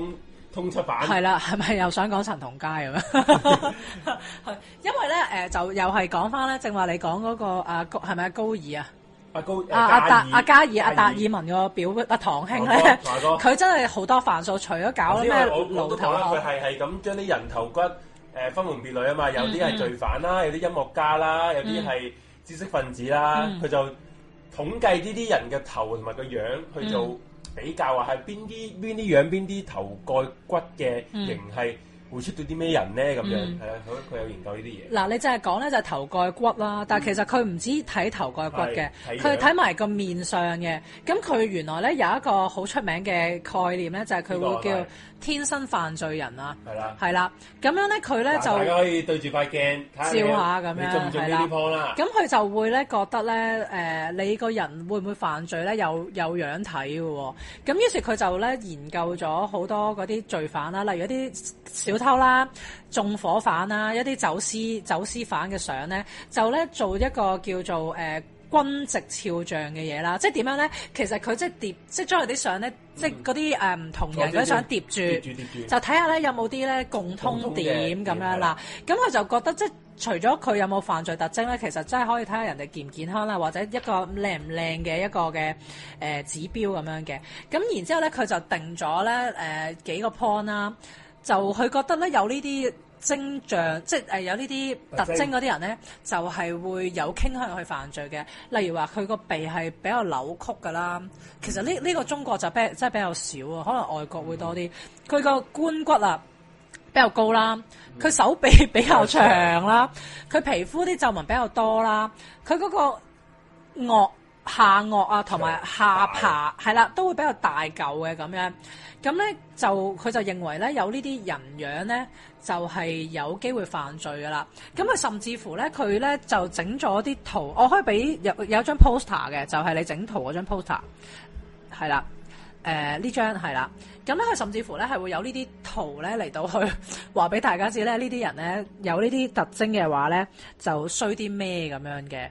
[SPEAKER 3] 通通緝犯
[SPEAKER 4] 係啦，係咪 <laughs> 又想講陳同佳
[SPEAKER 3] <laughs>
[SPEAKER 4] 咁樣？係因為咧，誒、就又係講翻咧，正話你講嗰、個啊，高係咪啊高爾啊？
[SPEAKER 3] 阿高
[SPEAKER 4] 啊阿達阿嘉爾阿達
[SPEAKER 3] 達
[SPEAKER 4] 爾文個表阿堂兄
[SPEAKER 3] 華
[SPEAKER 4] 咧，
[SPEAKER 3] 哥華哥
[SPEAKER 4] <laughs> 佢真係好多煩數，除咗搞
[SPEAKER 3] 頭
[SPEAKER 4] 啊咩
[SPEAKER 3] 先我我
[SPEAKER 4] 老
[SPEAKER 3] 都
[SPEAKER 4] 頭啊
[SPEAKER 3] 講啦，佢
[SPEAKER 4] 殼
[SPEAKER 3] 係係咁將啲人頭骨誒、呃分門別類啊
[SPEAKER 4] 嗯
[SPEAKER 3] 嘛，有啲係罪犯啦，有啲音樂家啦，有啲係知識分子啦，
[SPEAKER 4] 嗯
[SPEAKER 3] 佢、就統計呢啲人嘅頭同埋個樣去做
[SPEAKER 4] 嗯
[SPEAKER 3] 比較啊，係邊啲邊啲樣邊啲頭蓋骨嘅形係會出到啲咩人咧咁樣，
[SPEAKER 4] 嗯
[SPEAKER 3] 係啊、佢佢有研究呢啲嘢。
[SPEAKER 4] 嗱，你就係講咧就係頭蓋骨啦，但係其實佢唔止睇頭蓋骨嘅
[SPEAKER 3] 嗯係，睇樣
[SPEAKER 4] 佢睇埋個面相嘅。咁佢原來咧有一個好出名嘅概念咧，就係、佢會
[SPEAKER 3] 呢個係
[SPEAKER 4] 叫天生犯罪人啊，
[SPEAKER 3] 係啦
[SPEAKER 4] 係啦。咁樣咧佢咧
[SPEAKER 3] 嗱
[SPEAKER 4] 就
[SPEAKER 3] 大家可以對住塊鏡睇下你
[SPEAKER 4] 照下咁樣
[SPEAKER 3] 你中唔中呢
[SPEAKER 4] 係啦
[SPEAKER 3] 啲 point 啦？
[SPEAKER 4] 咁佢就會咧覺得咧，誒、你個人會唔會犯罪咧？有有樣睇嘅喎。咁於是佢就咧研究咗好多嗰啲罪犯啦，例如一啲小偷啦、縱火犯啦、一啲走私走私犯嘅相咧，就咧做一個叫做誒。呃軍籍肖像嘅嘢啦，即係點樣咧？其實佢即係疊，即係將佢啲相咧，即係嗰啲誒唔同人嗰啲相疊
[SPEAKER 3] 疊
[SPEAKER 4] 住
[SPEAKER 3] 住，疊住
[SPEAKER 4] 就睇下咧有冇啲咧共通點咁樣啦。咁佢就覺得即係除咗佢有冇犯罪特徵咧，其實真係可以睇下人哋健唔健康啦，或者一個靚唔靚嘅一個嘅誒、呃指標咁樣嘅。咁然之後咧，佢就定咗咧誒幾個 point 啦，就佢覺得咧有呢啲。徵象即係誒有呢啲特
[SPEAKER 3] 特
[SPEAKER 4] 徵
[SPEAKER 3] 徵
[SPEAKER 4] 嗰啲人咧，就係、會有傾向去犯罪嘅。例如話佢個鼻係比較扭曲㗎啦，其實呢
[SPEAKER 3] 嗯
[SPEAKER 4] 呢、個中國就比真係比較少啊，可能外國會多啲。佢個官骨啊比較高啦，
[SPEAKER 3] 嗯
[SPEAKER 4] 佢手臂比較長啦，佢皮膚啲皺紋比較多啦，佢嗰個顎下顎啊同埋下巴係啦，都會比較大嚿嘅咁樣。咁咧就佢就認為咧有呢啲人樣咧就係、有機會犯罪噶啦。咁佢甚至乎咧佢咧就整咗啲圖，我可以俾有有張 poster 嘅，就係、你整圖嗰張 poster 係啦。誒呢張係啦，咁咧佢甚至乎咧係會有呢啲圖咧嚟到去話俾大家知咧，呢啲人咧有呢啲特徵嘅話咧，就衰啲咩咁樣嘅。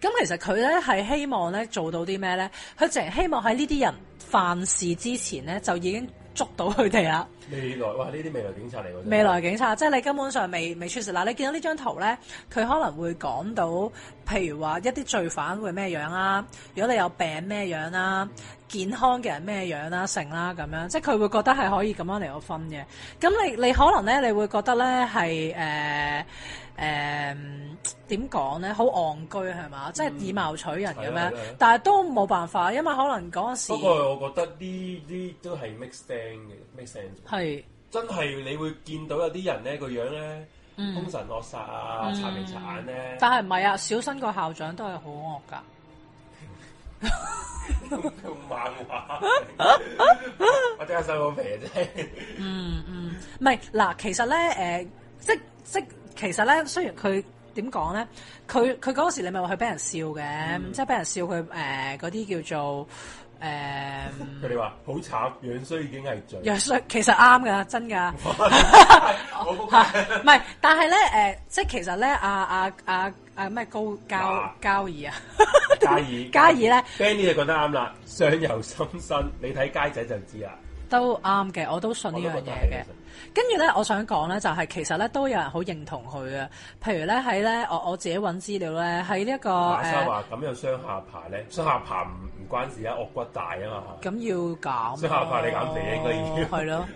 [SPEAKER 4] 咁其實佢咧係希望咧做到啲咩咧？佢淨係希望喺呢啲人犯事之前咧，就已經捉到佢哋啦。
[SPEAKER 3] 未來哇，呢啲未來警察嚟喎。真係
[SPEAKER 4] 未來警察，即係你根本上未未出事啦。你見到呢張圖咧，佢可能會講到，譬如話一啲罪犯會咩樣啦，如果你有病咩樣啦，健康嘅人咩樣啦，成啦咁樣，即係佢會覺得係可以咁樣嚟到分嘅。咁你你可能咧，你會覺得呃咧係誒誒點講咧，好戇居係嘛，即係以貌取人咁
[SPEAKER 3] 係嗯啊
[SPEAKER 4] 樣
[SPEAKER 3] 係啊，
[SPEAKER 4] 但係都冇辦法，因為可能嗰陣時
[SPEAKER 3] 不過我覺得呢啲都係 make sense 嘅，make sense。
[SPEAKER 4] 係
[SPEAKER 3] 真係你會見到有啲人咧個樣咧，
[SPEAKER 4] 嗯
[SPEAKER 3] 兇神惡煞啊，擦眉擦眼咧，
[SPEAKER 4] <laughs> 但係唔係啊？小新個校長都係好惡㗎。
[SPEAKER 3] 用 <laughs> 漫畫，我即刻收個皮啫。
[SPEAKER 4] 嗯嗯，唔係嗱，其實咧，誒、即即其實咧，雖然佢點講咧？佢佢嗰時你咪話佢俾人笑嘅，
[SPEAKER 3] 嗯
[SPEAKER 4] 即係俾人笑佢誒嗰啲叫做誒。
[SPEAKER 3] 佢哋話好慘，樣衰已經係罪。
[SPEAKER 4] 藥水其實啱㗎，真㗎。
[SPEAKER 3] <laughs> 我嗰
[SPEAKER 4] 嚇
[SPEAKER 3] 個
[SPEAKER 4] 唔係，但係咧誒，即係其實咧，阿阿阿阿咩高交
[SPEAKER 3] 嗱
[SPEAKER 4] 交易啊， <laughs>
[SPEAKER 3] 嘉怡，
[SPEAKER 4] 嘉怡咧
[SPEAKER 3] Benny 就覺得啱啦，相由心生，你睇街仔就知啦。
[SPEAKER 4] 都啱嘅，我都信呢樣
[SPEAKER 3] 我都覺得
[SPEAKER 4] 嘢嘅
[SPEAKER 3] 係。
[SPEAKER 4] 跟住咧，我想講咧，就係、其實咧都有人好認同佢嘅。譬如咧喺咧，我我自己揾資料咧，喺呢一個
[SPEAKER 3] 馬生
[SPEAKER 4] 哦誒，
[SPEAKER 3] 話咁樣雙下巴咧，雙下巴唔唔關事啊，惡骨大啊嘛。
[SPEAKER 4] 咁、要減咯。
[SPEAKER 3] 即係下巴你減肥應該要
[SPEAKER 4] 係咯。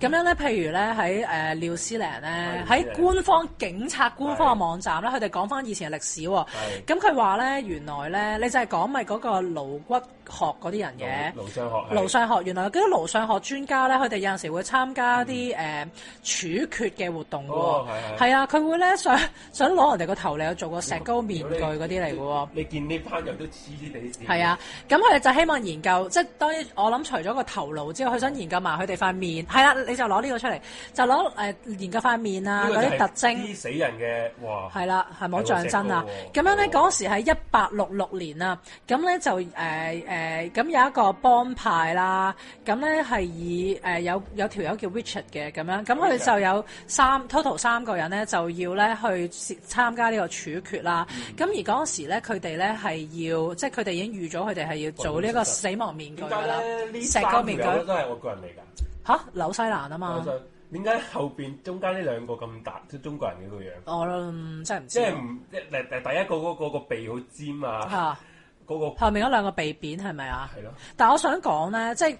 [SPEAKER 4] 咁樣咧，譬如咧喺呃誒廖思蘭咧，
[SPEAKER 3] 係
[SPEAKER 4] 喺官方警察官方嘅
[SPEAKER 3] 係
[SPEAKER 4] 網站咧，佢哋講翻以前嘅歷史喎。
[SPEAKER 3] 係
[SPEAKER 4] 咁佢話咧，原來咧，你就係講咪嗰個顱骨學嗰啲人嘅。
[SPEAKER 3] 盧雙學，
[SPEAKER 4] 勞上學原來嗰啲勞上學專家咧，佢哋有陣時會參加啲誒、呃處決嘅活動嘅
[SPEAKER 3] 嗯
[SPEAKER 4] 喎、
[SPEAKER 3] 哦係係
[SPEAKER 4] 係啊，佢會咧想想攞人哋個頭嚟做個石膏面具嗰啲嚟嘅喎。
[SPEAKER 3] 你見呢班人都黐黐地線。
[SPEAKER 4] 係啊，咁佢哋就希望研究，即係當然我諗除咗個頭顱之外，佢想研究埋佢哋塊面。係啦、你就攞呢個出嚟，就攞誒、研究塊面啊
[SPEAKER 3] 呢個
[SPEAKER 4] 嗰
[SPEAKER 3] 就係
[SPEAKER 4] 啲特徵
[SPEAKER 3] 黐。死人嘅，哇！
[SPEAKER 4] 係啊啦，係冇
[SPEAKER 3] 哦係喎
[SPEAKER 4] 象真啊！咁
[SPEAKER 3] 正
[SPEAKER 4] 樣
[SPEAKER 3] 喎
[SPEAKER 4] 咧，
[SPEAKER 3] 哦
[SPEAKER 4] 嗰時係一八六六年啊，咁咧就誒誒，呃咁、有一個幫派啦，咁咧係以誒、呃有有條友叫 Richard 嘅咁樣，咁佢
[SPEAKER 3] Richard
[SPEAKER 4] 就有三 total 三個人咧就要咧去參加呢個處決啦。
[SPEAKER 3] 嗯
[SPEAKER 4] 咁、而嗰時咧，佢哋咧係要，即係佢哋已經預咗佢哋係要做呢一個死亡面具
[SPEAKER 3] 點
[SPEAKER 4] 㗎
[SPEAKER 3] 解
[SPEAKER 4] 啦
[SPEAKER 3] 咧？，呢
[SPEAKER 4] 石膏
[SPEAKER 3] 三
[SPEAKER 4] 面具
[SPEAKER 3] 條友都係外國人嚟㗎。
[SPEAKER 4] 吓，紐西蘭啊
[SPEAKER 3] 我
[SPEAKER 4] 嘛，
[SPEAKER 3] 就點解後邊中間呢兩個咁大，即係中國人嘅個樣，
[SPEAKER 4] 我嗯真係唔
[SPEAKER 3] 即係
[SPEAKER 4] 知
[SPEAKER 3] 唔即係第第一個嗰個個鼻好尖啊，
[SPEAKER 4] 嚇。
[SPEAKER 3] 嗰個
[SPEAKER 4] 後面嗰兩個鼻扁係咪啊？
[SPEAKER 3] 係咯，
[SPEAKER 4] 但我想講咧，即係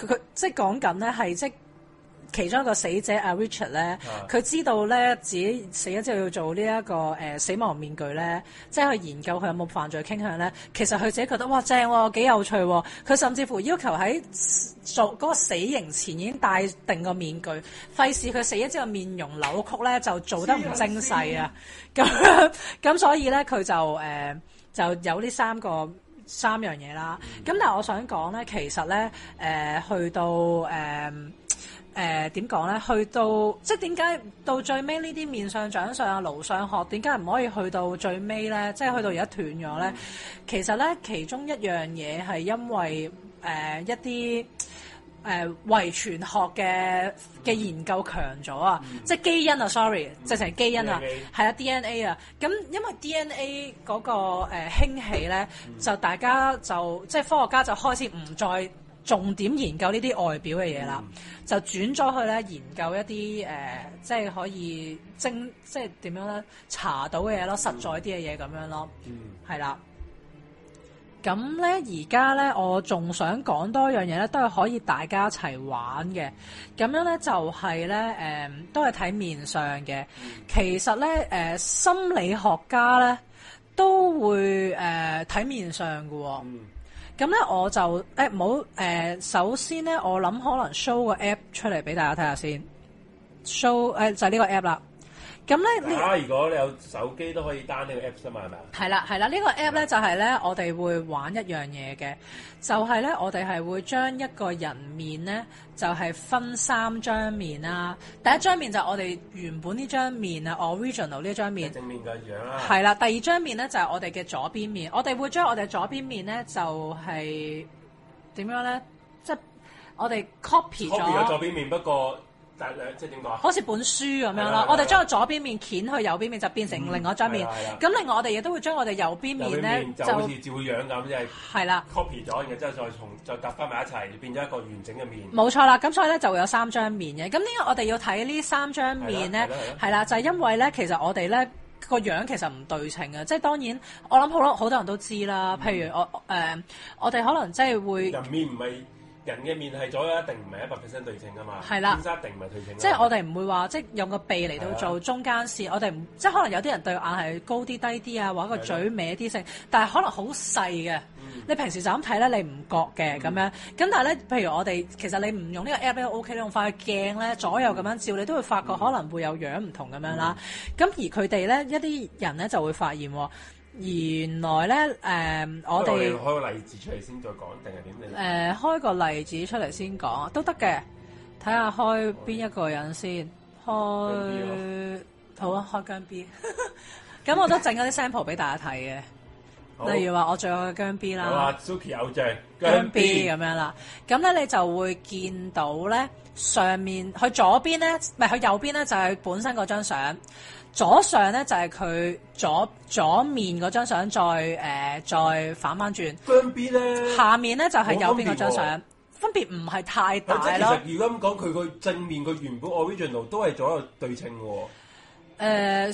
[SPEAKER 4] 佢佢即係講緊咧，係即係其中一個死者阿 Richard 咧，佢知道咧自己死咗之後要做呢、一個誒、呃死亡面具咧，即係去研究佢有冇犯罪傾向咧。其實佢自己覺得哇正喎、幾有趣喎、佢甚至乎要求喺做嗰個死刑前已經戴定個面具，費事佢死咗之後面容扭曲咧就做得唔精細啊。咁樣咁所以咧佢就誒、呃就有呢三個三樣嘢啦。咁但係我想講咧，其實咧誒、呃去到誒。呃誒點講咧？去到即係點解到最尾呢啲面上掌上啊、顱上學點解唔可以去到最尾咧？即係去到而家斷咗咧？其實咧，其中一樣嘢係因為誒、呃一啲。誒、呃遺傳學嘅嘅研究強咗啊，即係基因啊，sorry，直情基因啊
[SPEAKER 3] DNA，
[SPEAKER 4] 係啊 DNA 啊，咁因為 DNA 嗰、個誒、興起咧，就大家就即係科學家就開始唔再重點研究呢啲外表嘅嘢啦，就轉咗去咧研究一啲誒、呃即係可以精即係點樣咧查到嘅嘢咯，實在啲嘅嘢咁樣咯。
[SPEAKER 3] 嗯，
[SPEAKER 4] 係啦。咁咧，而家咧，我仲想講多樣嘢咧，都係可以大家一齊玩嘅。咁樣咧，就係咧，誒、都係睇面相嘅。其實咧，誒、心理學家咧都會誒睇、面相嘅喎、咁咧我就誒冇誒，首先咧我諗可能 show 個 app 出嚟俾大家睇下先，show 誒、就係呢個 app 啦。咁咧呢。
[SPEAKER 3] 啊，如果你有手機都可以 down 呢個 apps 啊嘛，係咪啊？
[SPEAKER 4] 係啦，係啦，呢、個 app 咧就係咧，我哋會玩一樣嘢嘅，就係咧，我哋係會將一個人面咧，就係、分三張面啦。第一張面就係我哋原本呢張面啊，original 呢張面。
[SPEAKER 3] 正面嘅樣啊啦，
[SPEAKER 4] 係啦，第二張面咧就係、我哋嘅左邊面，我哋會將我哋左邊面咧就係、點樣咧，即係我哋 copy
[SPEAKER 3] ，copy 咗
[SPEAKER 4] 咗
[SPEAKER 3] 左，邊面，不過但兩即係點講啊？
[SPEAKER 4] 好似本書咁
[SPEAKER 3] 係啦
[SPEAKER 4] 樣
[SPEAKER 3] 係
[SPEAKER 4] 啦
[SPEAKER 3] 啦。
[SPEAKER 4] 我哋將個左邊面掀去右邊面，就變成另外一張面
[SPEAKER 3] 係啦係啦。
[SPEAKER 4] 咁另外我哋亦都會將我哋右邊
[SPEAKER 3] 右
[SPEAKER 4] 面
[SPEAKER 3] 邊
[SPEAKER 4] 咧
[SPEAKER 3] 面就好
[SPEAKER 4] 就
[SPEAKER 3] 似照樣咁，即係
[SPEAKER 4] 係啦。
[SPEAKER 3] copy 咗，然之後再重再搭翻埋一齊，變咗一個完整嘅面。
[SPEAKER 4] 冇錯啦，咁所以咧就會有三張面嘅。咁點解我哋要睇呢三張面咧
[SPEAKER 3] 係啦係啦？
[SPEAKER 4] 係啦，就係、因為咧，其實我哋咧。個樣其實唔對稱嘅，即係當然，我諗好多好多人都知啦。
[SPEAKER 3] 嗯
[SPEAKER 4] 譬如我誒、我哋可能即係會，
[SPEAKER 3] 人面唔係人嘅面係左右一定唔係一百 percent 對稱噶嘛，
[SPEAKER 4] 係啦
[SPEAKER 3] 天生一定唔係對稱㗎嘛。
[SPEAKER 4] 即係我哋唔會話即係用個鼻嚟到
[SPEAKER 3] 係
[SPEAKER 4] 做中間線。我哋唔即係可能有啲人對眼係高啲低啲啊，或者個
[SPEAKER 3] 係啦
[SPEAKER 4] 嘴歪啲性，但係可能好細嘅。你平時就咁睇咧，你唔覺嘅咁樣。咁但係咧，譬如我哋其實你唔用呢個 app 咧，OK，你用塊鏡咧左右咁樣照，你都會發覺可能會有樣唔同咁樣啦。咁而佢哋咧一啲人咧就會發現喎，原來咧誒、我
[SPEAKER 3] 不如
[SPEAKER 4] 哋
[SPEAKER 3] 我哋開個例子出嚟先，再講定係點
[SPEAKER 4] 誒、
[SPEAKER 3] 你？
[SPEAKER 4] 呃、開個例子出嚟先講都得嘅，睇下開邊一個人先。開
[SPEAKER 3] 姜 B
[SPEAKER 4] 好啊，開姜 B。 <laughs> 咁我都整嗰啲 sample 俾大家睇
[SPEAKER 3] 好
[SPEAKER 4] 嘅，例如話我最愛嘅姜 B 啦。
[SPEAKER 3] 有啊，Suki 偶像
[SPEAKER 4] 姜
[SPEAKER 3] 姜
[SPEAKER 4] B
[SPEAKER 3] B
[SPEAKER 4] 咁樣啦。咁咧你就會見到咧上面佢左邊咧，唔係佢右邊咧就係、本身嗰張相，左上咧就係、佢左左面嗰張相，再誒、呃再反翻轉，
[SPEAKER 3] 姜 B 咧，
[SPEAKER 4] 下面咧就係、右邊嗰張
[SPEAKER 3] 冇分別
[SPEAKER 4] 相，分別唔係太
[SPEAKER 3] 即係
[SPEAKER 4] 大
[SPEAKER 3] 其
[SPEAKER 4] 咯。
[SPEAKER 3] 實如果咁講，佢個正面佢原本 original 都係左右對稱嘅
[SPEAKER 4] 誒、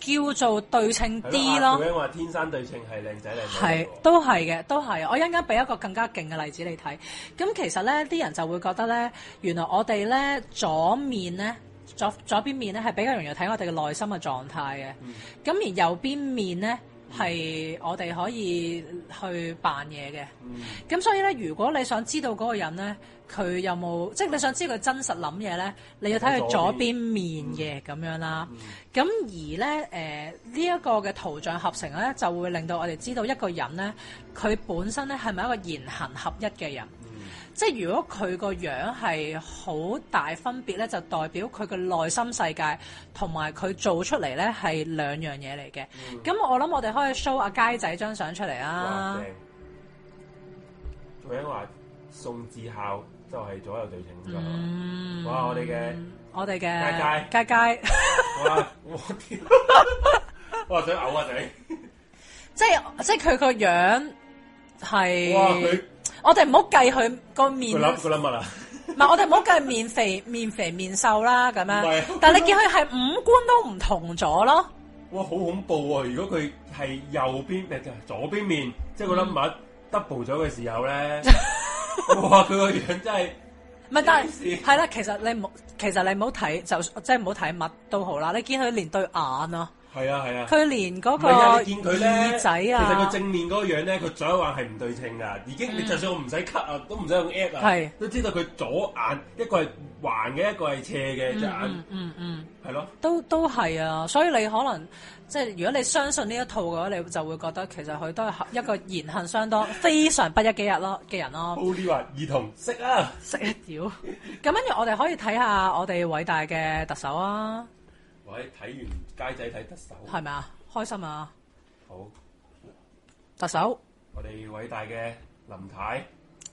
[SPEAKER 4] 叫做對稱
[SPEAKER 3] 喎。
[SPEAKER 4] 啲
[SPEAKER 3] 阿
[SPEAKER 4] 咯
[SPEAKER 3] 古。欣話天生對稱係靚仔靚女
[SPEAKER 4] 係
[SPEAKER 3] 嚟喎。
[SPEAKER 4] 都係嘅，都係。我一陣間俾一個更加勁嘅例子你睇。咁其實咧，啲人就會覺得咧，原來我哋咧左面咧，左左邊面咧係比較容易睇我哋嘅內心嘅狀態嘅。
[SPEAKER 3] 嗯
[SPEAKER 4] 咁、而右邊面咧係我哋可以去扮嘢嘅。
[SPEAKER 3] 嗯
[SPEAKER 4] 咁所以咧，如果你想知道嗰個人咧，佢有冇即係你想知佢真實諗嘢咧，你要睇佢左邊面嘅咁樣啦。咁、而咧誒呢一、個嘅圖像合成咧，就會令到我哋知道一個人咧，佢本身咧係咪一個言行合一嘅人。即係如果佢個樣係好大分別咧，就代表佢嘅內心世界同埋佢做出嚟咧係兩樣嘢嚟嘅。咁、我諗我哋可以 show 阿佳仔張相出嚟
[SPEAKER 3] 哇
[SPEAKER 4] 啊！
[SPEAKER 3] 正！古欣話宋智孝就係左右對稱㗎。
[SPEAKER 4] 嗯
[SPEAKER 3] 哇我哋嘅
[SPEAKER 4] 我哋嘅
[SPEAKER 3] 佳
[SPEAKER 4] 佳佳，
[SPEAKER 3] 哇！ <laughs> 我天，哇想嘔啊仔！
[SPEAKER 4] <laughs> 即係即係佢個樣
[SPEAKER 3] 哇佢
[SPEAKER 4] 係，我哋唔好計佢個
[SPEAKER 3] 佢
[SPEAKER 4] 面，唔
[SPEAKER 3] 諗佢諗乜啊？
[SPEAKER 4] 係我哋唔好計面肥 <laughs> 面肥面瘦啦咁
[SPEAKER 3] 唔係
[SPEAKER 4] 樣，但係你見佢係五官都唔同咗咯，
[SPEAKER 3] 哇，好恐怖喎、如果佢係右邊誒左邊面，即係個
[SPEAKER 4] 嗯
[SPEAKER 3] number double 咗嘅時候咧，哇！佢個樣真係
[SPEAKER 4] 唔係但係
[SPEAKER 3] 黐線
[SPEAKER 4] 係啦，其實你唔好其實你唔好睇就即係唔好睇乜都好啦，你見佢連對眼啊，
[SPEAKER 3] 係啊係啊，
[SPEAKER 4] 佢連嗰
[SPEAKER 3] 唔
[SPEAKER 4] 個
[SPEAKER 3] 係啊！你見佢咧，
[SPEAKER 4] 哦耳仔
[SPEAKER 3] 其實佢
[SPEAKER 4] 啊，
[SPEAKER 3] 正面嗰個樣咧，佢左眼係唔對稱噶，已經、你就算我唔使 cut 啊，都唔使用 app 啊，
[SPEAKER 4] 嗯係
[SPEAKER 3] 都知道佢左眼一個係橫嘅，一個係斜嘅隻眼
[SPEAKER 4] 嗯，嗯嗯。
[SPEAKER 3] 係咯。
[SPEAKER 4] 都都係啊，所以你可能即係如果你相信呢一套嘅話，你就會覺得其實佢都係一個言行相當非常不一嘅人咯嘅人咯。
[SPEAKER 3] Holy 話兒童識啊，
[SPEAKER 4] 食一屌！咁跟住我哋可以睇下我哋偉大嘅特首啊，
[SPEAKER 3] 喂，睇完街仔睇得手，
[SPEAKER 4] 係咪啊？開心啊，
[SPEAKER 3] 好，
[SPEAKER 4] 特首！
[SPEAKER 3] 我哋偉大嘅林太。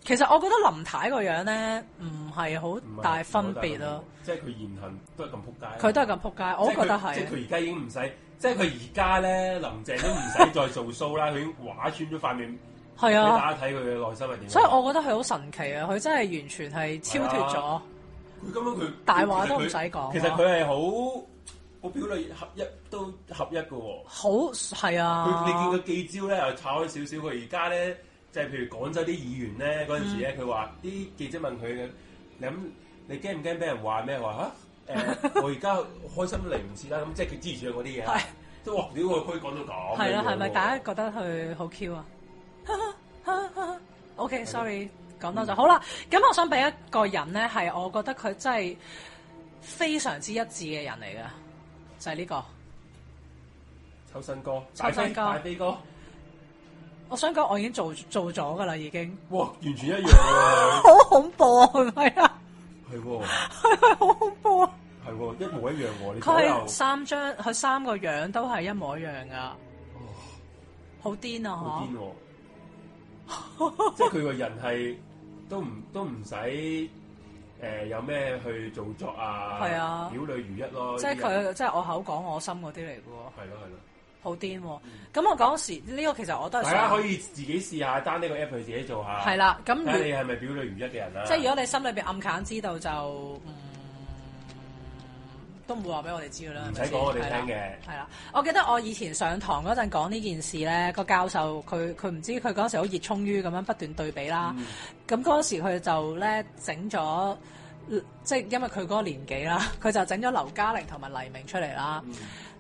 [SPEAKER 4] 其實我覺得林太個樣咧唔係好
[SPEAKER 3] 唔係
[SPEAKER 4] 大分別咯，，
[SPEAKER 3] 啊即係佢言行都係咁撲街。啊
[SPEAKER 4] 佢都係咁撲街，我都覺得係
[SPEAKER 3] 即係佢而家已經唔使，即係佢而家咧，林鄭都唔使再做 show 啦，佢已經畫穿咗塊面
[SPEAKER 4] 係
[SPEAKER 3] 俾
[SPEAKER 4] 啊，
[SPEAKER 3] 大家睇佢嘅內心係點。
[SPEAKER 4] 所以我覺得佢好神奇啊！佢真係完全係超脱
[SPEAKER 3] 係
[SPEAKER 4] 咗
[SPEAKER 3] 啊，佢根本佢
[SPEAKER 4] 大話都唔
[SPEAKER 3] 其
[SPEAKER 4] 使
[SPEAKER 3] 實佢
[SPEAKER 4] 講啊
[SPEAKER 3] 其實佢係好好表裏合一，都合一嘅喎。
[SPEAKER 4] 好係啊！
[SPEAKER 3] 佢你見佢記招咧又炒咗少少，佢而家咧就係、譬如廣州啲議員咧嗰陣時
[SPEAKER 4] 嗯
[SPEAKER 3] 咧，佢話啲記者問佢嘅，你咁你驚唔驚俾人話咩？話嚇誒，
[SPEAKER 4] <laughs>
[SPEAKER 3] 我而家開心都嚟唔切啦，咁即係佢支持佢嗰啲嘢啦
[SPEAKER 4] 係。
[SPEAKER 3] 都哇！屌佢可以講到咁樣喎，
[SPEAKER 4] 係啊啦，係咪大家覺得佢好 Q 啊 <laughs> ？OK，sorry，講多咗。好啦，咁我想俾一個人咧，係我覺得佢真係非常之一致嘅人嚟嘅，就係、呢、個。
[SPEAKER 3] 抽新歌，
[SPEAKER 4] 抽新歌
[SPEAKER 3] 大飛哥，
[SPEAKER 4] 我想講，我已經做做咗噶啦，已經
[SPEAKER 3] 哇！完全一樣喎，
[SPEAKER 4] 好恐怖啊， <laughs> 係咪啊？
[SPEAKER 3] 係喎，
[SPEAKER 4] 係咪好恐怖啊？
[SPEAKER 3] 係喎，一模一樣喎，你
[SPEAKER 4] 佢
[SPEAKER 3] 左右
[SPEAKER 4] 係三張，佢三個樣都係一模一樣噶，好癲
[SPEAKER 3] 哦好
[SPEAKER 4] 啊！
[SPEAKER 3] 癲喎！
[SPEAKER 4] 哦
[SPEAKER 3] 即係佢個人係都唔都唔使誒有咩去做作啊，
[SPEAKER 4] 係啊
[SPEAKER 3] 表裏如一咯。
[SPEAKER 4] 嗬，即係
[SPEAKER 3] 啲人哦
[SPEAKER 4] 佢，即係我口講我心嗰啲嚟嘅喎，
[SPEAKER 3] 係咯係咯，
[SPEAKER 4] 好癲喎！咁我嗰時呢、個其實我都係
[SPEAKER 3] 嗯大家
[SPEAKER 4] 想
[SPEAKER 3] 可以自己試下 down 呢個 app 去自己做下。
[SPEAKER 4] 係，啦，咁
[SPEAKER 3] 睇下你係咪表裏如一嘅人啦。啊
[SPEAKER 4] 即係如果你心裏邊暗揀知道就，嗯，都唔會話俾我哋知噶啦。
[SPEAKER 3] 唔使
[SPEAKER 4] 係咪先
[SPEAKER 3] 講我哋聽
[SPEAKER 4] 係啦
[SPEAKER 3] 嘅
[SPEAKER 4] 係啦，我記得我以前上堂嗰陣講呢件事咧，個教授佢佢唔知佢嗰時好熱衷於咁樣不斷對比啦。
[SPEAKER 3] 嗯
[SPEAKER 4] 咁嗰、時佢就咧整咗。即係因為佢嗰個年紀啦， <laughs> 佢就整咗劉嘉玲同埋黎明出嚟啦。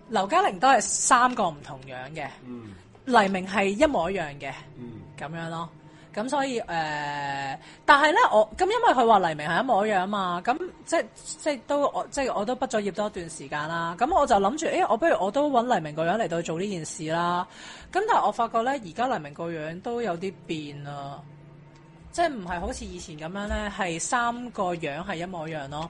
[SPEAKER 4] 劉嘉玲都係三個唔同樣嘅，
[SPEAKER 3] 嗯
[SPEAKER 4] 黎明係一模一樣嘅。
[SPEAKER 3] 嗯
[SPEAKER 4] 咁樣咯。咁所以誒、呃但係咧，我咁因為佢話黎明係一模一樣啊嘛，咁即即都我即我都畢咗業多一段時間啦，咁我就諗住，誒、欸我不如我都揾黎明個樣嚟到做呢件事啦。咁但係我發覺咧，而家黎明個樣都有啲變啦，啊即係唔係好似以前咁樣咧，係三個樣係一模一樣
[SPEAKER 3] 哦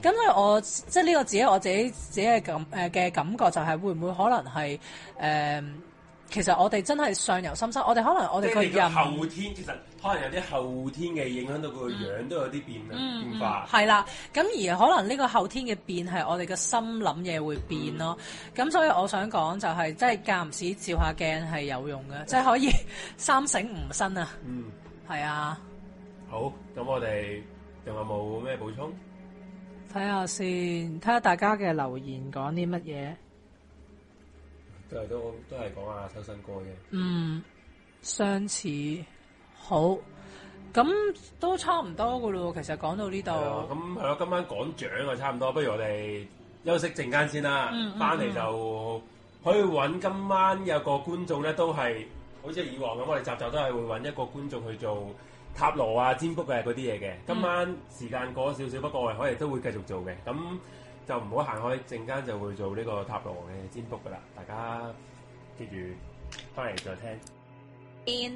[SPEAKER 4] 咯。咁所以我即係呢個自己我自己自己嘅感誒嘅感覺就係會唔會可能係誒、其實我哋真係上由心生，我哋可能我
[SPEAKER 3] 即
[SPEAKER 4] 哋
[SPEAKER 3] 係
[SPEAKER 4] 個
[SPEAKER 3] 你個
[SPEAKER 4] 人
[SPEAKER 3] 後天，其實可能有啲後天嘅影響到佢個樣都有啲變啊變化。
[SPEAKER 4] 嗯係啦，咁而可能呢個後天嘅變係我哋嘅心諗嘢會變咯。咁、所以我想講就係、即係間唔時照下鏡係有用嘅，即係可以 <laughs> 三省吾身啊。
[SPEAKER 3] 嗯，
[SPEAKER 4] 係啊，
[SPEAKER 3] 好，咁我哋仲有冇咩補充？
[SPEAKER 4] 睇下先，睇下大家嘅留言講啲乜嘢。
[SPEAKER 3] 都係都都係講下秋生哥嘅。
[SPEAKER 4] 嗯，相似好，咁都差唔多噶咯喎。其實講到呢
[SPEAKER 3] 係啊咯
[SPEAKER 4] 度，
[SPEAKER 3] 咁係咯，今晚講獎啊，差唔多，不如我哋休息陣間先啦
[SPEAKER 4] 嗯嗯，
[SPEAKER 3] 翻嚟、就可以揾今晚有個觀眾咧，都係好似以往咁，我哋集集都係會揾一個觀眾去做塔羅啊、占卜嘅嗰啲嘢
[SPEAKER 4] 嗯
[SPEAKER 3] 嘅。今晚時間過咗少少，不過我哋可能都會繼續做嘅。咁就唔好行開，陣間就會做呢個塔羅嘅占卜噶啦。大家記住翻嚟再聽。
[SPEAKER 4] 邊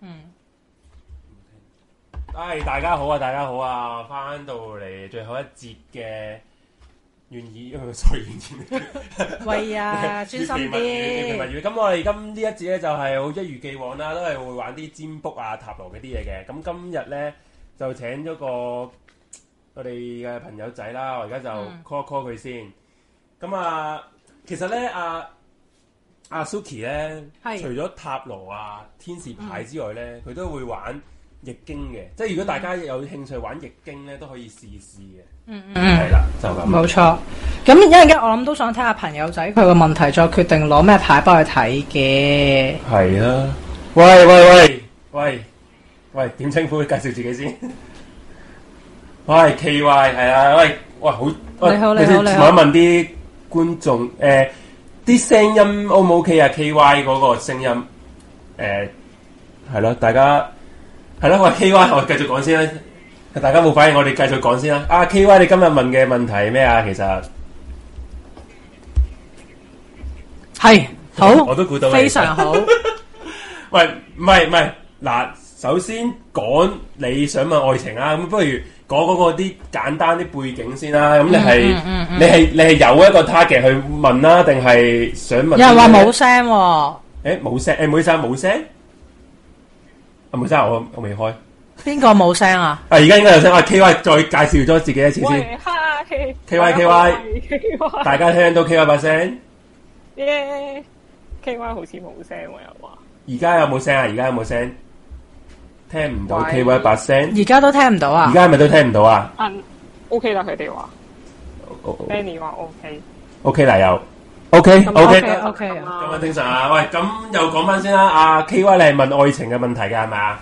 [SPEAKER 4] 嗯，
[SPEAKER 3] 唉，大家好啊，大家好啊，翻到嚟最後一節嘅願意，呃，sorry，願意。<laughs>
[SPEAKER 4] 喂啊，專心
[SPEAKER 3] 粵劇物粵劇物語
[SPEAKER 4] 啲。
[SPEAKER 3] 咁我哋今呢一節咧就係、好一如既往啦，都係會玩啲占卜啊、塔羅嗰啲嘢嘅。咁今日咧就請咗個我哋嘅朋友仔啦，我而家就
[SPEAKER 4] 嗯
[SPEAKER 3] call call 佢先。咁啊，其實咧阿阿 Suki 咧，
[SPEAKER 4] 係嗯
[SPEAKER 3] 除咗塔羅啊、天使牌之外咧，佢、都會玩易經嘅。即係如果大家有興趣玩易經咧，都可以試試嘅。
[SPEAKER 4] 嗯嗯。
[SPEAKER 3] 係啦、就咁。
[SPEAKER 4] 冇錯，咁一陣間我諗都想睇下朋友仔佢個問題，再決定攞咩牌幫佢睇嘅。
[SPEAKER 3] 系啊，喂喂喂喂喂，點稱呼？介紹自己先。喂，K Y 係啊，喂喂好，喂
[SPEAKER 4] 你好你
[SPEAKER 3] 先
[SPEAKER 4] 好你好
[SPEAKER 3] 問一問啲觀眾，诶、啲聲音 O 唔 OK 啊？K Y 嗰個聲音，诶、係咯，大家係咯，喂 K Y，我繼續講先啦。大家冇反應，我哋繼續講先啦。啊，K Y，你今日問嘅問題係咩啊？其實
[SPEAKER 4] 係好，
[SPEAKER 3] 我都估到你
[SPEAKER 4] 非
[SPEAKER 3] <laughs>
[SPEAKER 4] 常好。
[SPEAKER 3] 喂，唔係唔係，嗱，首先講你想問愛情啊，咁不如講嗰個啲簡單啲背景先啦。咁你係
[SPEAKER 4] 嗯嗯嗯
[SPEAKER 3] 你係你係有一個 target 去問啦，定係想問？
[SPEAKER 4] 有人話冇。聲喎，
[SPEAKER 3] 誒冇聲，誒唔好意思啊冇聲。啊冇聲，我我未開。啊
[SPEAKER 4] 邊個冇聲啊？
[SPEAKER 3] 而家應該有聲。啊 K Y 再介紹咗自己一次先，
[SPEAKER 6] 喂嗨
[SPEAKER 3] K Y，K Y
[SPEAKER 6] ，K Y，
[SPEAKER 3] 大家聽到 K Y 把聲。
[SPEAKER 6] 耶，K Y 好似冇聲喎，又話
[SPEAKER 3] 而家有冇聲啊？而家有冇聲？聽唔到
[SPEAKER 6] 喂
[SPEAKER 3] K Y 把聲。
[SPEAKER 4] 而家都聽唔到啊
[SPEAKER 3] 而！家係咪都聽唔到啊
[SPEAKER 6] 嗯 OK 啦，佢哋話
[SPEAKER 3] 哦哦
[SPEAKER 6] Benny 話 OK，
[SPEAKER 3] ？OK 啦，又 OK
[SPEAKER 6] 咁
[SPEAKER 3] OK。
[SPEAKER 4] OK，OK
[SPEAKER 6] 咁
[SPEAKER 3] 咁啊，
[SPEAKER 6] 啊
[SPEAKER 3] 正常啊。喂，咁又講翻先啦。阿 K Y 你係問愛情嘅問題嘅係咪啊？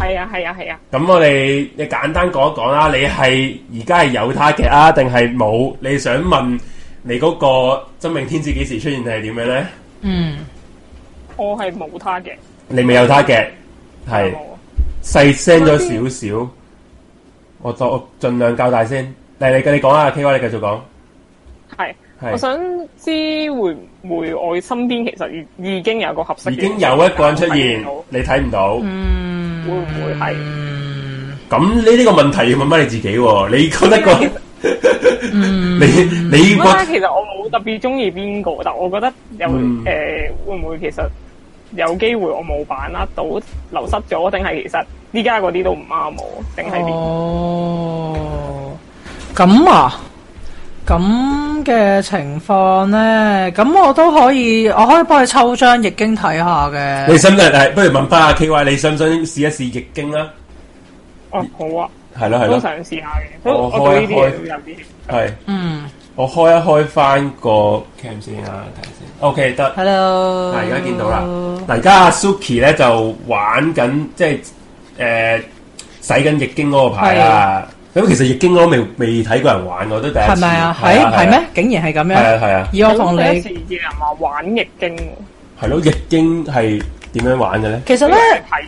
[SPEAKER 6] 係啊係啊係啊，
[SPEAKER 3] 咁我哋你簡單講一講啦。你係而家係有 target 啊，定係冇？你想問你嗰個真命天子幾時出現定係點樣咧？
[SPEAKER 4] 嗯，
[SPEAKER 6] 我係冇他嘅，
[SPEAKER 3] 你未有 target，係
[SPEAKER 6] 冇啊
[SPEAKER 3] 細聲咗少少。我當我盡量較大先。嚟，你你講啊，K Y 你繼續講。
[SPEAKER 6] 係。
[SPEAKER 3] 係
[SPEAKER 6] 我想知會唔會我身邊其實已已經有個合適嘅
[SPEAKER 3] 已經有一個人出現，你睇唔到。
[SPEAKER 6] 會唔會係？
[SPEAKER 3] 咁呢呢個問題要問翻你自己喎，你覺得個 <laughs>
[SPEAKER 4] 嗯
[SPEAKER 3] 你你
[SPEAKER 6] 咁
[SPEAKER 3] 覺
[SPEAKER 6] 啦，其實我冇特別中意邊個，但我覺得有誒、
[SPEAKER 3] 嗯
[SPEAKER 6] 會唔會其實有機會我冇把握到流失咗，定係其實依家嗰啲都唔啱我，定係點？
[SPEAKER 4] 哦，咁啊，咁嘅情況咧，咁我都可以，我可以幫佢抽張易經睇下
[SPEAKER 3] 你
[SPEAKER 4] 嘅。
[SPEAKER 3] 想唔想？誒，不如問翻阿 K Y，你想唔想試一試易經啦？
[SPEAKER 6] 哦，好啊，
[SPEAKER 3] 係咯係
[SPEAKER 6] 都
[SPEAKER 3] 咯，
[SPEAKER 6] 想試下嘅，所以
[SPEAKER 3] 我
[SPEAKER 6] 我對呢啲嘢
[SPEAKER 3] 開
[SPEAKER 6] 都有啲興趣。
[SPEAKER 3] 係
[SPEAKER 4] 嗯
[SPEAKER 3] 我開一開翻個 cam 先啊，睇下先。OK 得，嗱
[SPEAKER 4] ，hello，
[SPEAKER 3] 啊而家見到啦。嗱而家阿 Suki 咧就玩緊，即係誒使緊易經嗰個牌啦。咁其實易經我都未未睇過人玩，我都第一次。
[SPEAKER 4] 係咪啊？
[SPEAKER 3] 係
[SPEAKER 4] 係係？咩？竟然係咁
[SPEAKER 3] 係啊
[SPEAKER 4] 樣？
[SPEAKER 3] 係啊。
[SPEAKER 4] 以我同
[SPEAKER 6] 咁第一
[SPEAKER 4] 你
[SPEAKER 6] 次，見人話玩易經喎，
[SPEAKER 3] 係咯，易經係點樣玩嘅咧？
[SPEAKER 4] 其實
[SPEAKER 6] 咁
[SPEAKER 4] 咧。
[SPEAKER 6] 睇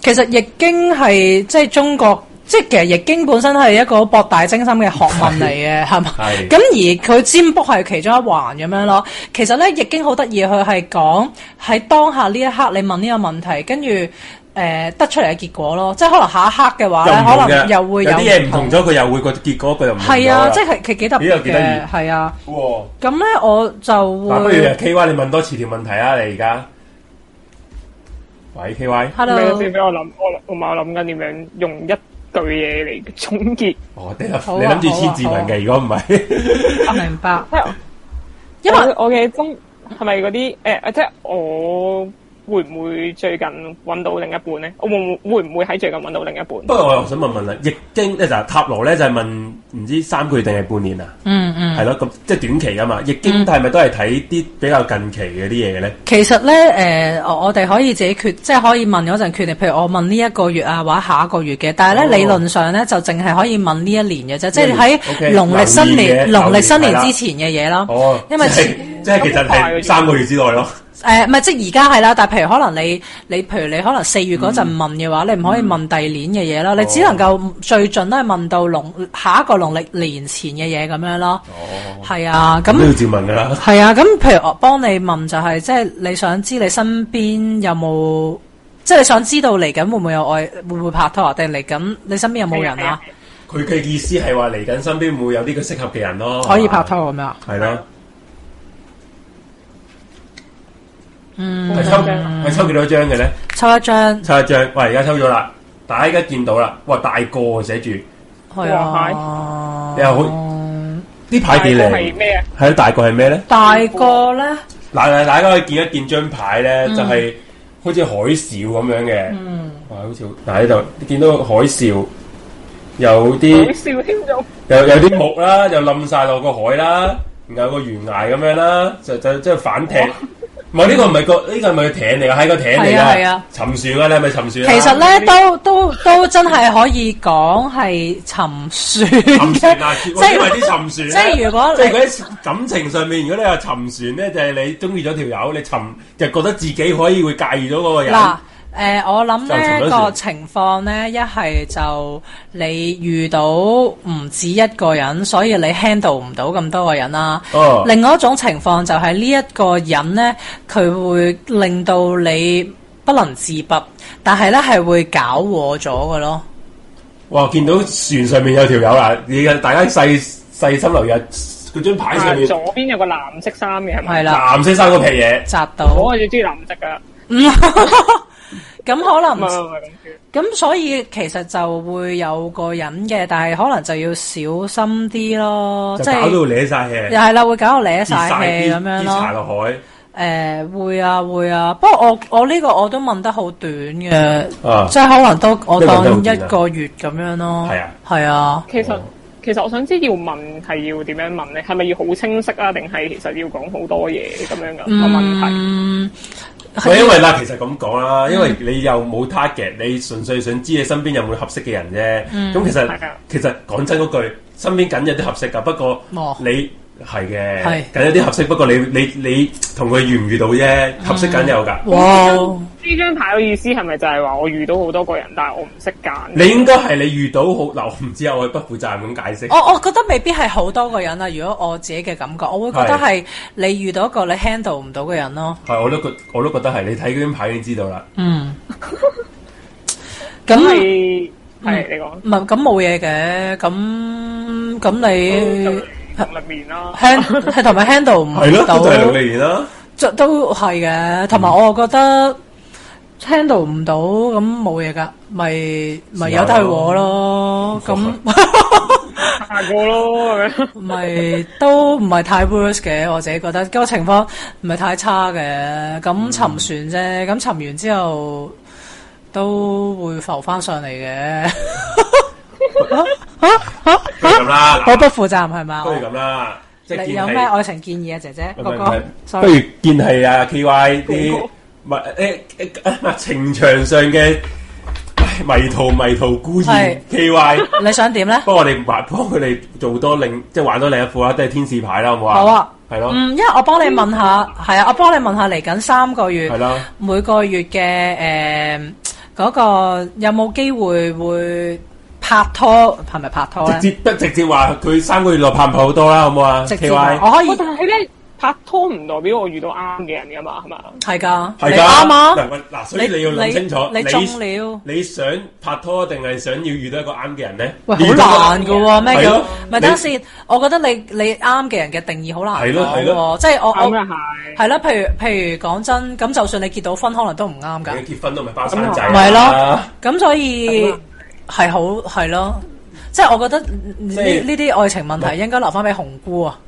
[SPEAKER 4] 其實易經係即係中國，即係其實易經本身係一個博大精深嘅學問嚟嘅，係嘛？
[SPEAKER 3] 係
[SPEAKER 4] 咁而佢占卜係其中一環咁樣咯。其實咧易經好得意，佢係講喺當下呢一刻你問呢個問題，跟住誒得出嚟嘅結果咯。即係可能下一刻嘅
[SPEAKER 3] 又
[SPEAKER 4] 話
[SPEAKER 3] 唔同
[SPEAKER 4] 咧，啊可
[SPEAKER 3] 嘅，
[SPEAKER 4] 能又會
[SPEAKER 3] 有啲嘢唔
[SPEAKER 4] 同
[SPEAKER 3] 同。咗，佢又會個結果佢又唔同咗啦
[SPEAKER 4] 係啊，即係其幾特
[SPEAKER 3] 咦又
[SPEAKER 4] 別
[SPEAKER 3] 幾得意
[SPEAKER 4] 嘅，係啊。
[SPEAKER 3] 哇！
[SPEAKER 4] 咁咧我就
[SPEAKER 3] 嗱，不如
[SPEAKER 4] 會
[SPEAKER 3] K Y 你問多次條問題啊！你而家喂 K Y，
[SPEAKER 6] 咩都
[SPEAKER 4] hello
[SPEAKER 6] 先俾我諗，我同埋我諗緊點樣用一句嘢嚟總結。
[SPEAKER 3] 哦，你
[SPEAKER 4] 好
[SPEAKER 3] 諗
[SPEAKER 4] 啊
[SPEAKER 3] 你諗住
[SPEAKER 4] 好啊
[SPEAKER 3] 黐字文嘅，如果唔係， <laughs>
[SPEAKER 4] 明白，因
[SPEAKER 6] 因
[SPEAKER 4] 為
[SPEAKER 6] 為我嘅真係咪嗰啲誒，即係我會唔會最近揾到另一半咧？我會唔會會唔會喺最近揾到另一
[SPEAKER 3] 不
[SPEAKER 6] 半？
[SPEAKER 3] 過我又想問問啦，易經咧就係塔羅咧就係問唔知三個月定係半年啊？
[SPEAKER 4] 嗯嗯
[SPEAKER 3] 係。咯，咁即係短期噶嘛？易經係咪都係睇啲比較近期嗰啲嘢嘅咧？
[SPEAKER 4] 其實咧，誒、我我哋可以自己決，即係可以問嗰陣決定。譬如我問呢一個月啊，或者下一個月嘅。但係咧，
[SPEAKER 3] 哦嗯
[SPEAKER 4] 理論上咧，就淨係可以問呢一年嘅啫，即係
[SPEAKER 3] ，OK，
[SPEAKER 4] 喺農曆新年、
[SPEAKER 3] 留意嘅
[SPEAKER 4] 農曆新年
[SPEAKER 3] 留意
[SPEAKER 4] 之前嘅嘢啦。
[SPEAKER 3] 哦，
[SPEAKER 4] 因為
[SPEAKER 3] 即係即係其實係三個月之內咯。
[SPEAKER 4] 誒，唔係即係而家係啦，但係譬如可能你你譬如你可能四月嗰陣問嘅話，你唔可以問第二年嘅嘢
[SPEAKER 3] 哦
[SPEAKER 4] 啦，你只能夠最盡都係問到農下一個農曆年前嘅嘢咁樣咯。
[SPEAKER 3] 哦，
[SPEAKER 4] 係啊，咁
[SPEAKER 3] 咁都要照問噶啦。
[SPEAKER 4] 係啊，咁譬如我幫你問就係、即係你想知你身邊有冇，即係你想知道嚟緊會唔會有愛，會唔會拍拖啊？定嚟緊你身邊有冇人啊？
[SPEAKER 3] 佢嘅意思係話嚟緊身邊會有啲佢適合嘅人咯，
[SPEAKER 4] 可以拍拖咁樣？啊
[SPEAKER 3] 係咯。
[SPEAKER 4] 嗯，
[SPEAKER 3] 係抽係抽幾多張嘅咧？
[SPEAKER 4] 抽一張，
[SPEAKER 3] 抽一張，喂，而家抽咗啦，大家而家見到啦，哇，大個喎寫住
[SPEAKER 4] 係啊，
[SPEAKER 3] 你又好呢排幾靚
[SPEAKER 6] 但係係，咩啊？
[SPEAKER 3] 係咯大個係咩咧？
[SPEAKER 4] 大個咧，
[SPEAKER 3] 嗱，
[SPEAKER 4] 嗯
[SPEAKER 3] 嗱大家可以見一見張牌咧，就係好似海嘯咁樣嘅，
[SPEAKER 4] 嗯
[SPEAKER 3] 哇，好似好嗱呢度你見到海嘯，有
[SPEAKER 6] 好
[SPEAKER 3] 啲
[SPEAKER 6] 笑添咗，
[SPEAKER 3] 有有啲木啦，又冧晒落個海啦，然後有個懸崖咁樣啦，就就即係反艇。唔係呢個唔係個呢個係咪個艇嚟㗎？係個艇嚟
[SPEAKER 4] 係啊係
[SPEAKER 3] 㗎
[SPEAKER 4] 啊，
[SPEAKER 3] 沉船啊！你係咪沉船啊？
[SPEAKER 4] 其實咧都都都真係可以講係沉船
[SPEAKER 3] 沉船
[SPEAKER 4] <laughs>
[SPEAKER 3] 啊，
[SPEAKER 4] 嘅，
[SPEAKER 3] 結
[SPEAKER 4] 即
[SPEAKER 3] 果因為
[SPEAKER 4] 係
[SPEAKER 3] 啲沉船呢，
[SPEAKER 4] 即係如果
[SPEAKER 3] 即係
[SPEAKER 4] 你
[SPEAKER 3] 佢喺感情上面，如果你話沉船咧，就係、你中意咗條友，你沉就覺得自己可以會介意咗嗰個人。
[SPEAKER 4] 嗱，誒、我諗
[SPEAKER 3] 就從
[SPEAKER 4] 呢
[SPEAKER 3] 嗰
[SPEAKER 4] 個
[SPEAKER 3] 時
[SPEAKER 4] 情況呢，一係就你遇到唔止一個人，所以你 handle 唔到咁多個人啦。
[SPEAKER 3] 哦
[SPEAKER 4] 另外一種情況就係呢一個人呢，佢會令到你不能自拔，但係呢係會搞禍咗嘅咯。
[SPEAKER 3] 哇！見到船上面有條友啦，你嘅大家細細心留意下嗰張牌上
[SPEAKER 4] 啊
[SPEAKER 3] 面
[SPEAKER 6] 左邊有個藍色衫嘅係咪？
[SPEAKER 4] 係啦，
[SPEAKER 3] 藍色衫嗰皮嘢，
[SPEAKER 4] 扎到。
[SPEAKER 6] 我最中意藍色噶，
[SPEAKER 4] 咁可
[SPEAKER 6] 唔係
[SPEAKER 4] 能
[SPEAKER 3] 啊
[SPEAKER 6] 唔係咁住。
[SPEAKER 4] 咁，所以其實就會有個人嘅，但係可能就要小心啲咯，
[SPEAKER 3] 就
[SPEAKER 4] 即
[SPEAKER 3] 搞到
[SPEAKER 4] 係
[SPEAKER 3] 攣晒氣
[SPEAKER 4] 又，係啦，會搞到舐
[SPEAKER 3] 跌
[SPEAKER 4] 晒氣
[SPEAKER 3] 啲
[SPEAKER 4] 咁樣
[SPEAKER 3] 啲茶
[SPEAKER 4] 咯。
[SPEAKER 3] 落海。
[SPEAKER 4] 誒、會啊會啊，不過我我呢個我都問得好短嘅，
[SPEAKER 3] 啊
[SPEAKER 4] 即係可能都我
[SPEAKER 3] 你問得好
[SPEAKER 4] 當
[SPEAKER 3] 短
[SPEAKER 4] 一
[SPEAKER 3] 啊
[SPEAKER 4] 個月咁樣咯。
[SPEAKER 3] 係啊，
[SPEAKER 4] 係啊，
[SPEAKER 6] 其實
[SPEAKER 3] 哦
[SPEAKER 6] 其實我想知要問係要點樣問咧？係咪要好清晰啊？定係其實要講好多嘢咁樣噶個問題？
[SPEAKER 4] 嗯，
[SPEAKER 3] 喂，因為啦，其實咁講啦，因為你又冇 target，你純粹想知你身邊有冇合適嘅人啫。咁、
[SPEAKER 4] 嗯
[SPEAKER 3] 其實
[SPEAKER 6] 係啊
[SPEAKER 3] 其實講真嗰句，身邊梗有啲合適噶，不過
[SPEAKER 4] 哦
[SPEAKER 3] 你係嘅
[SPEAKER 4] 係，
[SPEAKER 3] 梗有啲合適，不過你你你同佢遇唔遇到啫，
[SPEAKER 4] 嗯
[SPEAKER 3] 合適梗有㗎。
[SPEAKER 4] 哇！
[SPEAKER 6] 呢張牌嘅意思係咪就係話我遇到好多個人，但係我唔識揀？
[SPEAKER 3] 你應該係你遇到好嗱，我唔知啊，我係不負責任咁解釋。
[SPEAKER 4] 我我覺得未必係好多個人啦。如果我自己嘅感覺，我會覺得係你遇到一個你 handle 唔到嘅人咯。
[SPEAKER 3] <laughs> 係，我都覺我都覺得係，你睇嗰張牌已經知道啦。
[SPEAKER 4] 嗯，咁唔
[SPEAKER 6] 係
[SPEAKER 4] 嗯
[SPEAKER 6] 係你講
[SPEAKER 4] 係咁冇嘢嘅，咁咁你
[SPEAKER 6] 同入面啦。
[SPEAKER 4] hand 係同埋 handle 唔
[SPEAKER 3] 係咯，
[SPEAKER 4] 到
[SPEAKER 3] 都，係六年啦。
[SPEAKER 4] 就都係嘅。同埋
[SPEAKER 3] 嗯
[SPEAKER 4] 我覺得 handle 唔到，咁冇嘢噶，咪咪由得佢和咯。咁
[SPEAKER 6] 下個咯咁樣。
[SPEAKER 4] <laughs> 咪都唔係太 worse 嘅，我自己覺得個情況唔係太差嘅。
[SPEAKER 3] 嗯
[SPEAKER 4] 咁沉船啫，咁沉完之後都會浮翻上
[SPEAKER 3] <laughs>
[SPEAKER 4] 嚟嘅。
[SPEAKER 3] 不如咁啦，
[SPEAKER 4] 我
[SPEAKER 3] 嗱
[SPEAKER 4] 不負責任係嘛
[SPEAKER 3] 不？如咁啦，即係
[SPEAKER 4] 你
[SPEAKER 3] 見
[SPEAKER 4] 有咩
[SPEAKER 3] 係
[SPEAKER 4] 愛情建議啊，姐姐？
[SPEAKER 3] 唔
[SPEAKER 4] 哥
[SPEAKER 3] 係唔
[SPEAKER 4] 哥
[SPEAKER 3] 係，不如
[SPEAKER 4] ，sorry，
[SPEAKER 3] 見係啊 à, K Y 啲
[SPEAKER 6] 哥
[SPEAKER 3] 迷誒誒情場上嘅唉迷途迷途孤兒
[SPEAKER 4] 係
[SPEAKER 3] K Y，
[SPEAKER 4] 你想點咧？
[SPEAKER 3] 不過我哋玩幫佢哋做多另即係玩多另一副啦，都係天使牌啦，好唔好啊？
[SPEAKER 4] 好啊，
[SPEAKER 3] 係咯，嗯
[SPEAKER 4] 嗯，因為我幫你問下，係啊，我幫你問下嚟緊三個月
[SPEAKER 3] 係，啦，
[SPEAKER 4] 每個月嘅誒嗰個有冇機會會拍拖？係咪拍拖咧
[SPEAKER 3] 直？接不直接話佢三個月內拍唔拍好多啦，好唔好啊
[SPEAKER 4] 直
[SPEAKER 3] ？K
[SPEAKER 4] 接啊
[SPEAKER 3] Y
[SPEAKER 4] 我可以
[SPEAKER 6] 喂，但係咧拍拖唔代表我遇到啱嘅人噶嘛，係嘛？
[SPEAKER 4] 係噶，
[SPEAKER 3] 係
[SPEAKER 4] 你
[SPEAKER 3] 㗎
[SPEAKER 4] 啱
[SPEAKER 3] 嗱
[SPEAKER 4] 啊！
[SPEAKER 3] 喂嗱，所以你要諗清楚，
[SPEAKER 4] 你你中了
[SPEAKER 3] 你想拍拖定係想要遇到一個啱嘅人咧？
[SPEAKER 4] 喂，
[SPEAKER 3] 遇到
[SPEAKER 4] 好難
[SPEAKER 3] 一
[SPEAKER 4] 噶
[SPEAKER 3] 個
[SPEAKER 4] 喎，咩
[SPEAKER 3] 係
[SPEAKER 4] 叫
[SPEAKER 3] 咯？
[SPEAKER 4] 咪等下先，我覺得你你啱嘅人嘅定義好難
[SPEAKER 3] 係咯係
[SPEAKER 4] 講
[SPEAKER 3] 咯
[SPEAKER 4] 喎，即係我
[SPEAKER 6] 啱啊
[SPEAKER 4] 我
[SPEAKER 6] 嘅係。
[SPEAKER 4] 係啦，譬如譬如講真，咁就算你結到婚，可能都唔啱噶，
[SPEAKER 3] 你結婚都唔係包生仔，
[SPEAKER 4] 咪咯。咁所以係好係咯，即係我覺得呢
[SPEAKER 3] 係
[SPEAKER 4] 呢啲愛情問題應該留翻俾紅姑啊，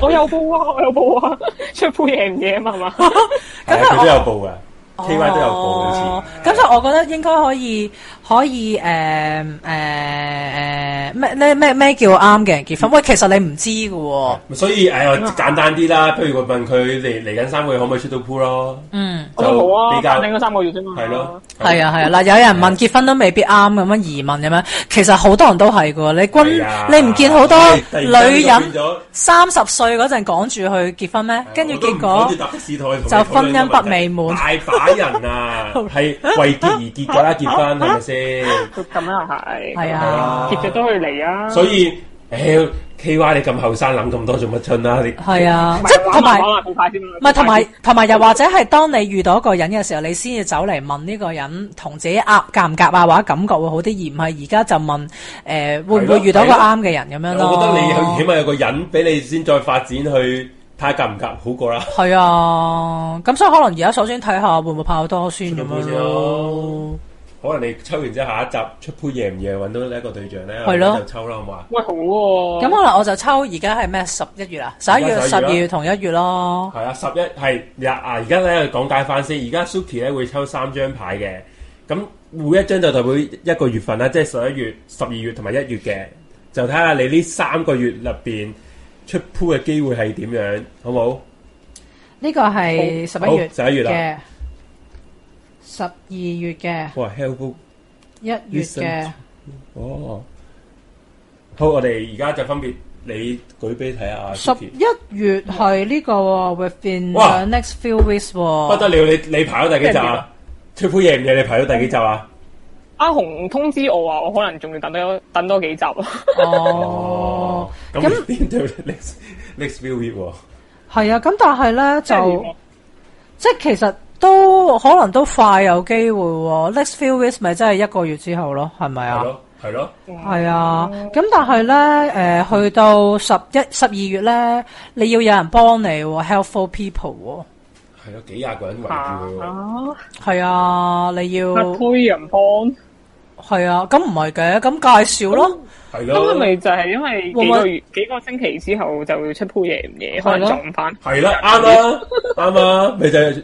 [SPEAKER 6] 我有報啊，我有報啊，出杯夜唔夜啊嘛，係嘛？
[SPEAKER 3] <laughs> 係啊，
[SPEAKER 4] 咁
[SPEAKER 3] 佢都
[SPEAKER 4] 我
[SPEAKER 3] 有報噶，K Y 都有報好
[SPEAKER 4] 哦
[SPEAKER 3] 似。
[SPEAKER 4] 咁所以我覺得應該可以可以誒誒誒咩咩咩咩叫啱嘅人結
[SPEAKER 3] 嗯
[SPEAKER 4] 婚？喂，其實你唔知嘅喎。
[SPEAKER 3] 所以誒，我簡單啲啦，不如我問佢嚟嚟緊三個月可唔可以出到鋪咯？
[SPEAKER 4] 嗯，
[SPEAKER 6] 我都好啊，
[SPEAKER 3] 比較
[SPEAKER 6] 反正嗰三個月啫嘛。
[SPEAKER 3] 係咯，
[SPEAKER 4] 係啊係啊，嗱有人問結婚都未必啱咁樣疑問咁樣，其實好多人都係噶，你
[SPEAKER 3] 係
[SPEAKER 4] 均
[SPEAKER 3] 啊，
[SPEAKER 4] 你唔見好多女
[SPEAKER 3] 突然間
[SPEAKER 4] 人
[SPEAKER 3] 就變咗
[SPEAKER 4] 三十歲嗰陣趕住去結婚咩？跟住結
[SPEAKER 3] 我都
[SPEAKER 4] 果
[SPEAKER 3] 唔趕住搭的士同佢
[SPEAKER 4] 就婚姻不美滿
[SPEAKER 3] 大把人
[SPEAKER 4] <laughs>
[SPEAKER 3] 啊，係為結而結㗎啦，結婚係咪先？
[SPEAKER 6] 咁樣又係。
[SPEAKER 4] 係
[SPEAKER 3] 係
[SPEAKER 4] 啊，
[SPEAKER 3] 啊
[SPEAKER 6] 結咗都去嚟啊。
[SPEAKER 3] 所以，誒 K Y 你咁後生諗咁多做乜春啦？你
[SPEAKER 4] 係啊
[SPEAKER 6] 唔，
[SPEAKER 4] 即
[SPEAKER 6] 係
[SPEAKER 4] 係同埋
[SPEAKER 6] 玩。埋咁快先啦
[SPEAKER 4] 唔係，同埋同埋又或者係當你遇到一個人嘅時候，你先至走嚟問呢個人同自己啱夾唔夾啊，或者感覺會好啲，而唔係而家就問誒、呃、會唔會遇到一個啱嘅人咁樣咯？
[SPEAKER 3] 我覺得你有起碼有個人俾你先再發展去睇下夾唔夾好過啦。
[SPEAKER 4] 係啊，咁所以可能而家首先睇下會唔會拍拖先咁樣咯。
[SPEAKER 3] 可能你抽完之後下一集出鋪夜唔夜揾到呢一個對象咧，
[SPEAKER 4] 係咯
[SPEAKER 3] 就抽啦，好啊嘛？
[SPEAKER 6] 喂好喎。
[SPEAKER 4] 咁可能我就抽而家係咩十一月啊，十一月、
[SPEAKER 3] 而
[SPEAKER 4] 十
[SPEAKER 3] 家11
[SPEAKER 4] 二
[SPEAKER 3] 月
[SPEAKER 4] 月同一月咯。
[SPEAKER 3] 係啊，十一係啊，而家咧講解翻先。而家 Suki 咧會抽三張牌嘅，咁每一張就代表一個月份啦，即係十一月、十二月同埋一月嘅，就睇下你呢三個月入邊出鋪嘅機會係點樣，好冇？
[SPEAKER 4] 呢個係十
[SPEAKER 3] 好
[SPEAKER 4] 一月
[SPEAKER 3] 11月
[SPEAKER 4] 嘅
[SPEAKER 3] 啦，
[SPEAKER 4] 十二月嘅，
[SPEAKER 3] 哇 h e l p
[SPEAKER 4] 一月嘅
[SPEAKER 3] Listen。哦，好，我哋而家就分別你舉杯睇下啊
[SPEAKER 4] 十
[SPEAKER 3] Suki。
[SPEAKER 4] 一月係呢個喎，within
[SPEAKER 3] 哇
[SPEAKER 4] the next few weeks
[SPEAKER 3] 不
[SPEAKER 4] 喎。
[SPEAKER 3] 得了，你你排到第幾集啊？出鋪夜唔夜？你排到第幾集啊？
[SPEAKER 6] 阿紅通知我話，我可能仲要等多等多幾集。
[SPEAKER 4] 哦，
[SPEAKER 3] 咁
[SPEAKER 4] 咁
[SPEAKER 3] 邊度 <laughs> next next few week 喎？
[SPEAKER 4] 係啊，咁但係咧
[SPEAKER 6] 即係點
[SPEAKER 4] 就
[SPEAKER 6] 啊
[SPEAKER 4] 即係其實都可能都快有機會喎。Next few weeks 咪真係一個月之後咯，係咪
[SPEAKER 3] 係？
[SPEAKER 4] 啊
[SPEAKER 3] 咯，哦係咯，
[SPEAKER 4] 係啊，咁但係咧，誒、去到十一、十二月咧，你要有人幫你喎，helpful people 喎。
[SPEAKER 3] 係咯，幾廿個人圍住佢喎。
[SPEAKER 6] 啊，
[SPEAKER 4] 係啊，你要
[SPEAKER 6] 啊推人幫，
[SPEAKER 4] 係啊，咁唔係嘅，咁介紹咯，
[SPEAKER 3] 係
[SPEAKER 6] 咁
[SPEAKER 3] 咯，
[SPEAKER 6] 係咪就係因為幾
[SPEAKER 4] 會唔
[SPEAKER 6] 個
[SPEAKER 4] 會
[SPEAKER 6] 月幾個星期之後就會出鋪嘢唔嘢，
[SPEAKER 4] 係咯
[SPEAKER 6] 可能撞翻？
[SPEAKER 3] 係啦，啱啦，啱啦，咪就係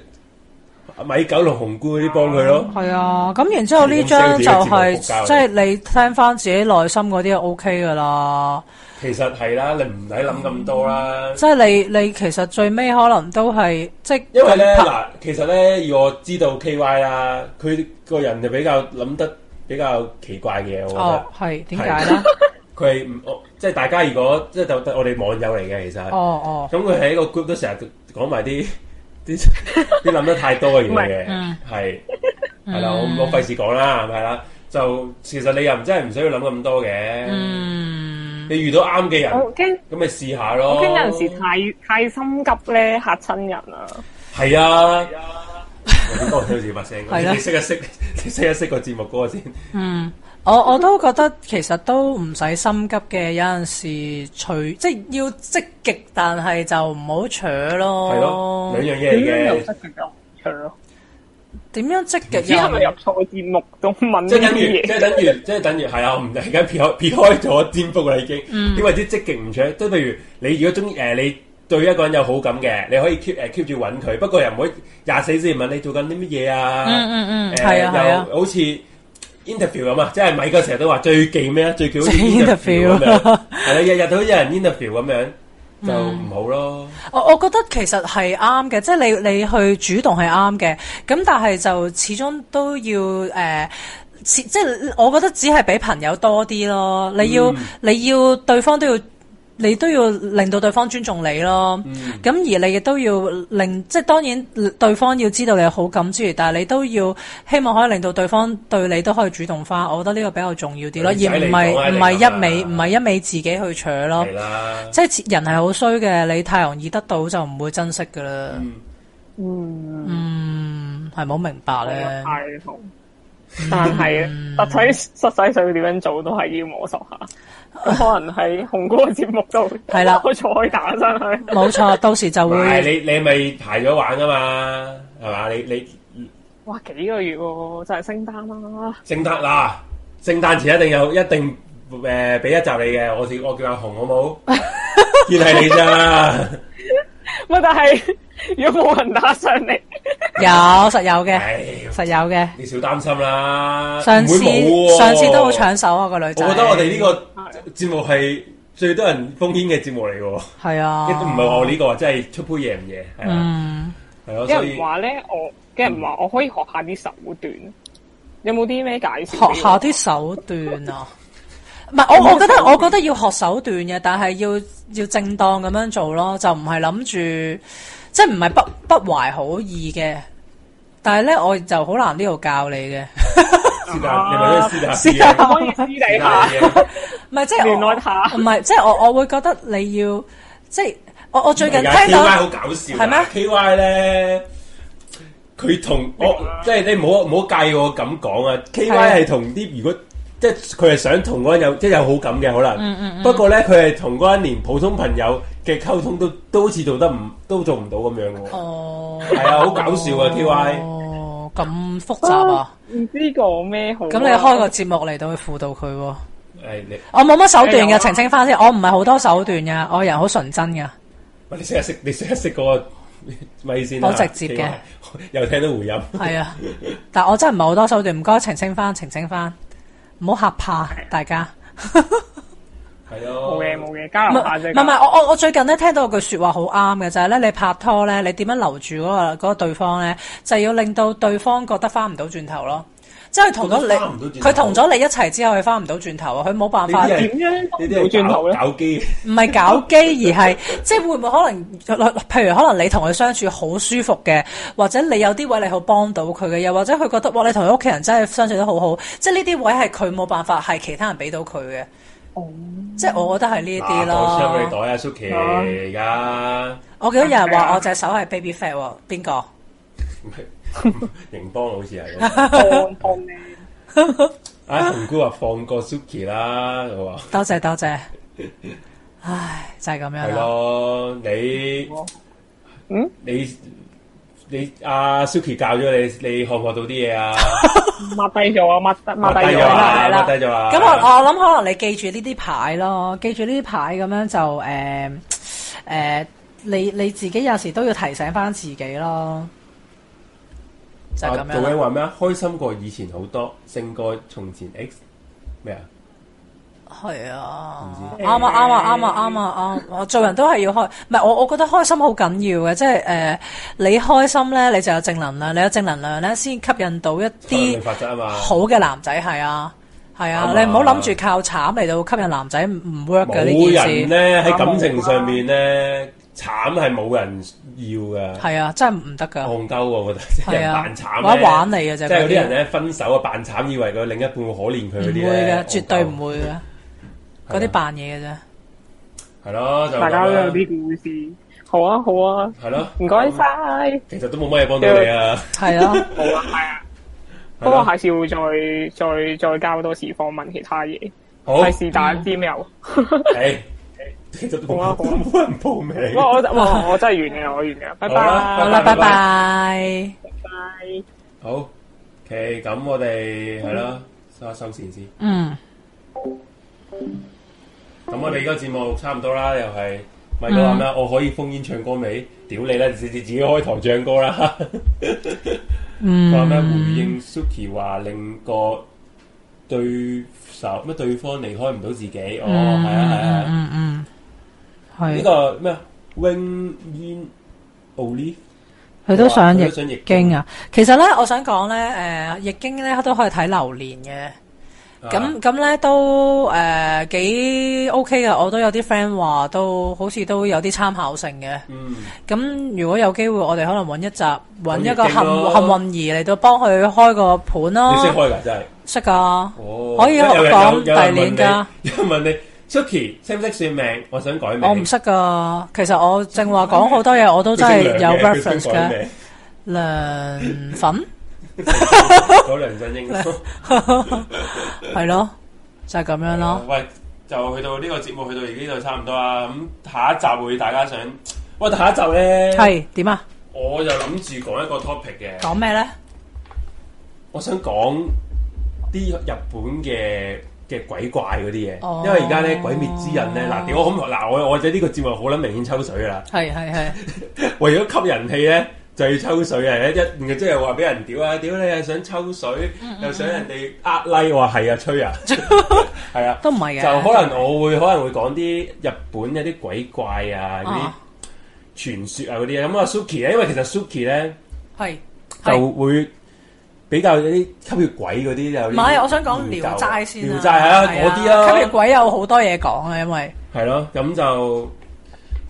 [SPEAKER 3] 米九同紅姑嗰啲幫佢咯。
[SPEAKER 4] 係啊，咁然之後呢張就係、即係你聽翻自己內心嗰啲就 OK 噶啦，
[SPEAKER 3] 其實係啦，你唔使諗咁多啦。
[SPEAKER 4] 即係你你其實最尾可能都係即係
[SPEAKER 3] 因為咧
[SPEAKER 4] 拍
[SPEAKER 3] 嗱，其實咧以我知道 K Y 啦，佢個人就比較諗得比較奇怪嘅，我覺
[SPEAKER 4] 哦
[SPEAKER 3] 得。
[SPEAKER 4] 係點解咧？
[SPEAKER 3] 佢係唔我即係大家如果即係就我哋網友嚟嘅，其實。
[SPEAKER 4] 哦哦，
[SPEAKER 3] 咁佢喺個 group 都成日講埋啲啲 <laughs> 啲諗得太多嘅嘢嘅
[SPEAKER 4] 嗯，
[SPEAKER 3] 係係啦，我我費事講啦，係咪啦？就其實你又唔真係唔需要諗咁多嘅，
[SPEAKER 4] 嗯，
[SPEAKER 3] 你遇到啱嘅人
[SPEAKER 6] 我驚
[SPEAKER 3] 咁咪試下
[SPEAKER 6] 我
[SPEAKER 3] 咯。
[SPEAKER 6] 驚有陣時太太心急咧嚇親人啊！
[SPEAKER 3] 係啊，我點解我聽到自己把聲？
[SPEAKER 4] 係啦
[SPEAKER 3] 你識一 <laughs> 識，你識一識個節目嗰個先。
[SPEAKER 4] 我我都覺得其實都唔使心急嘅，有陣時隨即係要積極，但係就唔好扯咯。
[SPEAKER 3] 係咯，兩樣嘢
[SPEAKER 6] 點樣
[SPEAKER 3] 嚟
[SPEAKER 6] 又
[SPEAKER 3] 嘅
[SPEAKER 6] 得，嘅咁長咯？
[SPEAKER 4] 點樣積
[SPEAKER 6] 唔知
[SPEAKER 4] 極
[SPEAKER 6] 係咪
[SPEAKER 4] 又
[SPEAKER 6] 入錯節目中問
[SPEAKER 3] 即
[SPEAKER 6] 啲
[SPEAKER 3] 係等於，
[SPEAKER 6] 嘢
[SPEAKER 3] 即？係等於，即係等於，係啊！我唔突然間撇開撇開咗占卜啦，已經。
[SPEAKER 4] 嗯
[SPEAKER 3] 因為啲積極唔搶，即係譬如你如果中意誒，你對一個人有好感嘅，你可以 keep 誒 keep 住揾佢，不過又唔可以廿四小時問你做緊啲乜嘢啊？
[SPEAKER 4] 嗯嗯嗯
[SPEAKER 3] 誒
[SPEAKER 4] 係啊係啊
[SPEAKER 3] 又好似 interview 咁啊，即係米哥成日都話最忌咩啊？最忌好似
[SPEAKER 4] <laughs> interview
[SPEAKER 3] interview 咁樣，係啦，日日都有人 interview 咁樣，就
[SPEAKER 4] 嗯
[SPEAKER 3] 唔好咯。
[SPEAKER 4] 我我覺得其實係啱嘅，即係你你去主動係啱嘅，咁但係就始終都要誒。呃始即係我覺得只係比朋友多啲咯，你要、
[SPEAKER 3] 嗯
[SPEAKER 4] 你要對方都要，你都要令到對方尊重你咯。
[SPEAKER 3] 嗯
[SPEAKER 4] 咁、而你亦都要令，即係當然對方要知道你有好感之餘，但係你都要希望可以令到對方對你都可以主動翻。我覺得呢個比較重要啲咯，而
[SPEAKER 3] 女仔
[SPEAKER 4] 唔
[SPEAKER 3] 嚟講啊
[SPEAKER 4] 係唔係
[SPEAKER 3] 你講啊
[SPEAKER 4] 一味唔係一味自己去搶咯
[SPEAKER 3] 係。啦，
[SPEAKER 4] 即係人係好衰嘅，你太容易得到就唔會珍惜噶啦。
[SPEAKER 6] 嗯，
[SPEAKER 4] 嗯，係咪好明白咧？
[SPEAKER 3] 啊
[SPEAKER 6] 太好。但係
[SPEAKER 4] 嗯
[SPEAKER 6] 實體實際上點樣做都係要摸索下。咁可能喺紅哥嘅節目度，
[SPEAKER 4] 係啦
[SPEAKER 6] 我再打上去。
[SPEAKER 4] 冇錯，到時
[SPEAKER 3] <laughs>
[SPEAKER 4] 就
[SPEAKER 3] 唔係
[SPEAKER 4] 會
[SPEAKER 3] 你你咪排咗玩啊嘛，係嘛？你你。
[SPEAKER 6] 哇，幾個月喎，就係升單啦。
[SPEAKER 3] 聖誕嗱，聖誕前一定有一定誒俾、一集你嘅，我叫我叫阿紅好
[SPEAKER 4] <laughs>
[SPEAKER 3] 冇？見係你咋？
[SPEAKER 6] 喂，啊但係 <laughs> 如果冇人打上嚟，
[SPEAKER 4] 有實有嘅，
[SPEAKER 3] 唉，
[SPEAKER 4] 實有嘅。
[SPEAKER 3] 你少擔心啦。
[SPEAKER 4] 上次
[SPEAKER 3] 唔會冇喎
[SPEAKER 4] 上次都好搶手啊個女仔。
[SPEAKER 3] 我覺得我哋呢個節目係最多人烽煙嘅節目嚟喎，
[SPEAKER 4] 係啊，
[SPEAKER 3] 亦都唔係話我呢個真係出杯嘢唔嘢，係啊，
[SPEAKER 4] 嗯
[SPEAKER 3] 係咯，
[SPEAKER 6] 有
[SPEAKER 3] 所以嗯
[SPEAKER 6] 人話咧，我有人話我可以學下啲手段。有冇啲咩介紹？
[SPEAKER 4] 學下啲手段啊。唔係，我我覺得我覺得要學手段嘅，但係要要正當咁樣做咯，就唔係諗住，即係唔係不不懷好意嘅。但係咧，我就好難呢度教你嘅。
[SPEAKER 3] 是但，你咪都是但
[SPEAKER 4] 是
[SPEAKER 3] 試
[SPEAKER 4] 但
[SPEAKER 3] 下
[SPEAKER 6] 可以私
[SPEAKER 4] <laughs>
[SPEAKER 6] 底下
[SPEAKER 3] 試下
[SPEAKER 4] 唔係即係我
[SPEAKER 6] 聯絡一下
[SPEAKER 4] 唔係即係我我會覺得你要即係我我最近聽
[SPEAKER 3] K Y 好
[SPEAKER 4] 到
[SPEAKER 3] 搞笑㗎，
[SPEAKER 4] 係咩
[SPEAKER 3] ？K Y 咧，佢同我即係你唔好唔好介意我咁講啊。K
[SPEAKER 4] 係啊
[SPEAKER 3] Y 係同啲如果即係佢係想同嗰個人有即係有好感嘅可能，不過咧佢係同嗰個人連普通朋友嘅溝通都都好似做得唔都做唔到咁樣嘅喎。
[SPEAKER 4] 哦，
[SPEAKER 3] 係啊，好搞笑啊！K Y
[SPEAKER 4] 哦咁複雜啊！
[SPEAKER 6] 唔知講咩好啊。
[SPEAKER 4] 咁你開個節目嚟到去輔導佢喎。
[SPEAKER 3] 誒你
[SPEAKER 4] 我冇乜手段
[SPEAKER 6] 係
[SPEAKER 3] 哎
[SPEAKER 4] 嘅，
[SPEAKER 6] 啊
[SPEAKER 4] 澄清翻先，我唔係好多手段嘅，我人好純
[SPEAKER 3] <laughs>
[SPEAKER 4] 真嘅。
[SPEAKER 3] 喂你識一識你識一識嗰個 <laughs> 咪先
[SPEAKER 4] 好直接嘅
[SPEAKER 3] 嘅，又聽到回音。
[SPEAKER 4] 係啊，但我真係唔係好多手段，唔該澄清翻，澄清翻，唔好嚇怕大家。
[SPEAKER 3] 係咯，
[SPEAKER 6] 冇嘢冇嘢，交
[SPEAKER 4] 唔
[SPEAKER 6] 流下啫。
[SPEAKER 4] 係唔係，我我我最近咧聽到句説話好啱嘅，就係咧你拍拖咧，你點樣留住嗰、個嗰、個對方咧，就係要令到對方覺得翻唔到轉頭咯。即係佢同咗
[SPEAKER 3] 覺得返唔到
[SPEAKER 4] 你，
[SPEAKER 3] 轉頭
[SPEAKER 4] 佢同咗你一齊之後，佢翻唔到轉頭啊！佢冇辦法
[SPEAKER 3] 呢啲，係
[SPEAKER 6] 點樣
[SPEAKER 3] 呢
[SPEAKER 6] 冇
[SPEAKER 3] 啲
[SPEAKER 6] 轉
[SPEAKER 3] 係
[SPEAKER 6] 頭咧？
[SPEAKER 3] 搞搞基。
[SPEAKER 4] 唔係搞基，而係 <laughs> 即係會唔會可能， <laughs> 譬如可能你同佢相處好舒服嘅，或者你有啲位你好幫到佢嘅，又或者佢覺得哇，你同佢屋企人真係相處得好好，即係呢啲位係佢冇辦法，係其他人俾到佢嘅。
[SPEAKER 3] 哦
[SPEAKER 4] 即係我覺得係呢啲
[SPEAKER 3] 啊講出你
[SPEAKER 4] 咯。
[SPEAKER 3] 袋啊，Suki 而家
[SPEAKER 4] 我記得有人話我隻手係 baby fat 喎，邊個？
[SPEAKER 3] <laughs> 營邦好似係
[SPEAKER 4] <laughs>
[SPEAKER 3] 咁。
[SPEAKER 6] 幫幫咩？
[SPEAKER 3] 啊，紅姑話放過 Suki 啦，佢話
[SPEAKER 4] 多謝多
[SPEAKER 3] <laughs>
[SPEAKER 4] 謝。唉，就係、咁樣
[SPEAKER 3] 係
[SPEAKER 4] 啦。
[SPEAKER 3] 咯，你
[SPEAKER 6] 嗯，
[SPEAKER 3] 你你阿 Suki 教咗你，你學唔學到啲嘢啊？
[SPEAKER 6] 抹低咗啊，抹低抹低
[SPEAKER 3] 低
[SPEAKER 6] 咗
[SPEAKER 3] 咗
[SPEAKER 6] 啦。
[SPEAKER 3] 啊
[SPEAKER 4] 係啦
[SPEAKER 3] 抹低咗啊
[SPEAKER 4] 咁我我諗可能你記住呢啲牌咯，記住呢啲牌咁樣就誒誒、呃你你自己有時都要提醒翻自己咯， <laughs> 就係咁
[SPEAKER 3] 啊
[SPEAKER 4] 樣
[SPEAKER 3] 杜
[SPEAKER 4] 啦。
[SPEAKER 3] 永話咩啊？開心過以前好多，勝過從前 X 咩啊？
[SPEAKER 4] 係啊，
[SPEAKER 3] 唔
[SPEAKER 4] 啱啊啱啊啱啊啱啊啱！我做人都係要開，唔係我我覺得開心好緊要嘅，即係誒、呃你開心咧，你就有正能量，你有正能量咧，先吸引到一
[SPEAKER 3] 吸引
[SPEAKER 4] 啲
[SPEAKER 3] 力法則啊嘛，
[SPEAKER 4] 好嘅男仔係啊，係啊，
[SPEAKER 3] 啱啊
[SPEAKER 4] 你唔好諗住靠慘嚟到吸引男仔，唔唔 work
[SPEAKER 3] 冇
[SPEAKER 4] 嘅呢件
[SPEAKER 3] 人
[SPEAKER 4] 事。
[SPEAKER 3] 咧喺感情上面咧慘係冇人要噶，
[SPEAKER 4] 係啊，真係唔得噶，
[SPEAKER 3] 戇鳩我覺得，即係
[SPEAKER 4] 係
[SPEAKER 3] 人
[SPEAKER 4] 啊
[SPEAKER 3] 扮慘
[SPEAKER 4] 或者
[SPEAKER 3] 咧
[SPEAKER 4] 玩你嘅啫
[SPEAKER 3] 即係有
[SPEAKER 4] 嗰啲
[SPEAKER 3] 啲人咧分手啊扮慘，以為佢另一半會可憐佢
[SPEAKER 4] 唔
[SPEAKER 3] 嗰
[SPEAKER 4] 會
[SPEAKER 3] 啲咧啊
[SPEAKER 4] 嘅，，絕對唔會嘅，嗰啲
[SPEAKER 3] 扮
[SPEAKER 4] 扮嘢嘅啫。
[SPEAKER 3] 係咯，就
[SPEAKER 6] 大家都有
[SPEAKER 3] 啲
[SPEAKER 6] 啲故事。好啊，好啊，
[SPEAKER 3] 係咯，
[SPEAKER 6] 唔該晒。
[SPEAKER 3] 其實都冇乜嘢幫到你啊，
[SPEAKER 4] 係啊，
[SPEAKER 6] 好啊，係啊。
[SPEAKER 3] 係
[SPEAKER 6] 不
[SPEAKER 3] 咯
[SPEAKER 6] 過下次會再再再交多時訪問其他嘢，
[SPEAKER 3] 好，
[SPEAKER 6] 係是但 email。 <laughs>
[SPEAKER 3] 誒其實都
[SPEAKER 6] 好啊啊
[SPEAKER 3] 冇
[SPEAKER 6] 好啊
[SPEAKER 3] 都冇人報名，
[SPEAKER 6] 哇！我哇我真係完嘅，我完嘅，拜
[SPEAKER 3] 好啦
[SPEAKER 4] 好
[SPEAKER 6] 拜
[SPEAKER 4] 啦，拜
[SPEAKER 3] 拜拜
[SPEAKER 4] 拜。
[SPEAKER 6] 拜。
[SPEAKER 3] 好，OK，咁我哋係啦，收一收線先。
[SPEAKER 4] 嗯，
[SPEAKER 3] 咁我哋而家節目差唔多啦，又係咪哥話咩？我可以封煙唱歌未？屌你啦，自自自己開台唱歌啦。佢話咩？回應 Suki 話令個對手咩對方離開唔到自己。哦，係啊係啊，呢、
[SPEAKER 4] 嗯係，
[SPEAKER 3] 個咩？Wing 煙 Olive
[SPEAKER 4] 佢都想
[SPEAKER 3] 佢
[SPEAKER 4] 易
[SPEAKER 3] 都想易
[SPEAKER 4] 經啊。其實咧，我想講咧，誒，易經咧都可以睇流年嘅。咁咁咧都誒幾 OK 嘅，我都有啲 friend 話都好似都有啲參考性嘅。
[SPEAKER 3] 嗯，
[SPEAKER 4] 咁如果有機會，我哋可能揾一集揾一個
[SPEAKER 3] 易經
[SPEAKER 4] 幸
[SPEAKER 3] 咯
[SPEAKER 4] 幸運兒嚟到幫佢開個盤咯。
[SPEAKER 3] 你識開㗎真係。
[SPEAKER 4] 識噶，
[SPEAKER 3] 哦，
[SPEAKER 4] 可以
[SPEAKER 3] 有人
[SPEAKER 4] 講
[SPEAKER 3] 有
[SPEAKER 4] 第
[SPEAKER 3] 有人
[SPEAKER 4] 年
[SPEAKER 3] 問
[SPEAKER 4] 噶。
[SPEAKER 3] 你有人問你 Suki 識唔識算命？我想改名。
[SPEAKER 4] 我唔識噶，其實我正話講好多嘢，我都
[SPEAKER 3] 佢
[SPEAKER 4] 真
[SPEAKER 3] 姓 <laughs>
[SPEAKER 4] 係
[SPEAKER 3] 梁
[SPEAKER 4] 有
[SPEAKER 3] 嘅佢
[SPEAKER 4] reference
[SPEAKER 3] 想改
[SPEAKER 4] 嘅。
[SPEAKER 3] 名
[SPEAKER 4] 梁粉 <laughs>
[SPEAKER 3] 嗰梁振英。
[SPEAKER 4] 係咯，就係咁樣咯。
[SPEAKER 3] <laughs> 喂，就去到呢個節目去到而家呢度差唔多啦。咁下一集會大家想，喂，下一集咧，
[SPEAKER 4] 係點啊？
[SPEAKER 3] 我就諗住講一個 topic 嘅，
[SPEAKER 4] 講咩咧？
[SPEAKER 3] 我想講啲日本嘅嘅鬼怪嗰啲嘢，
[SPEAKER 4] 哦
[SPEAKER 3] 因為而家咧鬼滅之刃咧，嗱，屌我咁嗱，我我哋呢個節目好撚明顯抽水㗎啦，
[SPEAKER 4] 係係係，
[SPEAKER 3] <laughs> 為咗吸人氣咧。就要抽水啊！一一即係話俾人屌啊！屌你又想抽水，
[SPEAKER 4] 嗯
[SPEAKER 3] 又想人哋呃 like，我話係啊，吹啊， <laughs> 係啊，
[SPEAKER 4] 都唔係嘅。
[SPEAKER 3] 就可能我會可能會講啲日本有啲鬼怪啊，
[SPEAKER 4] 啊
[SPEAKER 3] 啲傳說啊嗰啲啊。咁啊，Suki 咧，因為其實 Suki 咧
[SPEAKER 4] 係係
[SPEAKER 3] 就會比較有啲吸血鬼嗰啲有啲
[SPEAKER 4] 唔係？我想講
[SPEAKER 3] 研究啊
[SPEAKER 4] 聊齋先
[SPEAKER 3] 聊
[SPEAKER 4] 啦。
[SPEAKER 3] 齋係啊，
[SPEAKER 4] 係
[SPEAKER 3] 嗰啲啦，
[SPEAKER 4] 吸血鬼有好多嘢講啊，因為
[SPEAKER 3] 係咯，咁就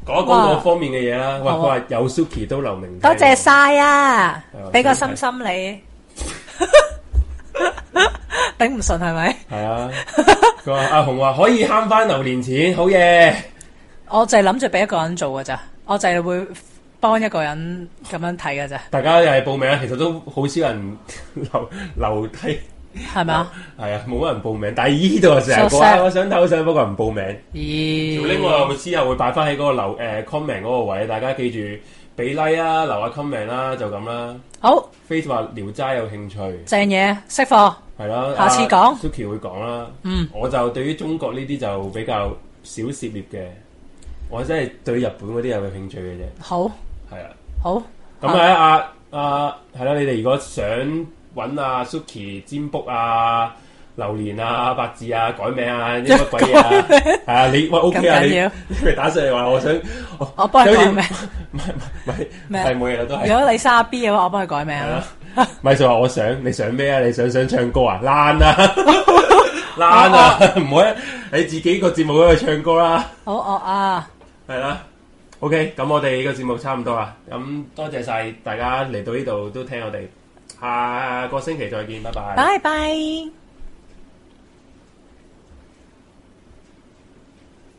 [SPEAKER 3] 講一講
[SPEAKER 4] 哇
[SPEAKER 3] 嗰方面嘅嘢啦。喂，佢
[SPEAKER 4] 好啊
[SPEAKER 3] 話有 Suki 都留名聽，
[SPEAKER 4] 多謝晒啊
[SPEAKER 3] 係啊，
[SPEAKER 4] 俾個心心你。 <laughs> 頂唔順係咪？
[SPEAKER 3] 係啊，佢話阿紅話可以慳翻榴蓮錢，好嘢。
[SPEAKER 4] 我就係諗住俾一個人做㗎咋，我就係會幫一個人咁樣睇㗎咋，
[SPEAKER 3] 大家又係報名啊，其實都好少人留 <laughs> 留低。
[SPEAKER 4] 係咪啊？
[SPEAKER 3] 係啊，冇乜人報名，但係依度啊成日
[SPEAKER 4] So
[SPEAKER 3] 講
[SPEAKER 4] sad
[SPEAKER 3] 啊，我想睇，我想睇不過唔報名。條 link 我又
[SPEAKER 4] 咦，
[SPEAKER 3] 會之後會擺翻喺嗰個留誒、呃 comment 嗰個位，大家記住俾 like 啊，留下 comment 啦、就咁啦。
[SPEAKER 4] 好
[SPEAKER 3] Face 話聊齋有興趣，
[SPEAKER 4] 正嘢，識貨，
[SPEAKER 3] 係啦，
[SPEAKER 4] 下次
[SPEAKER 3] 啊
[SPEAKER 4] 講
[SPEAKER 3] Suki 會講啦。
[SPEAKER 4] 嗯，
[SPEAKER 3] 我就對於中國呢啲就比較少涉獵嘅，我真係對日本嗰啲有興趣嘅啫。
[SPEAKER 4] 好，
[SPEAKER 3] 係啊，
[SPEAKER 4] 好，
[SPEAKER 3] 咁咧啊啊係啦，你哋如果想揾啊 Suki 占卜啊。榴蓮啊、八字啊、改名啊、
[SPEAKER 4] <laughs>
[SPEAKER 3] 啲乜鬼嘢啊，係啊，你喂 OK 啊，
[SPEAKER 4] 咁
[SPEAKER 3] 你
[SPEAKER 4] 緊要
[SPEAKER 3] <laughs> 你咪打上嚟話我想，我
[SPEAKER 4] 我幫你改名。
[SPEAKER 3] <laughs> 唔係唔係唔
[SPEAKER 4] 咩
[SPEAKER 3] 係，係冇嘢啦，都
[SPEAKER 4] 如
[SPEAKER 3] 係
[SPEAKER 4] 果你沙 B 嘅話，我幫佢改名
[SPEAKER 3] 係
[SPEAKER 4] 啦
[SPEAKER 3] 啦。。咪就話我想，你想咩啊？你想想唱歌啊？爛
[SPEAKER 4] <laughs>
[SPEAKER 3] 啊， <laughs> 爛啊，唔好啊！你自己個節目喺度唱歌啦，
[SPEAKER 4] 好惡啊！
[SPEAKER 3] 係啦。OK，咁我哋個節目差唔多啦，咁多謝晒大家嚟到呢度都聽我哋，下個星期再見，拜拜。
[SPEAKER 4] 拜拜。